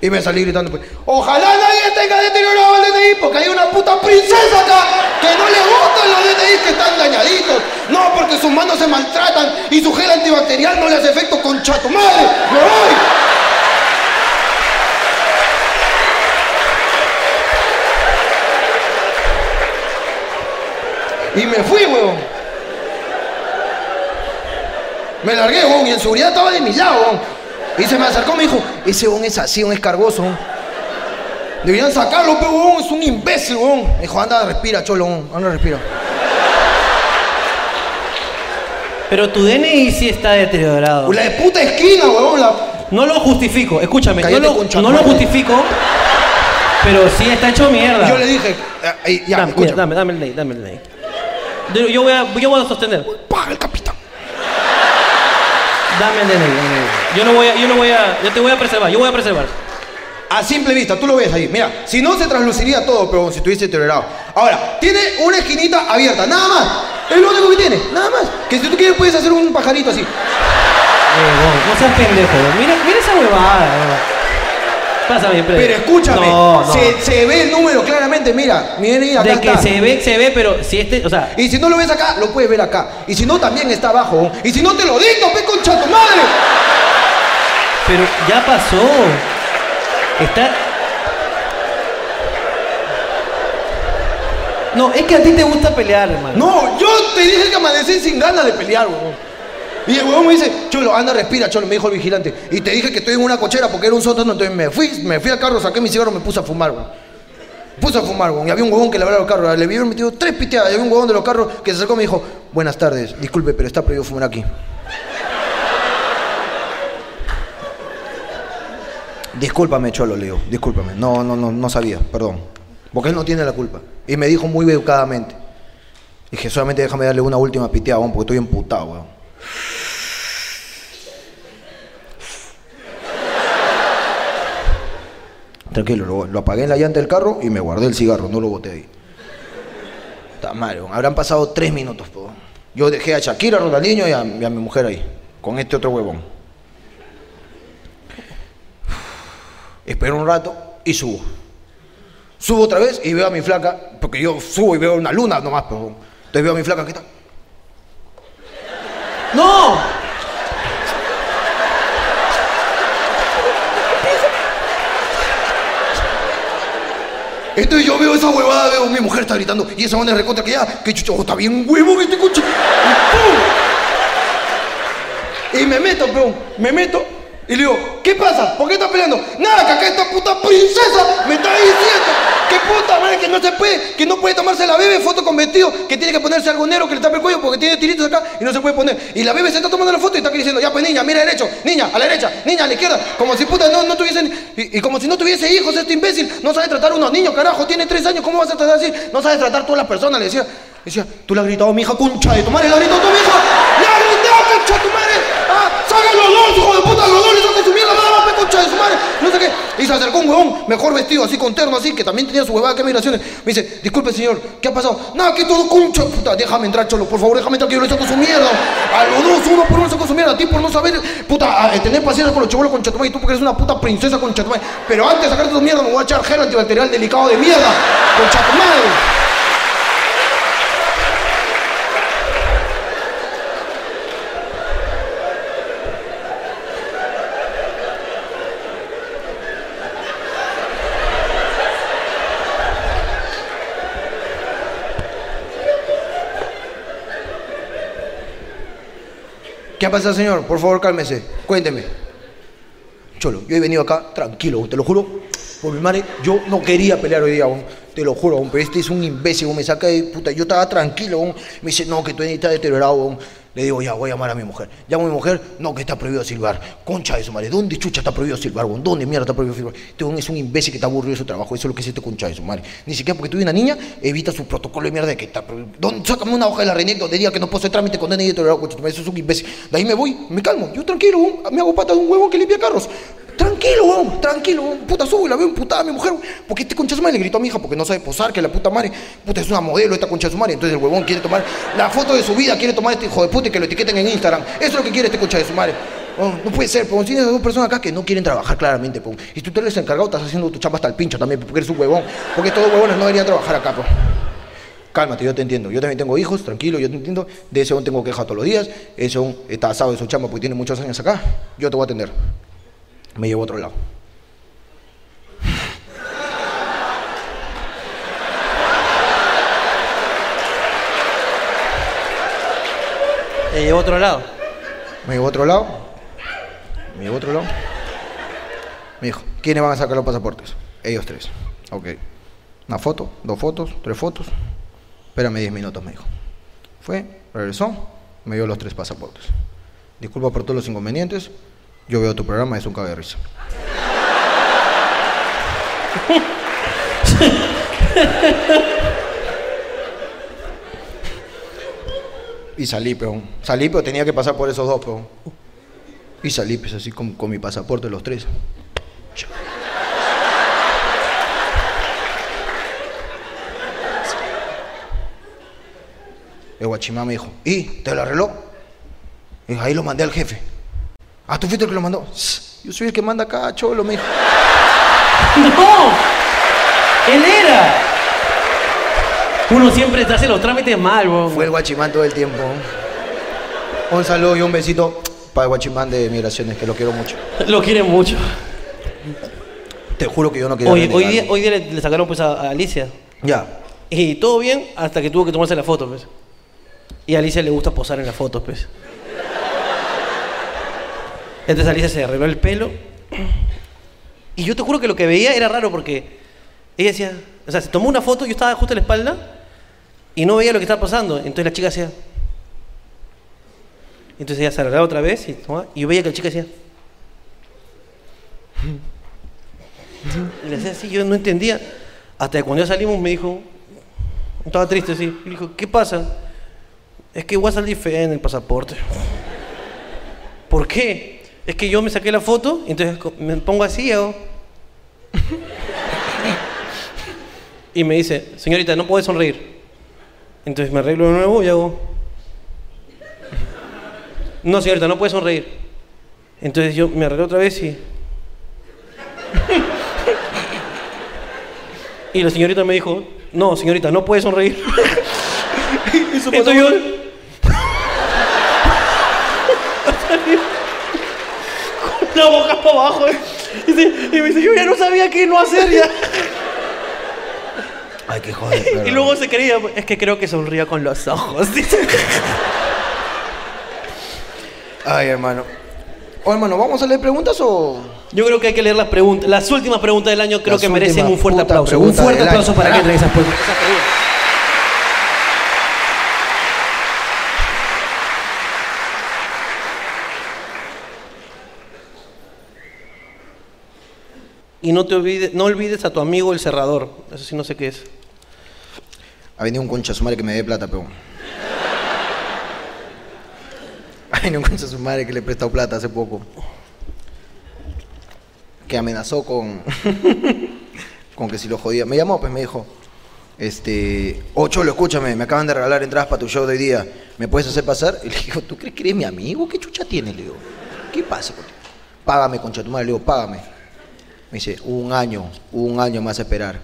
S4: Y me salí gritando, pues, ojalá nadie tenga deteriorado el DNI, porque hay una puta princesa acá que no le gustan los DNI que están dañaditos. No, porque sus manos se maltratan y su gel antibacterial no le hace efecto concha tu madre. ¡Me voy!
S2: Y me fui, huevón. Me largué, huevón, y el seguridad estaba de mi lado, huevón. Y se me acercó, me dijo, ese huevón es así, un escargoso, huevón. Deberían sacarlo, pero huevón, es un imbécil, huevón. Me dijo, anda, respira, cholo, huevón, anda, respira.
S1: Pero tu DNI sí está deteriorado.
S2: La de puta esquina, huevón, la
S1: No lo justifico, escúchame,
S2: Cállate,
S1: no,
S2: concha
S1: lo, no lo
S2: madre.
S1: justifico, pero sí está hecho mierda.
S2: Yo le dije, ah, eh, ya,
S1: dame,
S2: escucha.
S1: mira, dame, dame el DNI, dame el DNI. Yo- Yo voy a, yo voy a sostener.
S2: Paga el capitán.
S1: Dame el DNI, dame el DNI. Yo no voy a, yo no voy a, yo te voy a preservar, yo voy a preservar.
S2: A simple vista, tú lo ves ahí. Mira, si no se trasluciría todo, pero si estuviese deteriorado. Ahora, tiene una esquinita abierta, nada más. Es lo único que tiene, nada más. Que si tú quieres puedes hacer un pajarito así.
S1: Huevón, Eh, no seas pendejo, huevón. mira, mira esa huevada. huevón. Pásame, espérate.
S2: Pero escúchame,
S1: No, no.
S2: Se, se ve el número claramente, mira. Miren ahí, acá
S1: de que
S2: está.
S1: se ve, se ve, pero si este, o sea,
S2: Y si no lo ves acá, lo puedes ver acá. Y si no, también está abajo. Y si no, te lo dicto, ve concha tu madre.
S1: pero ya pasó. Está. No, es que a ti te gusta pelear, hermano.
S2: No, yo te dije que amanecí sin ganas de pelear, huevón. Y el huevón me dice, Cholo, anda, Ah, respira, Cholo, me dijo el vigilante. Y te dije que estoy en una cochera porque era un sótano, entonces me fui, me fui al carro, saqué mi cigarro, me puse a fumar, huevón. Puse a fumar, huevón. Y había un huevón que le hablaba al carro, le hubieron metido tres piteadas. Y había un huevón de los carros que se acercó y me dijo, buenas tardes, disculpe, pero está prohibido fumar aquí. Discúlpame, Cholo, le digo, discúlpame. No, no, no, no sabía, perdón. Porque él no tiene la culpa. Y me dijo muy educadamente. Dije, solamente déjame darle una última piteada, weón, porque estoy emputado, weón. Tranquilo, lo, lo apagué en la llanta del carro y me guardé el cigarro, no lo boté ahí. Está mal, weón. Habrán pasado tres minutos, po. Yo dejé a Shakira, a Ronaldinho y a, y a mi mujer ahí, con este otro huevón. espero un rato y subo. Subo otra vez y veo a mi flaca, porque yo subo y veo una luna nomás, pero entonces veo a mi flaca, ¿qué tal?
S1: ¡No!
S2: Entonces yo veo esa huevada, veo mi mujer está gritando y esa onda recontra que ya, que chucho, está bien huevón este coche. Y ¡pum! Y me meto, peón, me meto y le digo, ¿qué pasa? ¿Por qué estás peleando? Nada, que acá esta puta princesa me está diciendo que puta madre que no se puede, que no puede tomarse la bebé foto con vestido, que tiene que ponerse algo negro que le tapa el cuello porque tiene tiritos acá y no se puede poner. Y la bebé se está tomando la foto y está aquí diciendo, ya pues niña, mira derecho, niña, a la derecha, niña, a la izquierda, como si puta no, no tuviesen, y, y como si no tuviese hijos este imbécil, no sabe tratar a unos niños, carajo, tiene tres años, ¿cómo vas a tratar así? No sabe tratar a todas las personas, le decía, le decía, tú le has gritado a mi hija, concha de tu madre, le has gritado a tu hija, le has gritado, concha de tu madre, ah, sácalo los dos, hijo de puta, los dos le saca su mierda, nada más, pe, concha de su madre, no sé qué. Y se acercó un huevón, mejor vestido, así con terno, así, que también tenía su huevada, qué migraciones. Me dice, disculpe señor, ¿qué ha pasado? Nada, que todo concha, de puta, déjame entrar, cholo, por favor, déjame entrar, que yo le saco su mierda. A los dos, uno por uno le saco su mierda, a ti por no saber, puta, a- a tener paciencia con los chibolos, concha de tu madre, y tú porque eres una puta princesa, concha de tu madre. Pero antes de sacarte tu mierda, me voy a echar gel antibacterial delicado de mierda, concha de tu madre.
S4: ¿Qué ha pasado, señor? Por favor, cálmese. Cuénteme.
S2: Cholo, yo he venido acá tranquilo, te lo juro. Por mi madre, yo no quería pelear hoy día, weón. te lo juro, weón, pero este es un imbécil, weón, me saca de puta. Yo estaba tranquilo, weón. me dice, no, que tú estás deteriorado. weón. Le digo, ya, voy a llamar a mi mujer. Llamo a mi mujer, no, que está prohibido silbar. Concha de su madre, ¿dónde chucha está prohibido silbar? weón? ¿Dónde mierda está prohibido silbar? Este weón es un imbécil que está aburrido de su trabajo, eso es lo que es este concha de su madre. Ni siquiera porque tuve una niña, evita su protocolo de mierda de que está prohibido. ¿Dónde? Sácame una hoja de la RENEC donde diga que no puedo hacer trámite con DNI deteriorado, concha de tu madre, eso es un imbécil. De ahí me voy, me calmo, yo tranquilo, weón, me hago pata de un huevo que limpia carros. Tranquilo, weón, tranquilo, weón. Puta, subo y la veo emputada a mi mujer, weón. Porque este concha de su madre le gritó a mi hija porque no sabe posar, que la puta madre. Puta, es una modelo esta concha de su madre. Entonces el huevón quiere tomar la foto de su vida, quiere tomar este hijo de puta y que lo etiqueten en Instagram. Eso es lo que quiere este concha de su madre. Weón, no puede ser, pero tienes a dos personas acá que no quieren trabajar claramente, weón. Y tú te eres encargado, estás haciendo tu chamba hasta el pincho también, porque eres un huevón. Porque estos dos huevones no deberían trabajar acá, weón. Cálmate, yo te entiendo. Yo también tengo hijos, tranquilo, yo te entiendo. De ese aún tengo queja todos los días. Ese aún está asado de su chamba porque tiene muchos años acá. Yo te voy a atender. Me llevo a otro lado.
S1: Le llevó Eh, a otro lado.
S2: Me llevó a otro lado. Me llevó a otro lado. Me dijo, ¿quiénes van a sacar los pasaportes? Ellos tres. Ok. Una foto, dos fotos, tres fotos. Espérame 10 minutos, me dijo. Fue, regresó, me dio los tres pasaportes. Disculpa por todos los inconvenientes. Yo veo tu programa, es un cago de risa. Y salí, peón. Salí, pero tenía que pasar por esos dos, peón. Y salí, pues así con, con mi pasaporte, los tres. Chao. El guachimán me dijo, ¿y? ¿Te lo arregló? Y ahí lo mandé al jefe. Ah, ¿tú fuiste el que lo mandó? "Sss, Yo soy el que manda acá, cholo, me dijo.
S1: <laughs> ¡No! ¡Él era! Uno siempre te hace los trámites mal, weón.
S2: Fue el guachimán todo el tiempo. Un saludo y un besito para el guachimán de migraciones, que lo quiero mucho.
S1: Lo quieren mucho.
S2: Te juro que yo no quería
S1: Hoy, hoy
S2: renegar.
S1: día, hoy día le, le sacaron pues a, a Alicia.
S2: Ya.
S1: Y todo bien hasta que tuvo que tomarse la foto, pues. Y a Alicia le gusta posar en las fotos, pues. Entonces Alicia se arregló el pelo. Y yo te juro que lo que veía era raro porque ella decía, o sea, se tomó una foto, yo estaba justo a la espalda y no veía lo que estaba pasando. Entonces la chica hacía. Entonces ella se arreglaba otra vez y, tomaba, y yo veía que la chica hacía. Y le hacía así, yo no entendía. Hasta que cuando ya salimos me dijo, estaba triste, sí. Y dijo, ¿qué pasa? Es que voy a salir fea en el pasaporte. ¿Por qué? Es que yo me saqué la foto, entonces co- me pongo así y hago. Y me dice, señorita, no puede sonreír. Entonces me arreglo de nuevo y hago. No, señorita, no puede sonreír. Entonces yo me arreglo otra vez y. Y la señorita me dijo, no, señorita, no puede sonreír.
S4: <laughs> Y su
S1: Entonces yo...
S4: pasaporte-
S1: Con <laughs> la boca para abajo. ¿eh? Y, se- y me dice, yo ya no sabía qué no hacer ya.
S4: <laughs> Ay, qué
S1: <laughs>
S4: joder.
S1: Y
S4: pero-
S1: luego se creía, es que creo que sonría con los ojos. <laughs> dice.
S2: Ay, hermano.
S4: Oye, Oh, hermano, ¿vamos a leer preguntas o...?
S1: Yo creo que hay que leer las preguntas. Las últimas preguntas del año creo
S2: Las
S1: que merecen
S2: últimas
S1: un fuerte
S2: puta
S1: aplauso. Un
S2: preguntas
S1: fuerte
S2: del
S1: aplauso
S2: año.
S1: para que
S2: Carajo.
S1: entre esas pues. preguntas. Y no te olvides, no olvides a tu amigo el cerrador. Eso sí no sé qué es.
S2: Ha venido un concha a su madre que me dé plata, peón. Ha venido un concha a su madre que le he prestado plata hace poco. Que amenazó con. con que si lo jodía. Me llamó, pues me dijo. Este. Oh, Cholo, escúchame, me acaban de regalar entradas para tu show de hoy día. ¿Me puedes hacer pasar? Y le digo, ¿tú crees que eres mi amigo? ¿Qué chucha tienes? Le digo, ¿qué pasa contigo? Págame, concha tu madre. Le digo, págame. Me dice, un año, un año más a esperar.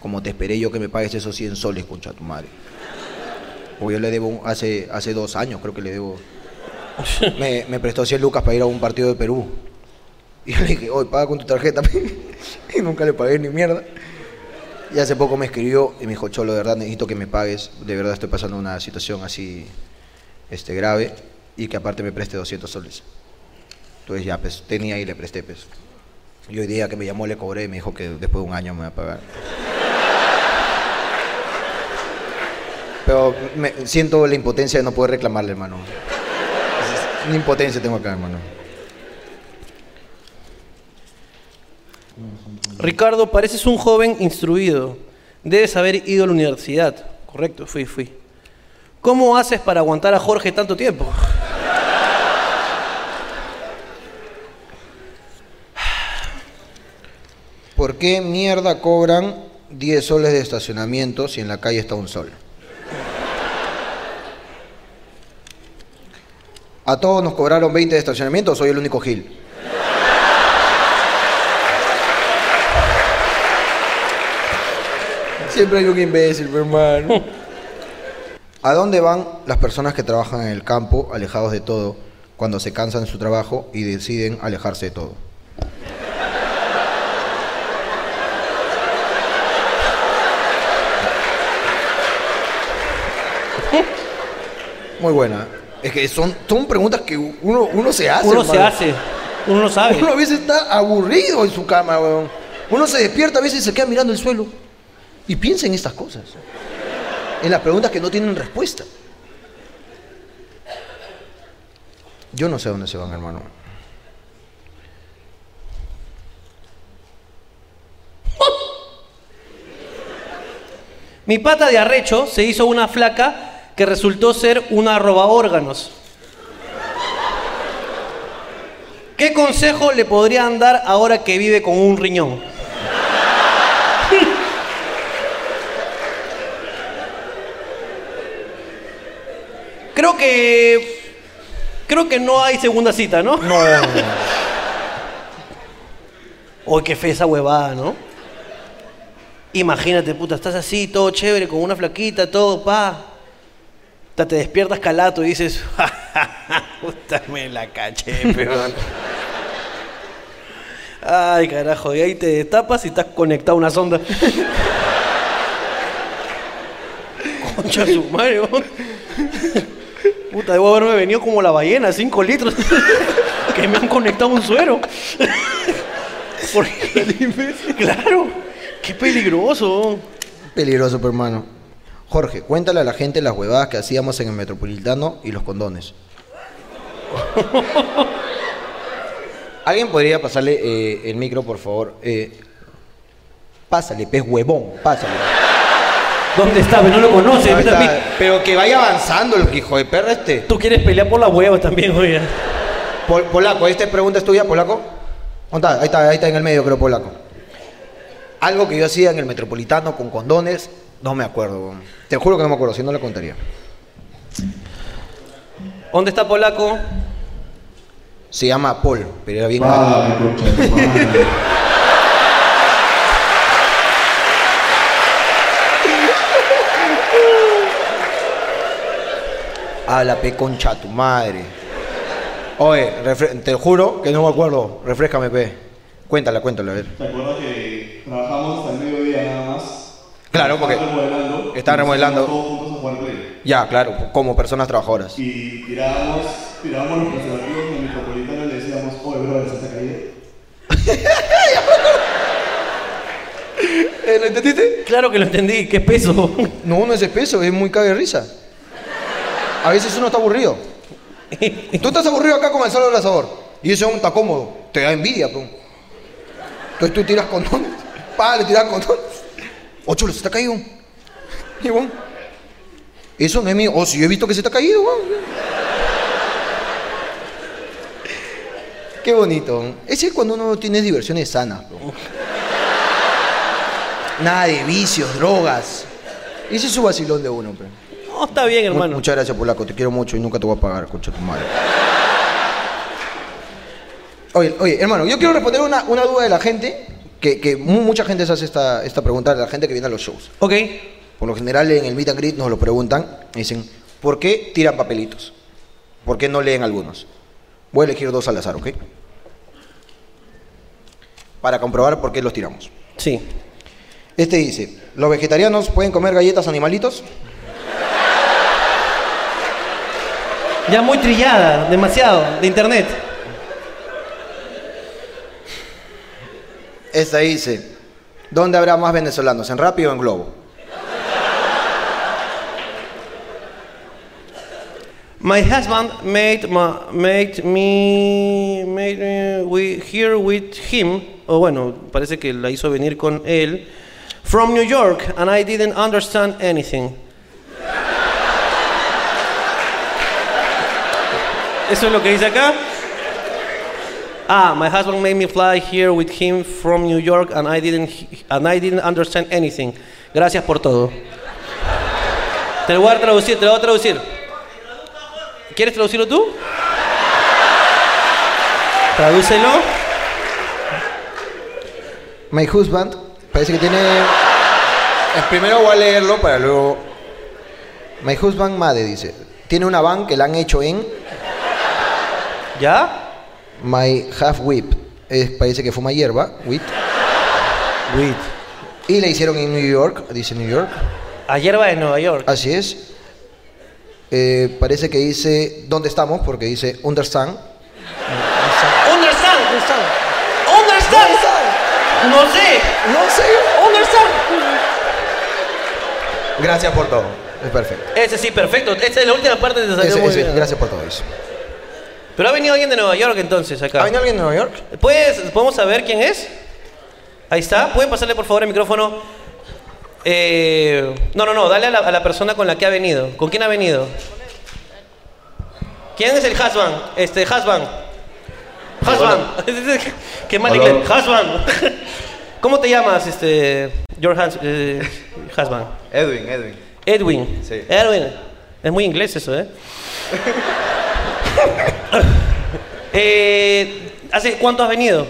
S2: Como te esperé yo que me pagues esos 100 soles, concha tu madre. O yo le debo, un- hace, hace dos años creo que le debo. Me, me prestó 100 lucas para ir a un partido de Perú. Y yo le dije, hoy paga con tu tarjeta. <laughs> y nunca le pagué ni mierda. Y hace poco me escribió y me dijo, Cholo, de verdad necesito que me pagues. De verdad estoy pasando una situación así este, grave. Y que aparte me preste 200 soles. Entonces ya, pues tenía y le presté, pues. Y hoy día que me llamó le cobré y me dijo que después de un año me va a pagar. Pero me- siento la impotencia de no poder reclamarle, hermano. Es- Una impotencia tengo acá, hermano.
S1: Ricardo, pareces un joven instruido. Debes haber ido a la universidad. Correcto, fui, fui. ¿Cómo haces para aguantar a Jorge tanto tiempo?
S2: ¿Por qué mierda cobran 10 soles de estacionamiento si en la calle está un sol? A todos nos cobraron 20 de estacionamiento, o soy el único Gil.
S4: Siempre hay un imbécil, mi hermano.
S2: <laughs> ¿A dónde van las personas que trabajan en el campo, alejados de todo, cuando se cansan de su trabajo y deciden alejarse de todo?
S1: <laughs>
S4: Muy buena.
S2: Es que son, son preguntas que uno, uno se hace.
S1: Uno se
S2: hermano.
S1: hace, uno no sabe.
S2: Uno a veces está aburrido en su cama, weón. Uno se despierta a veces y se queda mirando el suelo. Y piensa en estas cosas. En las preguntas que no tienen respuesta. Yo no sé a dónde se van, hermano.
S1: Mi pata de arrecho se hizo una flaca que resultó ser una roba órganos. ¿Qué consejo le podrían dar ahora que vive con un riñón? Creo que. Creo que no hay segunda cita, ¿no?
S4: No,
S1: Uy, qué fe esa huevada, ¿no? Imagínate, puta, estás así, todo chévere, con una flaquita, todo, pa. Puta, te despiertas calato y dices, <laughs> "Ja, ja, ja, puta, me la caché, peón. Ay, carajo, y ahí te destapas y estás conectado a una sonda. <laughs> Concha su madre, weón. Puta, debo haberme venido como la ballena, 5 litros. <laughs> que me han conectado un suero.
S4: <laughs>
S1: Porque, claro, qué peligroso.
S2: Peligroso, pero, hermano. Jorge, cuéntale a la gente las huevadas que hacíamos en el metropolitano y los condones.
S4: <laughs> ¿Alguien podría pasarle eh, el micro, por favor? Eh, pásale, pez huevón, pásale.
S1: ¿Dónde está? Pues No lo conoces.
S4: Ahí
S1: vete
S4: está.
S1: a mí.
S4: Pero que vaya avanzando el hijo de perra este.
S1: Tú quieres pelear por la hueva también, oye.
S2: Pol- polaco, esta pregunta es tuya, Polaco. ¿Dónde está? Ahí está, ahí está en el medio, creo, Polaco. Algo que yo hacía en el metropolitano con condones, no me acuerdo. weón. Te juro que no me acuerdo, si no la contaría.
S1: ¿Dónde está Polaco?
S2: Se llama Paul, pero era bien
S7: Págame, concha de tu madre.
S2: <laughs> Habla, pe, concha tu madre. Oye, refre- te juro que no me acuerdo. Refrescame, pe. Cuéntala, cuéntala, a ver.
S4: ¿Te acuerdas que trabajamos hasta el mediodía nada más?
S2: Claro, porque
S4: Estaban remodelando.
S2: estaban
S4: Y nos
S2: remodelando.
S4: íbamos Todos juntos a jugar play.
S2: Ya, claro, como personas trabajadoras.
S4: Y tirábamos, tirábamos los preservativos en el metropolitano y le decíamos, oye, bro, ¿se te ha caído?
S2: Eh, ¿Lo entendiste?
S1: Claro que lo entendí, qué peso. <laughs>
S2: No, no es espeso, es muy cague de risa. A veces uno está aburrido. Tú estás aburrido acá con el solo asador. Y ese hombre está cómodo. Te da envidia, pum. Entonces tú tiras condones. <laughs> Pa, le tiras condones. Oh, chulo, se está caído. Y bueno. Eso no es mío. Oh, si yo he visto que se está caído, weón. Qué bonito. weón. Ese es cuando uno tiene diversiones sanas, weón. Nada de vicios, drogas. Ese es su vacilón de uno, pero.
S1: No, está bien,
S2: Mu-
S1: hermano.
S2: Muchas gracias, Polaco. Te quiero mucho y nunca te voy a pagar, concha de tu madre. Oye, oye, hermano, yo quiero responder una, una duda de la gente, que, que mu- mucha gente se hace esta, esta pregunta, la gente que viene a los shows.
S1: Ok.
S2: Por lo general en el meet and greet nos lo preguntan, y dicen, ¿por qué tiran papelitos? ¿Por qué no leen algunos? Voy a elegir dos al azar, ¿ok? Para comprobar por qué los tiramos.
S1: Sí.
S2: Este dice, ¿los vegetarianos pueden comer galletas animalitos?
S1: Ya muy trillada, demasiado, de internet.
S2: Esta dice, ¿dónde habrá más venezolanos? ¿En Rappi o en Globo?
S1: My husband made ma- made me made me we- here with him. O bueno, parece que la hizo venir con él. From New York, and I didn't understand anything. Eso es lo que dice acá. Ah, my husband made me fly here with him from New York, and I didn't he- and I didn't understand anything. Gracias por todo. Te lo voy a traducir, te lo voy a traducir. ¿Quieres traducirlo tú? Tradúcelo.
S2: My husband, parece que tiene... Eh, Primero voy a leerlo para luego... My husband Made dice, tiene una van que la han hecho en
S1: ¿Ya?
S2: My Half Whip. Es- parece que fuma hierba, wheat. Wheat. Y la hicieron en New York, dice New York.
S1: A hierba de Nueva York.
S2: Así es. Eh, parece que dice, ¿dónde estamos? Porque dice, understand. Ah,
S1: ¡Understand! ¡Understand! ¡No sé!
S2: No sé.
S1: ¡Understand!
S2: Gracias por todo. Es perfecto.
S1: Ese sí, perfecto. Esta es la última parte de
S2: Ese-
S1: salió muy
S2: ese,
S1: bien.
S2: gracias por todo eso.
S1: Pero ha venido alguien de Nueva York entonces acá.
S2: ¿Ha venido alguien de Nueva York?
S1: ¿Puedes, Pues, ¿Podemos saber quién es? Ahí está. ¿Pueden pasarle por favor el micrófono? Eh, no, no, no. Dale a la, a la persona con la que ha venido. ¿Con quién ha venido? ¿Quién es el husband? Este, husband. <laughs> Husband. Qué mal
S4: Hola.
S1: inglés. Husband. <laughs> ¿Cómo te llamas, este, your hus- eh, husband?
S2: Edwin, Edwin.
S1: Edwin.
S2: Sí.
S1: Edwin. Es muy inglés eso, ¿eh? eh hace cuánto has venido?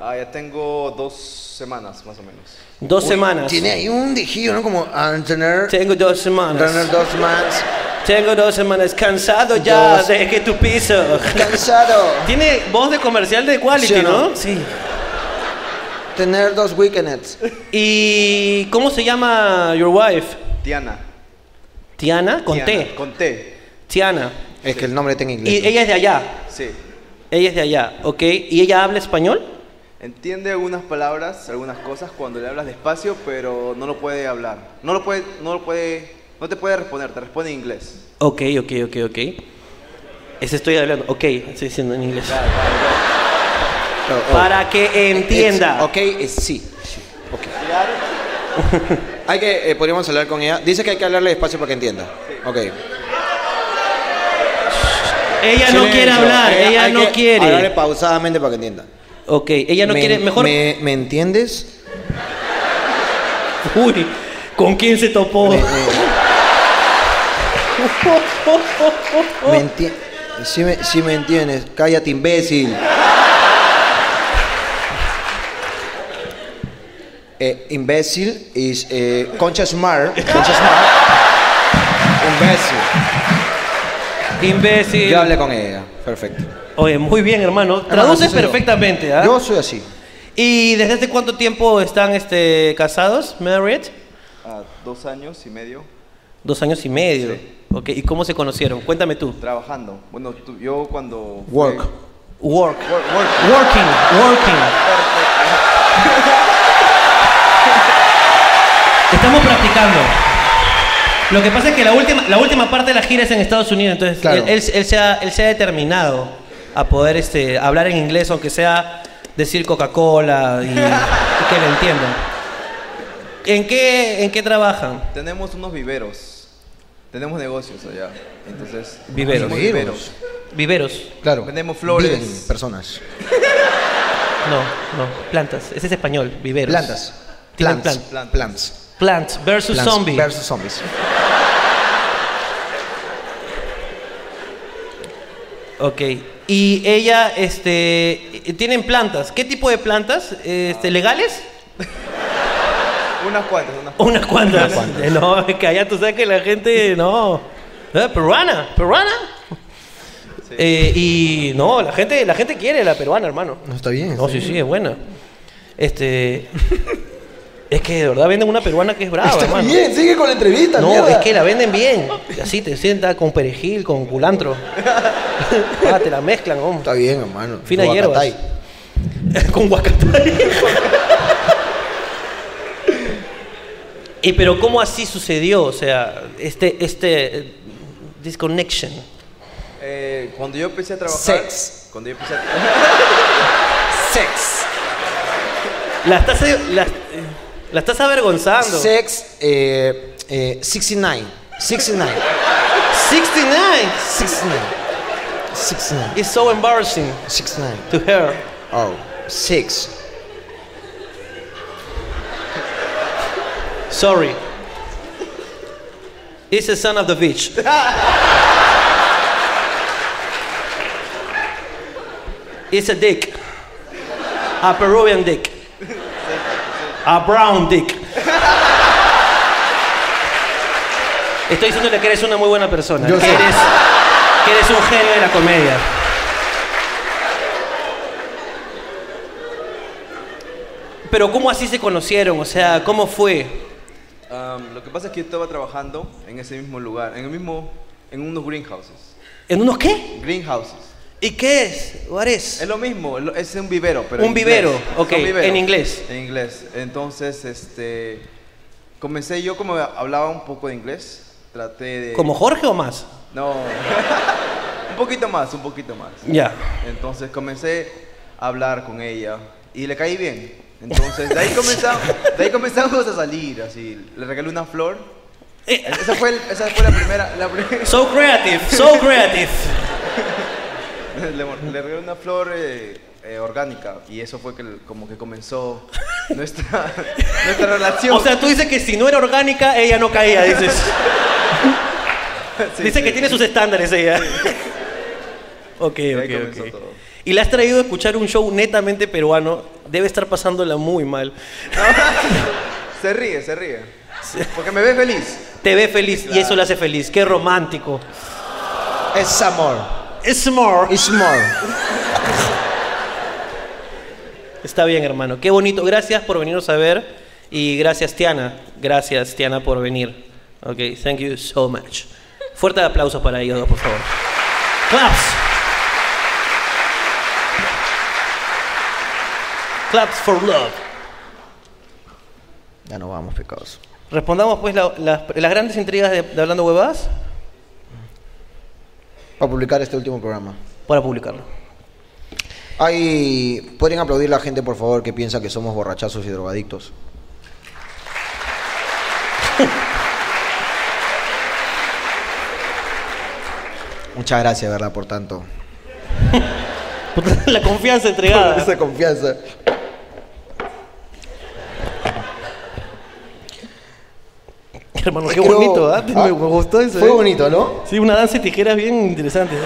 S8: Ah, ya tengo dos semanas más o menos.
S1: Dos semanas.
S2: Tiene ahí un dijillo, ¿no? Como Antener.
S1: Tengo dos semanas.
S2: Runner dos más.
S1: Tengo dos semanas cansado ya
S2: Dos.
S1: de que tu piso.
S2: Cansado.
S1: Tiene voz de comercial de quality,
S2: ¿Sí o
S1: ¿no?
S2: no?
S1: Sí.
S2: Tener dos weekends.
S1: ¿Y cómo se llama your wife?
S8: Diana.
S1: Tiana con
S8: Diana,
S1: T.
S8: Con T.
S1: Tiana.
S2: Es que el nombre está en inglés.
S1: Y ella es de allá.
S8: Sí.
S1: Ella es de allá, ¿ok? ¿Y ella habla español?
S8: Entiende algunas palabras, algunas cosas cuando le hablas despacio, pero no lo puede hablar. No lo puede, no lo puede, no te puede responder, te responde en inglés.
S1: Ok, ok, ok, ok. Ese estoy hablando. Ok, estoy diciendo en inglés. Para que entienda.
S2: Oh, Ok, es sí.
S1: <laughs>
S2: Ok. hay que, eh, podríamos hablar con ella. Dice que hay que hablarle despacio para que entienda. Ok.
S1: Ella no
S2: Silencio.
S1: quiere hablar,
S2: Eh,
S1: ella
S2: hay
S1: no
S2: que Hablarle
S1: quiere.
S2: pausadamente para que entienda.
S1: Ok, ella no
S2: Me-
S1: quiere. Mejor.
S2: ¿Me, me entiendes?
S1: <laughs> Uy, ¿con quién se topó?
S2: Me,
S1: Oh.
S2: me- me enti- sí me- sí me entiendes. Cállate, imbécil. Eh, imbécil is eh, concha smart. Concha smart. imbécil.
S1: Imbécil.
S2: Yo hablé con ella. Perfecto.
S1: Oye, muy bien, hermano. Traduces
S2: sí soy yo.
S1: perfectamente, ¿ah?
S2: Yo soy así.
S1: ¿Y desde hace cuánto tiempo están este, casados, married?
S8: A dos años y medio
S1: Dos años y medio.
S8: Sí.
S1: Ok, ¿y cómo se conocieron? Cuéntame tú.
S8: trabajando. Bueno, tú- yo cuando... fue-
S4: Work.
S1: Work.
S8: Work, work.
S1: Working, working. Estamos practicando. Lo que pasa es que la última, la última parte de la gira es en Estados Unidos, entonces
S2: Claro.
S1: él, él- él se ha, él se ha determinado a poder este, hablar en inglés, aunque sea decir Coca-Cola y, y que le entiendan. ¿En qué, ¿En qué trabajan?
S8: Tenemos unos viveros. Tenemos negocios allá. Entonces...
S1: Viveros.
S8: hacemos
S2: Viveros.
S1: Viveros.
S2: Claro.
S8: Vendemos flores.
S2: Viven personas.
S1: No, no, plantas. Ese es español, viveros.
S2: Plantas.
S1: Tienen
S2: Plants.
S1: plan-
S2: Plants.
S1: Plants versus
S2: Plants
S1: zombie.
S2: Versus zombies.
S1: Ok. Y ella, este, tienen plantas. ¿Qué tipo de plantas? Este, ¿Legales?
S8: Unas cuantas, unas cuantas.
S1: Unas cuantas. <laughs> No, es que allá tú sabes que la gente, no. Eh, Peruana, peruana. Eh, y no, la gente, la gente quiere la peruana, hermano.
S2: No está bien.
S1: No, sí, sí, es buena. Este, es que de verdad venden una peruana que es brava, hermano.
S4: Bien, sigue con la entrevista,
S1: No,
S4: mierda.
S1: es que la venden bien. Así te sienta con perejil, con
S4: <laughs>
S1: culantro. Ah, te la mezclan, hombre.
S2: Está bien, hermano.
S1: Fina
S2: Tu
S1: hierbas. <laughs>
S2: Huacatay.
S1: con Huacatay. y pero cómo así sucedió, o sea, este este eh, disconnection.
S8: Eh, cuando yo empecé a trabajar...
S4: Sex.
S8: Cuando yo empecé a...
S4: Sex.
S1: La estás eh, la, la estás avergonzando.
S2: Sex eh, eh, 69. 69.
S1: 69
S2: 69. 69.
S1: is so embarrassing
S2: 69.
S1: to her.
S2: Oh. Six.
S1: Sorry. It's the son of the bitch. It's a dick. A Peruvian dick. A brown dick. Estoy diciéndole que eres una muy buena persona.
S2: Yo
S1: que,
S2: sé.
S1: Eres, que eres un genio de la comedia. Pero ¿cómo así se conocieron? O sea, ¿cómo fue?
S8: Am, lo que pasa es que yo estaba trabajando en ese mismo lugar, en el mismo... En unos greenhouses.
S1: ¿En unos qué?
S8: Greenhouses.
S1: ¿Y qué es? What is?
S8: Es lo mismo, es lo- es un vivero, pero
S1: Un vivero,
S8: inglés.
S1: ok,
S8: Son viveros.
S1: en inglés.
S8: En inglés. Entonces, este, comencé yo como hablaba un poco de inglés, traté de...
S1: ¿Como Jorge o más?
S8: No, <laughs> un poquito más, un poquito más.
S1: Ya.
S8: Entonces comencé a hablar con ella y le caí bien. Entonces, de ahí comenzamos, de ahí comenzamos a salir, así. Le regalé una flor.
S1: Eh,
S8: Esa fue, el- esa fue la primera... La pri-
S1: <laughs> so creative, <laughs> so creative.
S8: <laughs> le, le regalé una flor eh, eh, orgánica y eso fue que el- como que comenzó
S1: <laughs>
S8: nuestra, nuestra relación.
S1: O sea, tú dices que si no era orgánica, ella no caía, <laughs> dices.
S8: Sí,
S1: Dice
S8: sí.
S1: que tiene sus estándares ella. <laughs> Ok,
S8: ahí
S1: ok,
S8: comenzó
S1: ok.
S8: todo.
S1: Y la has traído a escuchar un show netamente peruano. Debe estar pasándola muy mal.
S8: Se ríe, se ríe. Porque me ve feliz.
S1: Te ve feliz y eso la hace feliz. Qué romántico.
S2: Es amor.
S1: It's more.
S2: It's more.
S1: Está bien, hermano. Qué bonito. Gracias por venirnos a ver. Y gracias, Tiana. Gracias, Tiana, por venir. Ok, thank you so much. Fuerte aplauso para ellos dos, por favor. Claps. Claps for love.
S2: Ya no vamos, pecados.
S1: Respondamos, pues, la- las- las grandes intrigas de, de Hablando Huevadas
S2: Para publicar este último programa.
S1: para publicarlo. <laughs>
S2: Hay... Pueden aplaudir la gente, por favor, que piensa que somos borrachazos y drogadictos. <laughs> Muchas gracias, ¿verdad? Por tanto.
S1: Puta, la confianza
S2: Por
S1: entregada.
S2: esa confianza.
S1: Hermano, qué
S2: Creo-
S1: bonito, ¿ah?
S2: Ah,
S1: Me gustó eso.
S2: Fue
S1: ¿eh?
S2: bonito, ¿no?
S1: Sí, una danza de tijeras bien interesante. ¿eh?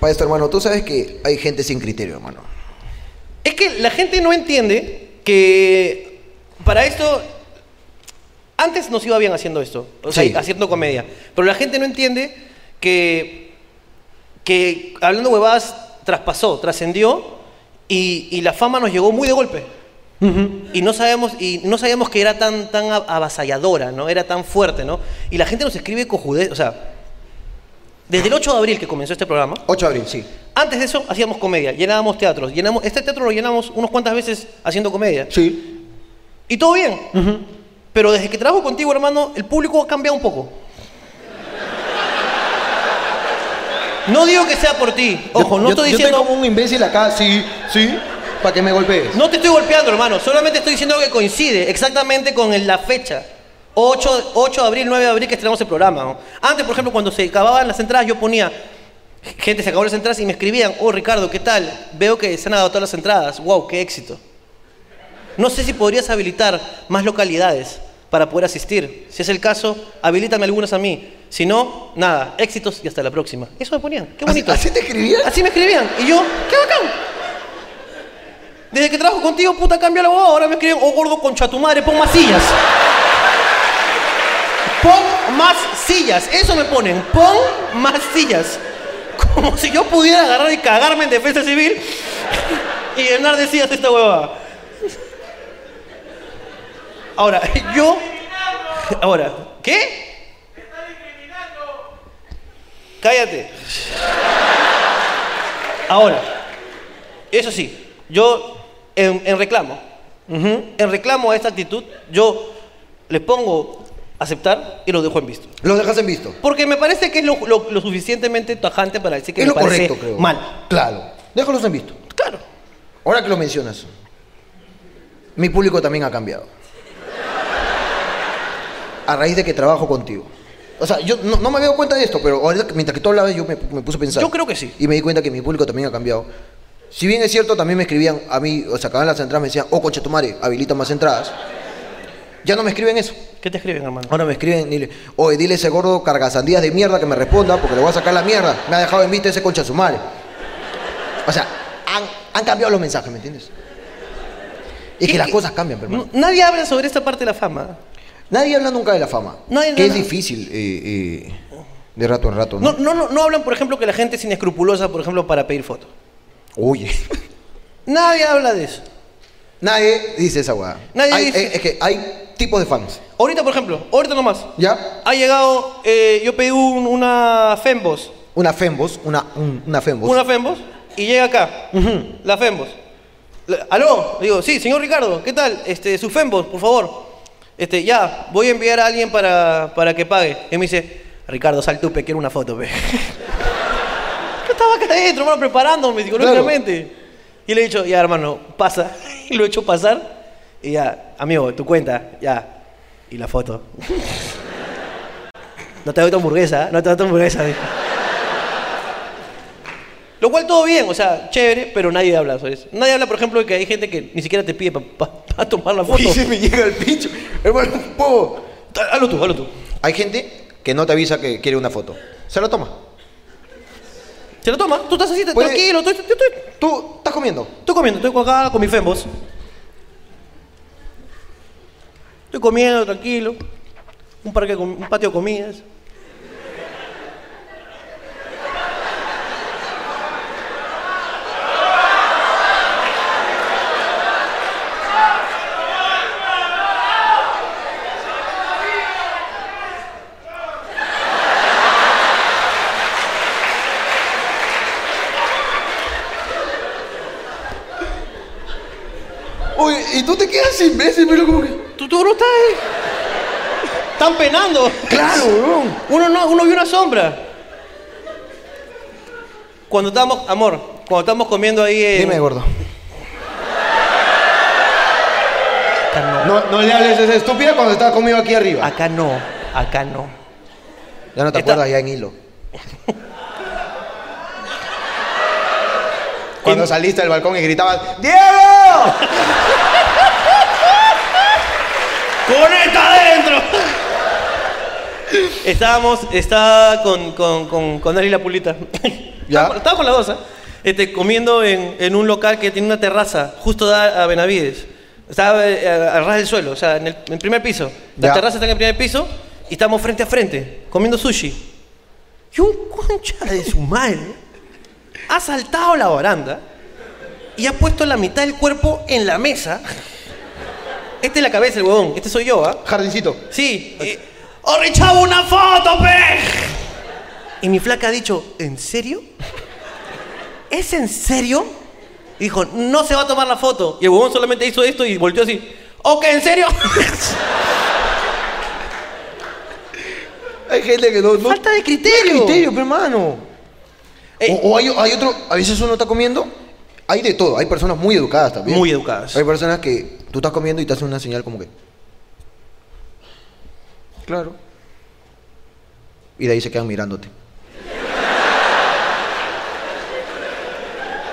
S2: Para esto, hermano, tú sabes que hay gente sin criterio, hermano.
S1: Es que la gente no entiende que para esto Antes nos iba bien haciendo esto, o sea,
S2: Sí.
S1: haciendo comedia. Pero la gente no entiende que, que hablando huevadas traspasó, trascendió y, y la fama nos llegó muy de golpe. Y no sabemos, y no sabíamos que era tan, tan av- avasalladora, ¿no? Era tan fuerte, ¿no? Y la gente nos escribe cojude, o sea, desde el 8 de abril que comenzó este programa,
S2: 8 de abril, sí.
S1: antes de eso hacíamos comedia, llenábamos teatros, llenamos, este teatro lo llenamos unas cuantas veces haciendo comedia.
S2: Sí.
S1: Y todo bien. Pero desde que trabajo contigo, hermano, el público ha cambiado un poco. No digo que sea por ti. Ojo, no
S2: Yo-
S1: estoy
S2: yo
S1: diciendo.
S2: como un imbécil acá, sí, sí, para que me golpees.
S1: No te estoy golpeando, hermano. Solamente estoy diciendo que coincide exactamente con el- la fecha. 8, 8 de abril, 9 de abril que estrenamos el programa. ¿no? Antes, por ejemplo, cuando se acababan las entradas, yo ponía, gente, se acabaron las entradas y me escribían, oh Ricardo, ¿qué tal? Veo que se han agotado las entradas. ¡Wow, qué éxito! No sé si podrías habilitar más localidades para poder asistir. Si es el caso, habilítame algunas a mí. Si no, nada, éxitos y hasta la próxima. Eso me ponían. Qué bonito.
S2: ¿Así te escribían?
S1: Así me escribían. Y yo, ¡qué bacán! Desde que trabajo contigo, puta, cambia la huevada. Ahora me escriben, oh gordo, concha tu madre, pon más sillas. Pon más sillas. Eso me ponen. Pon más sillas. Como si yo pudiera agarrar y cagarme en defensa civil y llenar de sillas esta huevada. Ahora, yo. Ahora, ¿qué? Cállate. Ahora, eso sí, yo en, en reclamo, ujú, en reclamo a esta actitud, yo les pongo aceptar y los dejo en visto.
S2: Los dejas en visto.
S1: Porque me parece que es lo, lo- lo suficientemente tajante para decir que
S2: es
S1: me
S2: lo
S1: parece
S2: correcto, creo.
S1: mal.
S2: Claro. Déjalos en visto.
S1: Claro.
S2: Ahora que lo mencionas, mi público también ha cambiado. A raíz de que trabajo contigo. O sea, yo no, no me había cuenta de esto, pero ahorita, que- mientras que tú hablabas, yo me, me puse a pensar.
S1: Yo creo que sí.
S2: Y me di cuenta que mi público también ha cambiado. Si bien es cierto, también me escribían a mí, o sea, acaban las entradas, me decían, oh, coche, tu madre, habilita más entradas. Ya no me escriben eso.
S1: ¿Qué te escriben, hermano?
S2: Ahora me escriben, dile, oye, dile a ese gordo cargasandías de mierda que me responda porque le voy a sacar la mierda. Me ha dejado en vista ese concha de su madre. O sea, han, han cambiado los mensajes, ¿me entiendes? Y que las cosas cambian, pero, hermano.
S1: N- Nadie habla sobre esta parte de la fama.
S2: Nadie habla nunca de la fama.
S1: Nadie-
S2: que
S1: no,
S2: es
S1: no.
S2: difícil eh, eh, de rato en rato, ¿no?
S1: No, no, no, no hablan, por ejemplo, que la gente es inescrupulosa, por ejemplo, para pedir fotos.
S2: Oye. <laughs>
S1: Nadie habla de eso.
S2: Nadie dice esa weá.
S1: Nadie
S2: Hay-
S1: dice-
S2: eh, Es que hay tipos de fans.
S1: Ahorita, por ejemplo, ahorita nomás.
S2: ¿Ya?
S1: Ha llegado, eh, yo pedí un- una Fembos.
S2: Una fembos, una, un- una fembos.
S1: Una Fembos y llega acá. La Fembos. La- ¿Aló? Digo, sí, señor Ricardo, ¿qué tal? Este, su Fembos, por favor. Este, ya, voy a enviar a alguien para, para que pague. Y me dice, Ricardo, sal tú, pe, quiero una foto, pe. Yo estaba acá adentro, hermano, preparándome psicológicamente. Y le he dicho, ya, hermano, pasa. <laughs> Y lo he hecho pasar. Y ya, amigo, tu cuenta, ya. Y la foto. <laughs> No te doy tu hamburguesa, ¿eh? no te doy tu hamburguesa. dijo. Lo cual todo bien, o sea, chévere, pero nadie habla, ¿sabes? Nadie habla, por ejemplo, de que hay gente que ni siquiera te pide para tomar la foto.
S2: <laughs> Y se me llega el pincho. Hermano, po.
S1: Hazlo tú, hazlo tú.
S2: Hay gente que no te avisa que quiere una foto. Se la toma.
S1: Se lo toma, tú estás así,
S2: Puede-
S1: tranquilo, estoy, estoy, estoy-
S2: Tú estás comiendo.
S1: estoy comiendo, estoy acá con mi fembos. Estoy comiendo, tranquilo. Un, parque, com- un patio de comidas.
S2: Uy, y tú te quedas imbécil, pero como que.
S1: Tú, tú no estás ahí. Están penando.
S2: Claro, weón.
S1: Uno no, uno vio una sombra. Cuando estábamos, amor, cuando estábamos comiendo ahí en-
S2: Dime, gordo. No, no le hables a esa estúpida cuando estaba conmigo aquí arriba.
S1: Acá no, acá no.
S2: Ya no te
S1: Está-
S2: acuerdas, ya en hilo. Cuando saliste del balcón y gritabas, ¡Diego!
S1: ¡Conecta adentro! Estábamos, estaba con, con, con, con Ari la Pulita. <laughs> Estaba, con- estaba con la dos, ¿eh? Este, comiendo en, en un local que tiene una terraza, justo da a Benavides. Estaba eh, a a ras del suelo, o sea, en el, en el primer piso. La
S4: Ya.
S1: terraza está en el primer piso y estamos frente a frente, comiendo sushi. Y un concha de su madre ha saltado la baranda y ha puesto la mitad del cuerpo en la mesa. Este es la cabeza, el huevón. Este soy yo, ¿ah?
S2: Jardincito.
S1: Sí. eh, ¡Orre, chavo, una foto, pe! Y mi flaca ha dicho, ¿en serio? ¿Es en serio? Y dijo, no se va a tomar la foto. Y el huevón solamente hizo esto y volteó así. ¿Ok, en <laughs> serio?
S4: Hay gente que no. no-
S1: Falta de Eh.
S2: ¿Qué
S1: criterio.
S2: criterio, pe, hermano?
S1: Ey.
S2: O, o hay, hay otro, a veces uno está comiendo, hay de todo, hay personas muy educadas también.
S1: Muy educadas.
S2: Hay personas que tú estás comiendo y te hacen una señal como que. Claro. Y de ahí se quedan mirándote.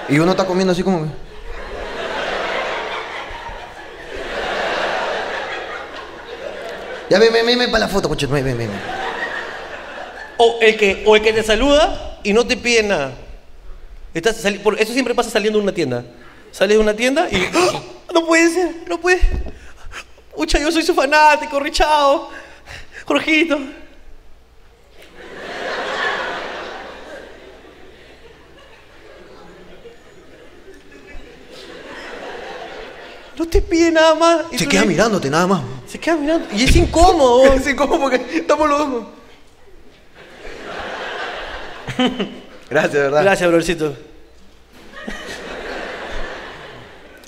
S2: Y uno está comiendo así como que. Ya ven, ven, ven, ven para la foto, coche. Ven, ven, ven.
S1: O el, que, o el que te saluda y no te pide nada. Estás sali- por- eso siempre pasa saliendo de una tienda. Sales de una tienda y... ¡Ah! No puede ser, no puede. Ucha, yo soy su fanático, Richao. Jorgito. No te pide nada más. y
S2: Se
S1: tú
S2: queda
S1: le-
S2: mirándote nada más.
S1: Se queda mirando. Y es
S2: <laughs>
S1: incómodo.
S8: Es incómodo porque estamos los dos.
S4: Gracias, de ¿verdad?
S1: Gracias, brorcito.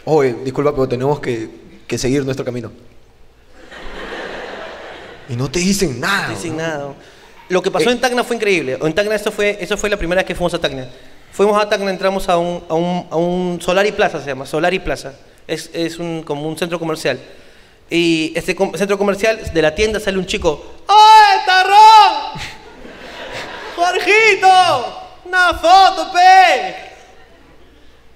S4: Oye, disculpa, pero tenemos que, que seguir nuestro camino.
S2: Y no te dicen nada.
S1: Sí, sin nada. Lo que pasó en Tacna fue increíble. En Tacna eso fue, eso fue la primera vez que fuimos a Tacna. Fuimos a Tacna, entramos a un, a un, a un Solari Plaza, se llama, Solari Plaza. Es, es un, como un centro comercial. Y este com- centro comercial, de la tienda sale un chico, ¡Oye, Tarrón! ¡Jorgito! ¡Una foto, pe!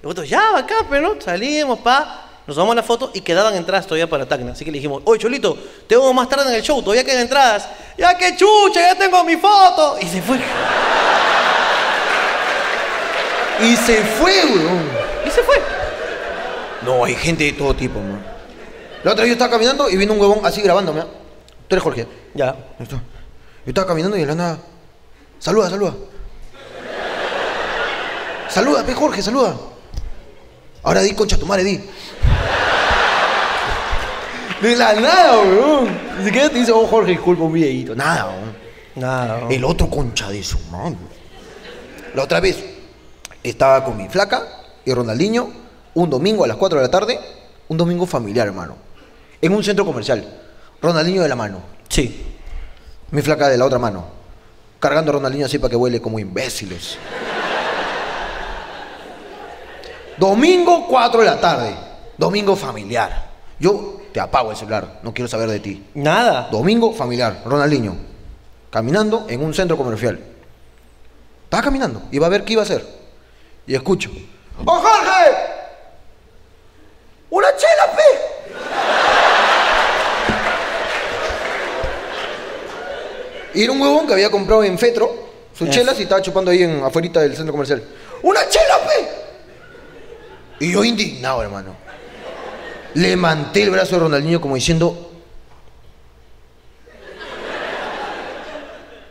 S1: Y nosotros, ya, bacán, pero ¿no? salimos, pa, nos tomamos la foto y quedaban entradas todavía para Tacna. Así que le dijimos, oye, Cholito, te vemos más tarde en el show, todavía quedan entradas. Ya que chucha, ya tengo mi foto. Y se fue.
S2: Y se fue, weón.
S1: Y se fue.
S2: No, hay gente de todo tipo, man. La otra vez yo estaba caminando y vino un huevón así grabándome. ¿ah? Tú eres Jorge.
S1: Ya.
S2: Yo estaba- yo estaba caminando y de la nada. Saluda, saluda. Saluda, pe Jorge, saluda. Ahora di concha tu madre, di. De la nada, weón. Ni siquiera te dice, oh Jorge, disculpa un videíto. Nada, weón.
S1: Nada.
S2: El otro concha de su mano. La otra vez estaba con mi flaca y Ronaldinho un domingo a las 4 de la tarde, un domingo familiar, hermano. En un centro comercial. Ronaldinho de la mano,
S1: Sí.
S2: mi flaca de la otra mano. Cargando a Ronaldinho así para que huele como imbéciles. Domingo 4 de la tarde. Domingo familiar. Yo te apago el celular, no quiero saber de ti.
S1: Nada.
S2: Domingo familiar, Ronaldinho. Caminando en un centro comercial. Estaba caminando, iba a ver qué iba a hacer. Y escucho. ¡Oh, Jorge! ¡Una chela, pe! Y era un huevón que había comprado en Fetro sus
S1: Es.
S2: chelas y estaba chupando ahí en, afuera del centro comercial. ¡Una chela, pe! Y yo indignado, hermano. Le manté el brazo a Ronaldinho como diciendo,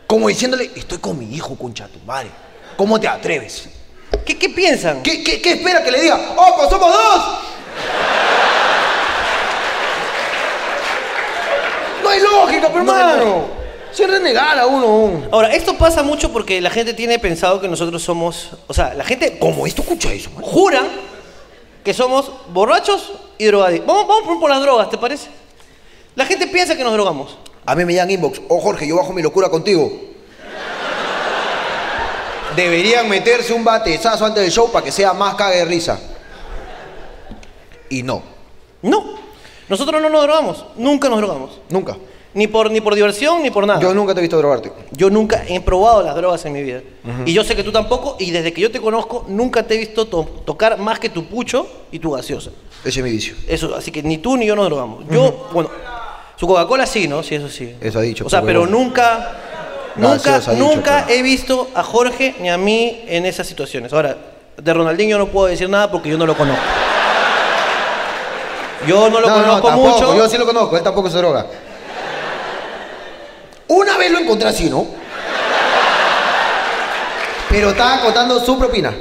S2: como diciéndole, estoy con mi hijo, concha tu madre. ¿Cómo te atreves?
S1: ¿Qué, qué piensan?
S2: ¿Qué, qué, qué espera que le diga? ¡Oh, pues somos dos! No hay lógica, pero
S1: No hay
S2: hermano. Se renegar a uno.
S1: Ahora, esto pasa mucho porque la gente tiene pensado que nosotros somos. O sea, la gente
S2: ¿Cómo esto escucha eso, man?
S1: jura que somos borrachos y drogadictos. Vamos, vamos por- por las drogas, ¿te parece? La gente piensa que nos drogamos.
S2: A mí me llaman inbox. Oh, Jorge, yo bajo mi locura contigo. Deberían meterse un batezazo antes del show para que sea más cague de risa. Y no,
S1: No. Nosotros no nos drogamos. Nunca nos drogamos.
S2: nunca.
S1: Ni por, ni por diversión, ni por nada.
S2: Yo
S1: Yo,
S2: nunca te he visto drogarte.
S1: nunca he probado las drogas en mi vida. Y yo sé que tú tampoco, y desde que yo te conozco, nunca te he visto to- tocar más que tu pucho y tu gaseosa.
S2: Ese es mi vicio.
S1: Eso, así que ni tú ni yo nos drogamos. Yo, bueno, su Coca-Cola sí, ¿no? Sí, eso sí.
S2: Eso ha dicho, pues,
S1: O sea,
S2: pero
S1: pero
S2: bueno.
S1: nunca, nunca,
S2: Gaseosa ha dicho, pues.
S1: nunca
S2: pero-
S1: he visto a Jorge ni a mí en esas situaciones. Ahora, de Ronaldinho no puedo decir nada porque yo no lo conozco. Yo no lo conozco
S2: tampoco,
S1: mucho.
S2: Yo sí lo conozco, él tampoco se droga. Una vez lo encontré así, ¿no? Pero estaba contando su propina.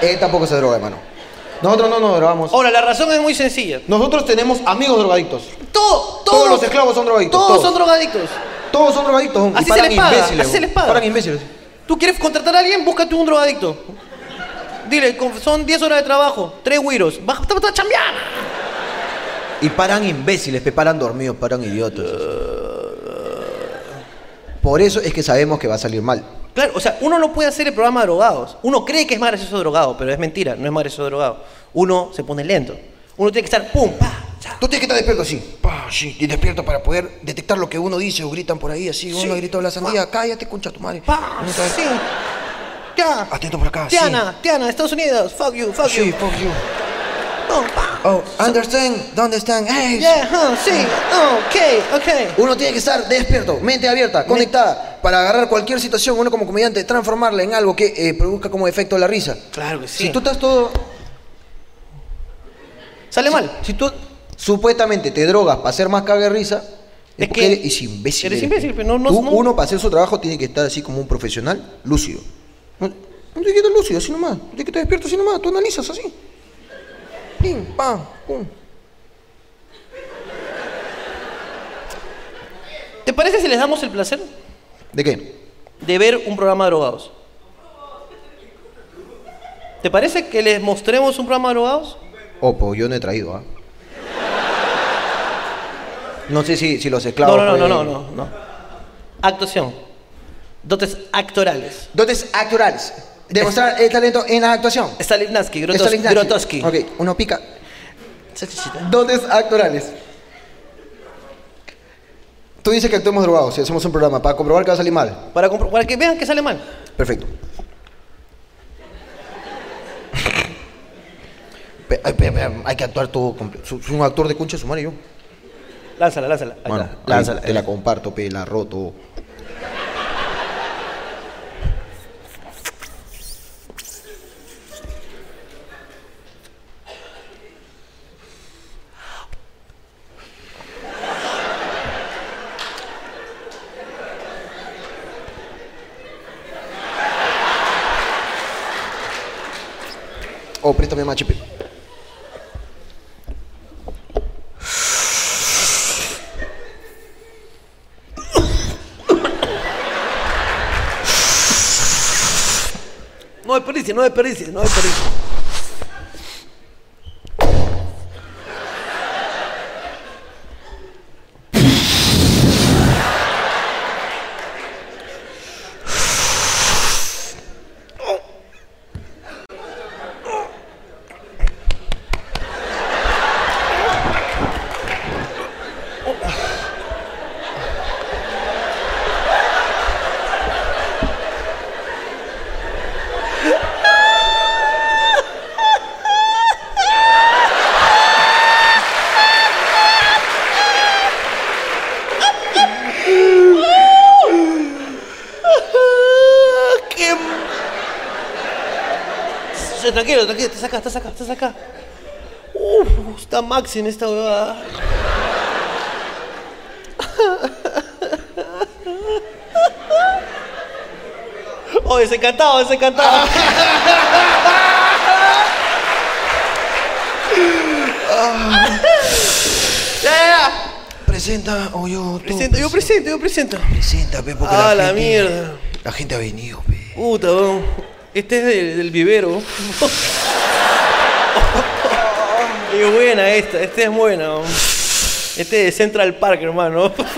S2: Él tampoco se droga, hermano. Nosotros no nos drogamos.
S1: Ahora, la razón es muy sencilla.
S2: Nosotros tenemos amigos drogadictos.
S1: Todo- todos,
S2: Todos los esclavos son drogadictos,
S1: Todos,
S2: todos.
S1: son drogadictos.
S2: Todos son drogadictos. y
S1: Así se
S2: paran
S1: les paga,
S2: imbéciles,
S1: así se les paga.
S2: Paran imbéciles.
S1: ¿Tú quieres contratar a alguien? Búscate un drogadicto. Dile, con- son 10 horas de trabajo, 3 güiros. Vas a chambear.
S2: Y paran imbéciles, pe, paran dormidos, paran idiotas. Por eso es que sabemos que va a salir mal.
S1: Claro, o sea, uno no puede hacer el programa de drogados. Uno cree que es más gracioso drogado, pero es mentira, no es más gracioso drogado. Uno se pone lento. Uno tiene que estar pum, pa, cha.
S3: Tú tienes que estar despierto así. Pa, sí, y despierto para poder detectar lo que uno dice o gritan por ahí, así. Uno gritó la sandía, cállate, concha tu madre.
S1: pa,
S3: Uno está-
S1: sí. Ya.
S3: Atento por acá, sí.
S1: Tiana, Tiana, Estados Unidos, fuck you, fuck
S3: Sí,
S1: you.
S3: fuck you.
S1: Pum, pa.
S3: Oh, understand, ¿dónde están? Hey,
S1: Yeah, huh, sí, ok, ok.
S2: Uno tiene que estar despierto, mente abierta, conectada, para agarrar cualquier situación, uno como comediante, transformarla en algo que eh, produzca como efecto la risa.
S1: Claro que
S2: Si tú estás todo.
S1: Sale mal.
S2: Si tú supuestamente te drogas para hacer más caga de risa, es,
S1: Es
S2: porque
S1: que
S2: eres imbécil.
S1: eres
S2: pe.
S1: imbécil, pe, no- no-
S2: Tú,
S1: no-
S2: Uno para hacer su trabajo tiene que estar así como un profesional, lúcido. No, no tienes que estar lúcido, así nomás. No tienes que estar despierto, así nomás. Tú analizas así.
S3: Pim, pam, pum.
S1: ¿Te parece si les damos el placer
S2: ¿De qué?
S1: de ver un programa de drogados? ¿Te parece que les mostremos un programa de drogados?
S2: Opo, yo no he traído, ¿ah? No sé si, si los esclavos.
S1: no, no, no,
S2: pueden-
S1: no, no, no, no. Actuación. Dotes actorales.
S2: Dotes actorales. Demostrar el talento en la actuación.
S1: Stalinavski, Grotos-
S2: Eso, Ignacio.
S1: Grotowski.
S2: Ok, uno pica. Dotes actorales. Tú dices que actuemos drogados si hacemos un programa para comprobar que va a salir mal.
S1: Para, compro- para que vean que sale mal.
S2: Perfecto. <laughs> Pe- ay, pe- pe- hay que actuar todo completo. Soy un actor de concha de su madre yo.
S1: Lánzala, lánzala. Ahí
S2: Mano,
S1: está, eh.
S2: ahí
S1: lánzala.
S2: te la comparto, pe, la roto. Oh, préstame macho, pe.
S1: No desperdicies, no desperdicies, no desperdicies. Sí, Tranquilo, tranquilo, estás acá, estás acá, estás acá. Uf, está Maxi en esta huevada. <laughs> Oh, ese cantado, ese cantado. ya, ya, ya.
S3: Presenta, o yo, tú.
S1: Presento, yo presento, yo presento.
S3: Presenta, pe, porque
S1: Ah,
S3: la,
S1: la
S3: gente,
S1: mierda.
S3: La gente ha venido, pe.
S1: Puta, weón. Este es del, del vivero. Qué buena esta, este es buena. weón. Este es de Central Park, hermano. Puta.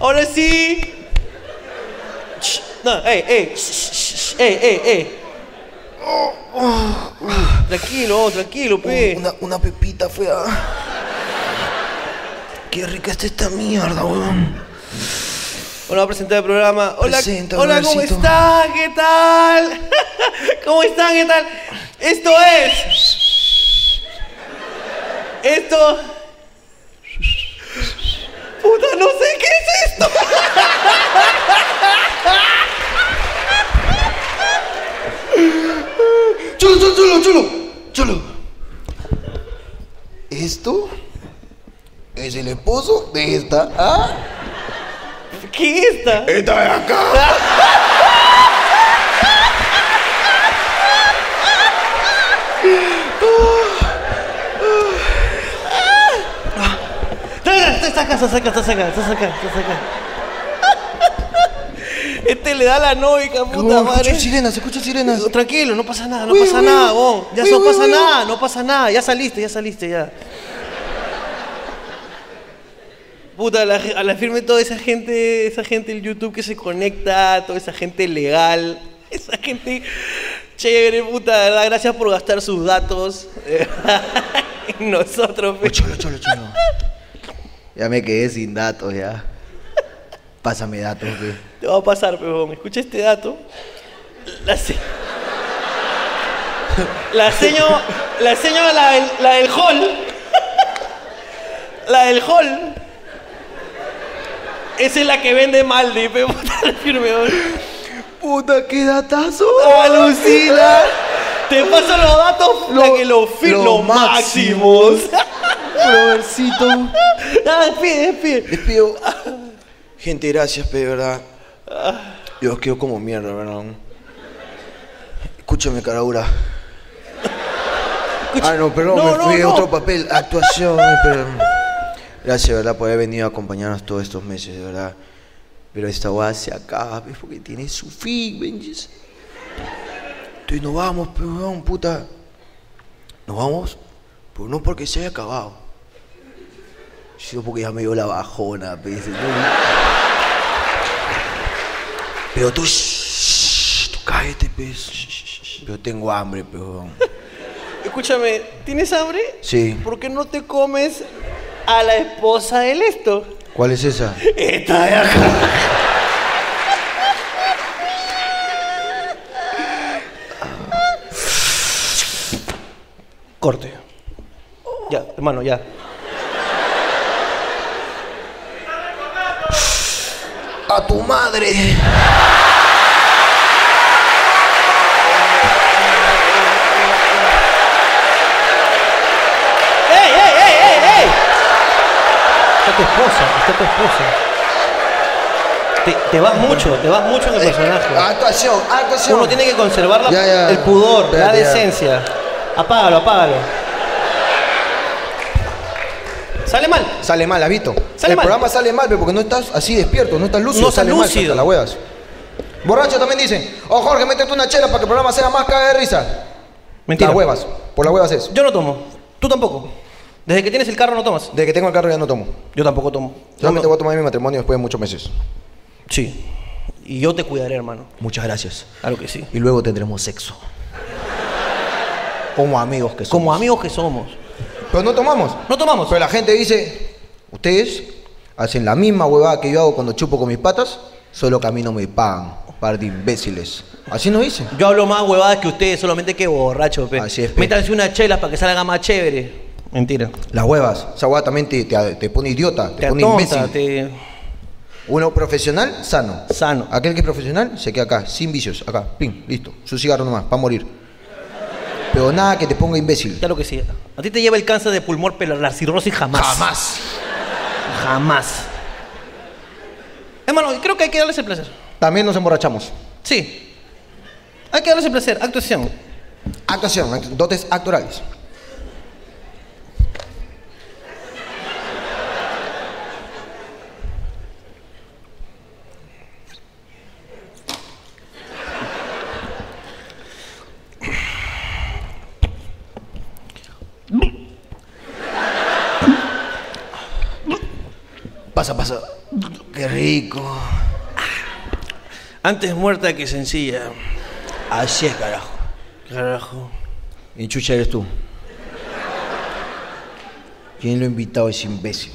S1: Ahora sí. Shh, No, ey, ey. shh, shh, shh, Ey, ey, ey. Uh, Tranquilo, oh, tranquilo, pe.
S3: Una, una pepita fea. Qué rica está esta mierda, weón.
S1: Hola, a presentar el programa. Hola,
S3: Presenta,
S1: hola ¿cómo
S3: Robercito.
S1: están? ¿Qué tal? <laughs> ¿Cómo están? ¿Qué tal? Esto es. Esto. Puta, no sé qué es esto.
S3: Chulo, chulo, chulo, chulo. Chulo. el esposo de esta. ¿Ah?
S1: ¿Qué es esta?
S3: ¡Esta de acá!
S1: Saca, está acá, está acá, está acá, está acá, está acá. Este le da la noica, puta madre.
S3: escucho sirenas, escucho sirenas.
S1: Tranquilo, no pasa nada, no
S3: Uy,
S1: pasa
S3: uy,
S1: nada,
S3: uy.
S1: vos. Ya
S3: Uy,
S1: no
S3: uy,
S1: pasa
S3: uy.
S1: nada, no pasa nada. Ya saliste, ya saliste, ya. Puta, a la, ge- a la firme toda esa gente, esa gente en YouTube que se conecta, toda esa gente legal, <laughs> esa gente chévere, puta, de verdad, gracias por gastar sus datos. <laughs> en Nosotros, pe.
S2: Cholo, cholo, cholo. Ya me quedé sin datos, ya. Pásame datos, pe.
S1: Te va a pasar, pero escucha este dato. La se... La seño, la seño, la del, la del hall. La del hall. Esa es la que vende Maldi, pe <laughs> puta la firme, weón.
S3: ¡Puta, qué datazo!
S2: ¡Oh,
S1: Alucina. Te paso los datos para
S3: Lo-
S1: que los fi-
S3: lo
S1: los máximos. <laughs>
S3: Robercito.
S1: ah, despide, despide.
S3: Les pido. Gente, gracias, pe, de verdad. Yo quedo como mierda, ¿verdad? Escúchame, caradura. Ah, no, perdón,
S1: No,
S3: me
S1: no,
S3: fui a
S1: no.
S3: otro papel. Actuación, perdón. Gracias, de verdad, por haber venido a acompañarnos todos estos meses, de verdad. Pero esta guada se acaba, pe, porque tiene su fin, Benjis. Entonces nos vamos, pe, weón, puta. Nos vamos, pero no porque se haya acabado. Sino porque ya me dio la bajona, pe. dice, no. Pero tú, shh, tú cállate, pe. Pero tengo hambre, pe, weón.
S1: Escúchame, ¿tienes hambre?
S3: Sí.
S1: ¿Por qué no te comes a la esposa del esto?
S3: ¿Cuál es esa?
S1: Esta de acá. Corte. Ya, hermano, ya.
S3: ¡A tu madre!
S1: ¡Ey, ey, ey, ey, ey! Está tu esposa, está tu esposa. Te, te vas mucho, te vas mucho en el
S3: Eh, ah,
S1: personaje.
S3: Actuación, actuación.
S1: Uno tiene que conservar la-
S3: Ya, ya.
S1: el pudor, la
S3: Espérate, ya.
S1: decencia. Apágalo, apágalo. Sale mal.
S2: Sale mal, Avito.
S1: Sale
S2: el
S1: mal.
S2: programa sale mal, pe, porque no estás así despierto, no estás lúcido.
S1: No estás
S2: sale mal,
S1: lúcido.
S2: salta las huevas. Borracho también dicen. Oh, Jorge, métete una chela para que el programa sea más caga de risa.
S1: Mentira.
S2: Las huevas. Por las huevas es.
S1: Yo no tomo. Tú tampoco. Desde que tienes el carro no tomas.
S2: Desde que tengo el carro ya no tomo.
S1: Yo tampoco tomo.
S2: Solamente
S1: No, no.
S2: voy a tomar mi matrimonio después de muchos meses.
S1: Sí. Y yo te cuidaré, hermano.
S2: Muchas gracias.
S1: Claro que sí.
S2: Y luego tendremos sexo. Como amigos que somos.
S1: Como amigos que somos.
S2: Pero no tomamos.
S1: No tomamos.
S2: Pero la gente dice, ustedes hacen la misma huevada que yo hago cuando chupo con mis patas, solo que a mí no me pagan, par de imbéciles. Así nos dicen.
S1: Yo hablo más huevadas que ustedes, solamente que borracho, pe.
S2: Así es, pe.
S1: Métanse unas chelas para que salga más chévere. Mentira.
S2: Las huevas, esa huevada también te, te- te pone idiota, te,
S1: Te
S2: pone
S1: atonta,
S2: imbécil.
S1: te...
S2: Uno profesional, sano.
S1: Sano.
S2: Aquel que es profesional se queda acá, sin vicios, acá, pim, listo. Su cigarro nomás, va a morir. Pero nada que te ponga imbécil.
S1: Claro que sí. A ti te lleva el cáncer de pulmón, pero la cirrosis jamás.
S2: Jamás.
S1: Jamás. Hermano, creo que hay que darles el placer.
S2: También nos emborrachamos.
S1: Sí. Hay que darles el placer. Actuación.
S2: Actuación, act- dotes actorales.
S3: Pasa, pasa. Qué rico.
S1: Antes muerta que sencilla.
S3: Así es, carajo.
S1: Carajo.
S3: Y chucha eres tú. ¿Quién lo ha invitado a ese imbécil?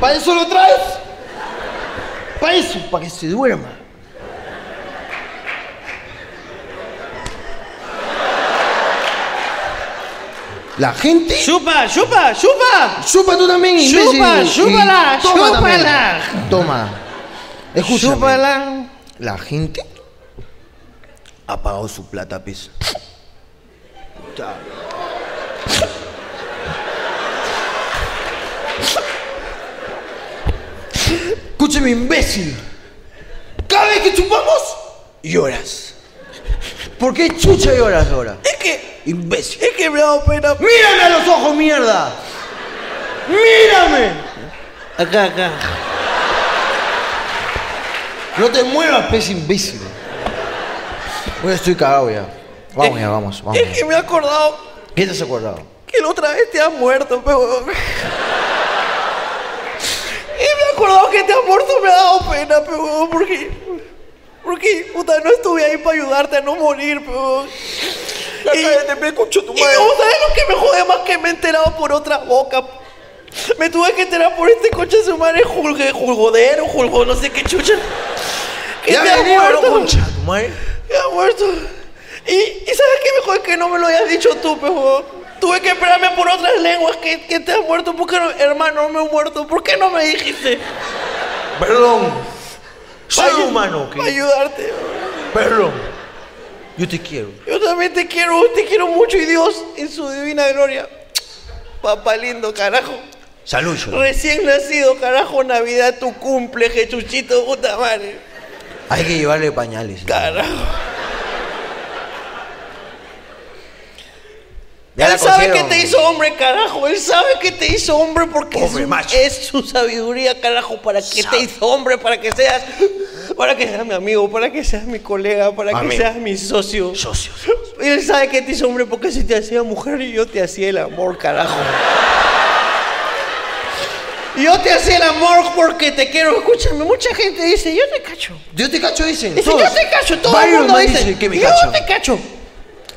S2: ¿Para eso lo traes?
S3: Para eso, para que se duerma.
S2: La gente
S1: ¡Chupa, chupa, chupa!
S2: Chupa tú también, imbécil.
S1: Chupa,
S2: Y
S1: chúpala,
S2: toma
S1: chúpala.
S2: también. Toma. Escúchame.
S1: Chúpala.
S2: La gente
S3: Ha pagado su plata, pez.
S2: puta. Escúcheme, imbécil. Cada vez que chupamos, lloras.
S3: ¿Por qué chucha lloras ahora?
S2: Es que, imbécil.
S3: Es que me da pena.
S2: ¡Mírame a los ojos, mierda! ¡Mírame!
S1: Acá, acá.
S2: No te muevas, pez imbécil.
S9: Bueno, estoy cagado ya. Vamos ya, vamos, vamos.
S3: Es que me he acordado
S9: ¿Qué te has acordado?
S3: que la otra vez te has muerto, pero. <laughs> y me he acordado que te has muerto, me ha dado pena, pero. Porque. Porque, puta, no estuve ahí para ayudarte a no morir, pero. Y,
S10: me escucho tu
S3: y no, ¿sabes lo que me jode más que me he enterado por otra boca? Me tuve que enterar por este coche de su madre, julgue, julgodero, julgo, no sé qué chucha. Que
S2: Ya
S3: te has
S2: venía,
S3: muerto.
S2: concha tu madre.
S3: Ya muerto. Y, y sabes qué mejor que no me lo hayas dicho tú, pejo. Tuve que esperarme por otras lenguas que, que te has muerto. ¿Por qué no, hermano, me he muerto? ¿Por qué no me dijiste?
S2: Perdón. Soy
S3: Ay,
S2: humano,
S3: Para
S2: ¿ok?
S3: ayudarte.
S2: Perdón. Yo te quiero.
S3: Yo también te quiero, te quiero mucho y Dios en su divina gloria. Papá lindo, carajo.
S2: Salud, yo.
S3: Recién nacido, carajo, Navidad, tu cumple, Jechuchito, puta madre.
S2: Hay que llevarle pañales.
S3: Carajo.
S2: Ya la
S3: Él sabe que
S2: cogieron.
S3: te hizo hombre, carajo. Él sabe que te hizo hombre porque
S2: Hombre,
S3: es, su-
S2: macho.
S3: es su sabiduría, carajo, para que te hizo hombre, para que seas, para que seas mi amigo, para que seas mi colega, para que
S2: Amigo.
S3: seas mi socio.
S2: Socios.
S3: Él sabe que te hizo hombre porque si te hacía mujer y yo te hacía el amor, carajo. Yo te hacía el amor porque te quiero. Escúchame, mucha gente dice, yo te cacho.
S2: Yo te cacho, dicen.
S3: Dice,
S2: todos.
S3: yo te cacho, todo el
S2: Varios
S3: mundo
S2: me
S3: dice,
S2: dicen que me
S3: yo
S2: cachan.
S3: te cacho.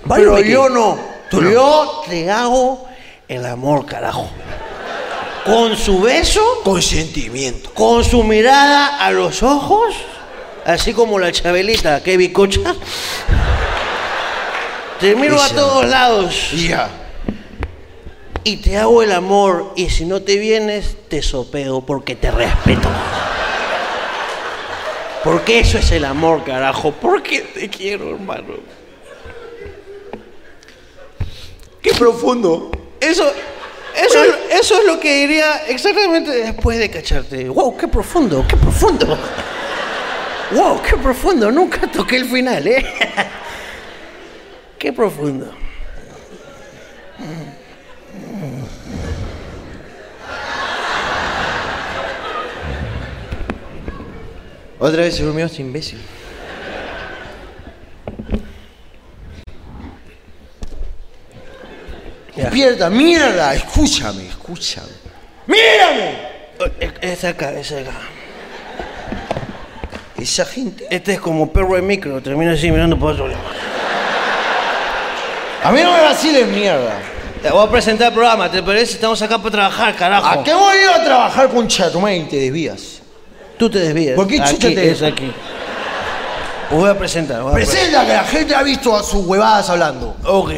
S2: Varios
S3: Pero
S2: me
S3: yo
S2: quieren.
S3: no.
S2: Tú no.
S3: Yo te hago el amor, carajo. Con su beso,
S2: Consentimiento.
S3: con su mirada a los ojos, así como la chabelita que bicocha. Te miro a
S2: Esa.
S3: todos lados
S2: Ya.
S3: y te hago el amor y si no te vienes, te sopeo porque te respeto. Porque eso es el amor, carajo. Porque te quiero, hermano.
S2: Qué profundo.
S3: Eso, eso, es- eso es lo que diría exactamente después de cacharte. ¡Wow! ¡Qué profundo! ¡Qué profundo! ¡Wow! ¡Qué profundo! Nunca toqué el final, ¿eh? <laughs> ¡Qué profundo!
S9: Otra vez se durmió este imbécil.
S2: Despierta, mierda. Escúchame, escúchame.
S1: Eh, Es acá, es acá.
S2: Esa gente.
S1: Este es como perro de micro, termina así mirando por otro lado.
S2: A mí no me vaciles mierda.
S1: Te voy a presentar el programa, ¿te parece? Estamos acá para trabajar, carajo.
S2: ¿A qué voy a ir a trabajar con Chatumay y te desvías?
S1: Tú te desvías.
S2: ¿Por qué chucha
S1: Aquí,
S2: te-
S1: es aquí. Os voy a presentar. voy a pre-
S2: Presenta que la gente ha visto a sus huevadas hablando.
S1: Ok.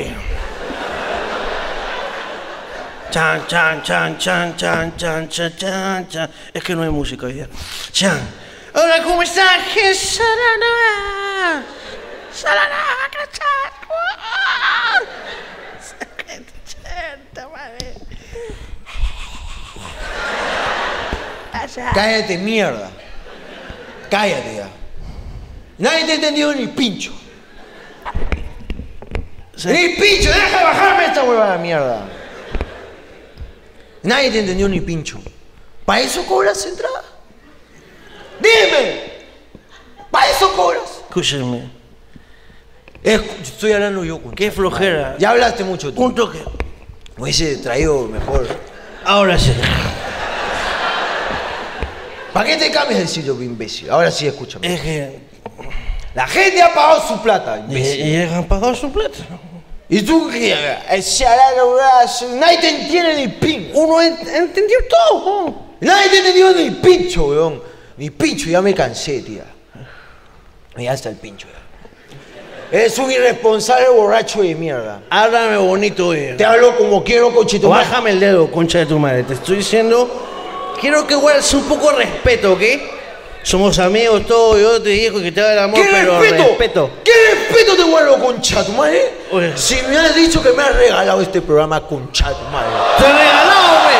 S1: Chan, chan, chan, chan, chan, chan, chan, chan, chan. Es que no hay música hoy día. Chan. Hola, ¿cómo estás? ¿Qué Sarana. Sarana, cachan.
S2: Cállate, mierda. Cállate ya. Nadie te ha entendido ni pincho. Ni pincho, deja de bajarme esta huevada mierda. Nadie te entendió ni pincho. ¿Para eso cobras entrada? ¡Dime! ¿Para eso cobras?
S1: Escúchame.
S2: Escu- Estoy hablando yo con
S1: Qué flojera.
S2: Ya hablaste mucho tú.
S1: Un toque.
S2: Me hubiese traído mejor.
S1: Ahora sí.
S2: ¿Para qué te cambias de sitio, imbécil? Ahora sí, escúchame.
S1: Es que.
S2: La gente ha pagado su plata,
S1: Y,
S2: imbécil.
S1: pues, y han pagado su plata.
S2: ¿Y tú qué? Ese alano, brazo, Nadie te entiende ni pin.
S1: Uno ent- entendió todo. ¿no?
S2: Nadie te entendió ni pincho, weón. Ni pincho, ya me cansé, tía. Me hasta el pincho, ya. Eres un irresponsable borracho de mierda.
S1: Háblame bonito, oye.
S2: Te hablo como quiero, cochito.
S1: Bájame el dedo, concha de tu madre. Te estoy diciendo. Quiero que guardes un poco de respeto, ¿ok? Somos amigos todos, yo te dije que te haga el amor,
S4: ¿Qué
S1: pero
S4: respeto?
S1: respeto.
S4: ¿Qué respeto te vuelvo, concha tu madre?
S1: Oye.
S4: Si me has dicho que me has regalado este programa, concha tu madre.
S1: ¡Te regalado, hombre!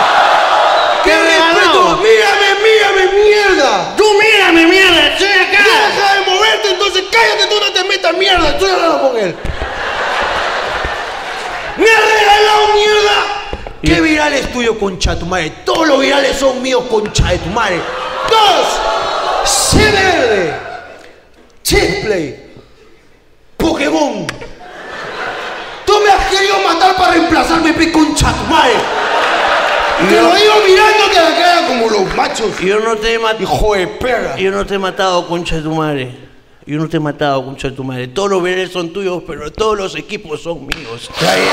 S4: ¡Qué respeto! ¡Mírame, mírame, mierda!
S1: ¡Tú mírame, mierda! ¡Estoy acá!
S4: ¡Deja de moverte entonces! ¡Cállate tú, no te metas mierda! Estoy hablando con él. ¡Me has regalado mierda! ¿Qué viral es tuyo, concha de tu madre? Todos los virales son míos, concha de tu madre. ¡Dos! ¡C verde! ¡Chipplay! ¡Pokémon! ¡Tú me has querido matar para reemplazarme, pe concha de tu madre! ¡Te lo digo mirándote a la cara como los machos!
S1: Yo no te he matado.
S4: ¡Hijo de perra!
S1: Yo no te he matado, concha de tu madre. Yo no te he matado, concha de tu madre. Todos los bienes son tuyos, pero todos los equipos son míos.
S4: Está bien.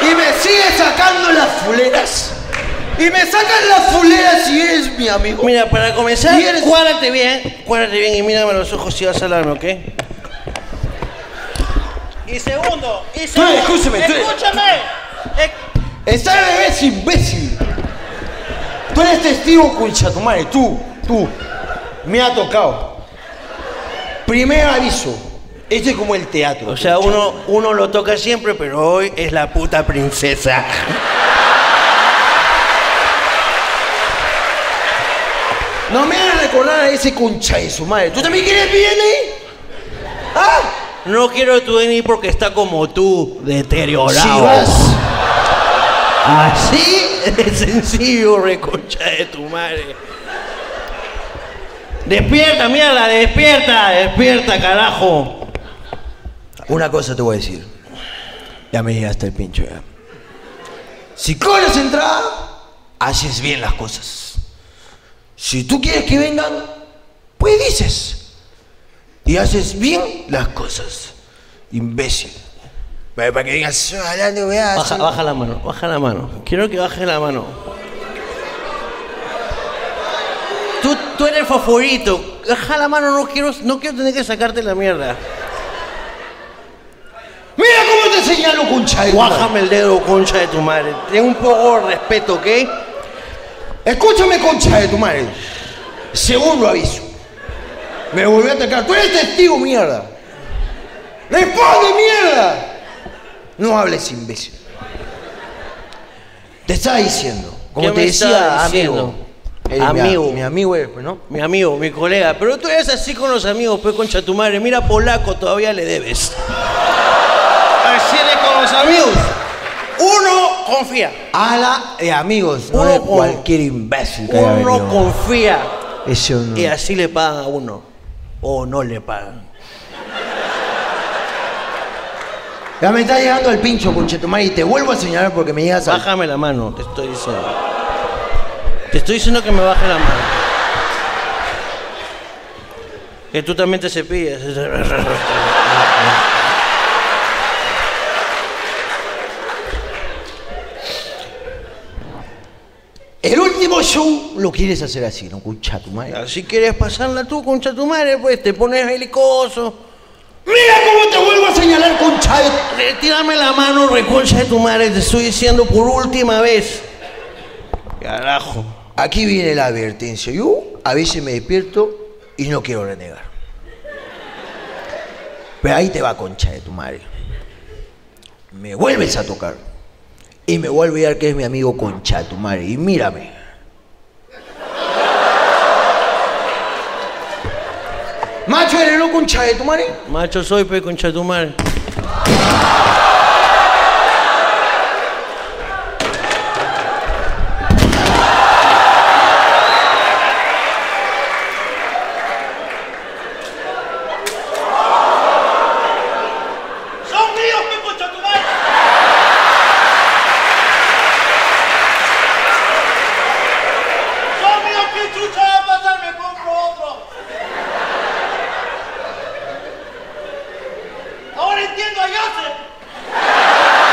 S4: Y me sigue sacando las fuleras. Y me sacan las fuleras y eres mi amigo.
S1: Mira, para comenzar,
S4: Y eres-
S1: cuárate bien, cuárate bien y mírame a los ojos si vas a hablarme, ¿ok? Y segundo, y segundo,
S4: escúchame, tú eres-
S1: escúchame. Ec-
S4: Está al revés, imbécil. Tú eres testigo, concha tu madre. Tú, tú. Me ha tocado. Primer aviso. Esto es como el teatro.
S1: O sea, uno, uno lo toca siempre, pero hoy es la puta princesa.
S4: No me hagas recordar a ese concha de su madre. ¿Tú también quieres bien eh? ¿Ah?
S1: No quiero tu DNI porque está como tú, deteriorado.
S4: Chivas.
S1: Así de sencillo, reconcha de tu madre. Despierta, mierda, despierta, despierta, carajo.
S4: Una cosa te voy a decir. Ya me llegaste el pincho ya. Si cobras entrada, haces bien las cosas. Si tú quieres que vengan, pues dices. Y haces bien las cosas. Imbécil. Para para que digas, "Ah, hablando, weá,
S1: Baja,
S4: son-".
S1: baja la mano, baja la mano. Quiero que baje la mano. Tú, tú eres el favorito. Baja la mano, no quiero, no quiero tener que sacarte la mierda.
S4: Mira cómo te señalo, concha de tu madre.
S1: Bájame el dedo, concha de tu madre. Ten un poco de respeto, ¿ok?
S4: Escúchame, concha de tu madre. Segundo aviso. Me volvió a atacar. Tú eres testigo, mierda. Responde, mierda. No hables, imbécil. Te estaba diciendo. Como
S1: ¿Qué
S4: te
S1: me
S4: decía,
S1: estaba
S4: amigo.
S1: diciendo?
S4: Eres mi a-
S1: Amigo.
S4: Mi amigo eres, pues, ¿no?
S1: Mi amigo, mi colega. Pero tú eres así con los amigos, pues, concha de tu madre. Mira, polaco, todavía le debes. Así eres con los amigos. Uno confía.
S4: Ala de amigos, no
S1: Uno
S4: de
S1: con-
S4: cualquier imbécil que haya
S1: Uno
S4: venido.
S1: confía.
S4: Eso no.
S1: Y así le pagan a uno. O no le pagan.
S4: Ya me está llegando al pincho, conchetumar, y te vuelvo a señalar porque me llegas a...
S1: Bájame la mano, te estoy diciendo. Te estoy diciendo que me baje la mano. Que tú también te cepillas.
S4: El último show lo quieres hacer así, ¿no? Conchetumar.
S1: Si quieres pasarla tú, concha tu madre, pues te pones belicoso.
S4: Mira cómo te vuelvo a señalar, concha de...
S1: Retírame la mano, reconcha de tu madre, te estoy diciendo por última vez. Carajo.
S4: Aquí viene la advertencia. Yo a veces me despierto y no quiero renegar. Pero ahí te va concha de tu madre. Me vuelves a tocar. Y me voy a olvidar que es mi amigo concha de tu madre. Y mírame. Macho eres no concha de tu madre.
S1: Macho soy, pe, concha tu madre.
S11: ¡Son míos, pe concha tu madre! ¡Son míos, qué chucha va a pasar! ¡Me compro otro! Ahora entiendo a Joseph.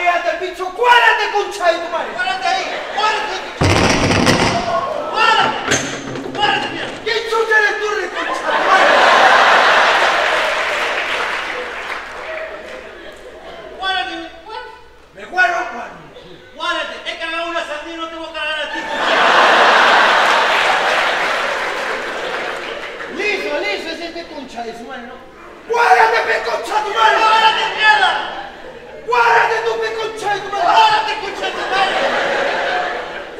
S11: ¡Párate, concha de tu madre! ¡Párate ahí! ¡Párate! ¡Párate! ¡Párate, mierda! ¿Quién chucha eres tú, re concha de tu madre? ¡Párate! mi- párate. ¿Me guardo, Juan? ¡Párate! He cagado una sandía y no te voy a cagar a ti, concha. Liso, liso es este concha de su madre, ¿no? ¡Guárdate, pe concha de tu madre! ¡Guárdate, mierda! ¡Guárdate tú, pe concha de tu madre! ¡Guárdate, concha de tu madre!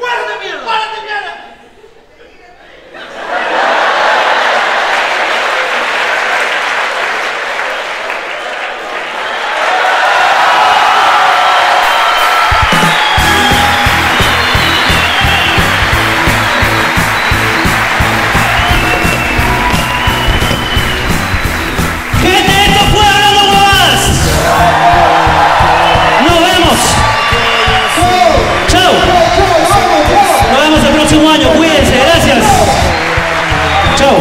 S11: ¡Guárdate, mierda! ¡Guárdate, mierda!
S1: Gente, esto fue Hablando Huevadas. Nos vemos. Chao. Nos vemos el próximo año. Cuídense. Gracias. Chao.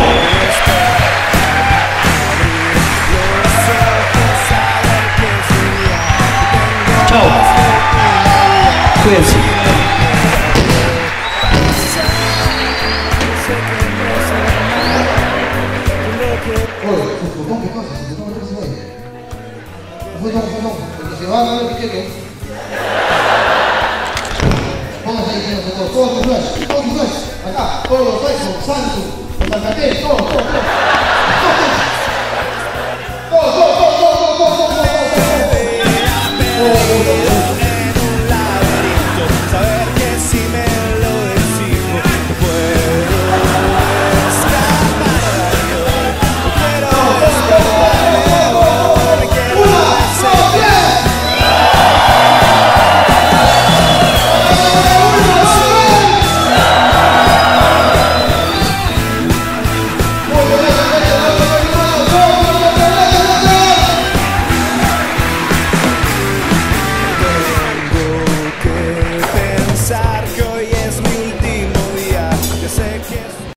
S1: Chao. Cuídense.
S4: Oh,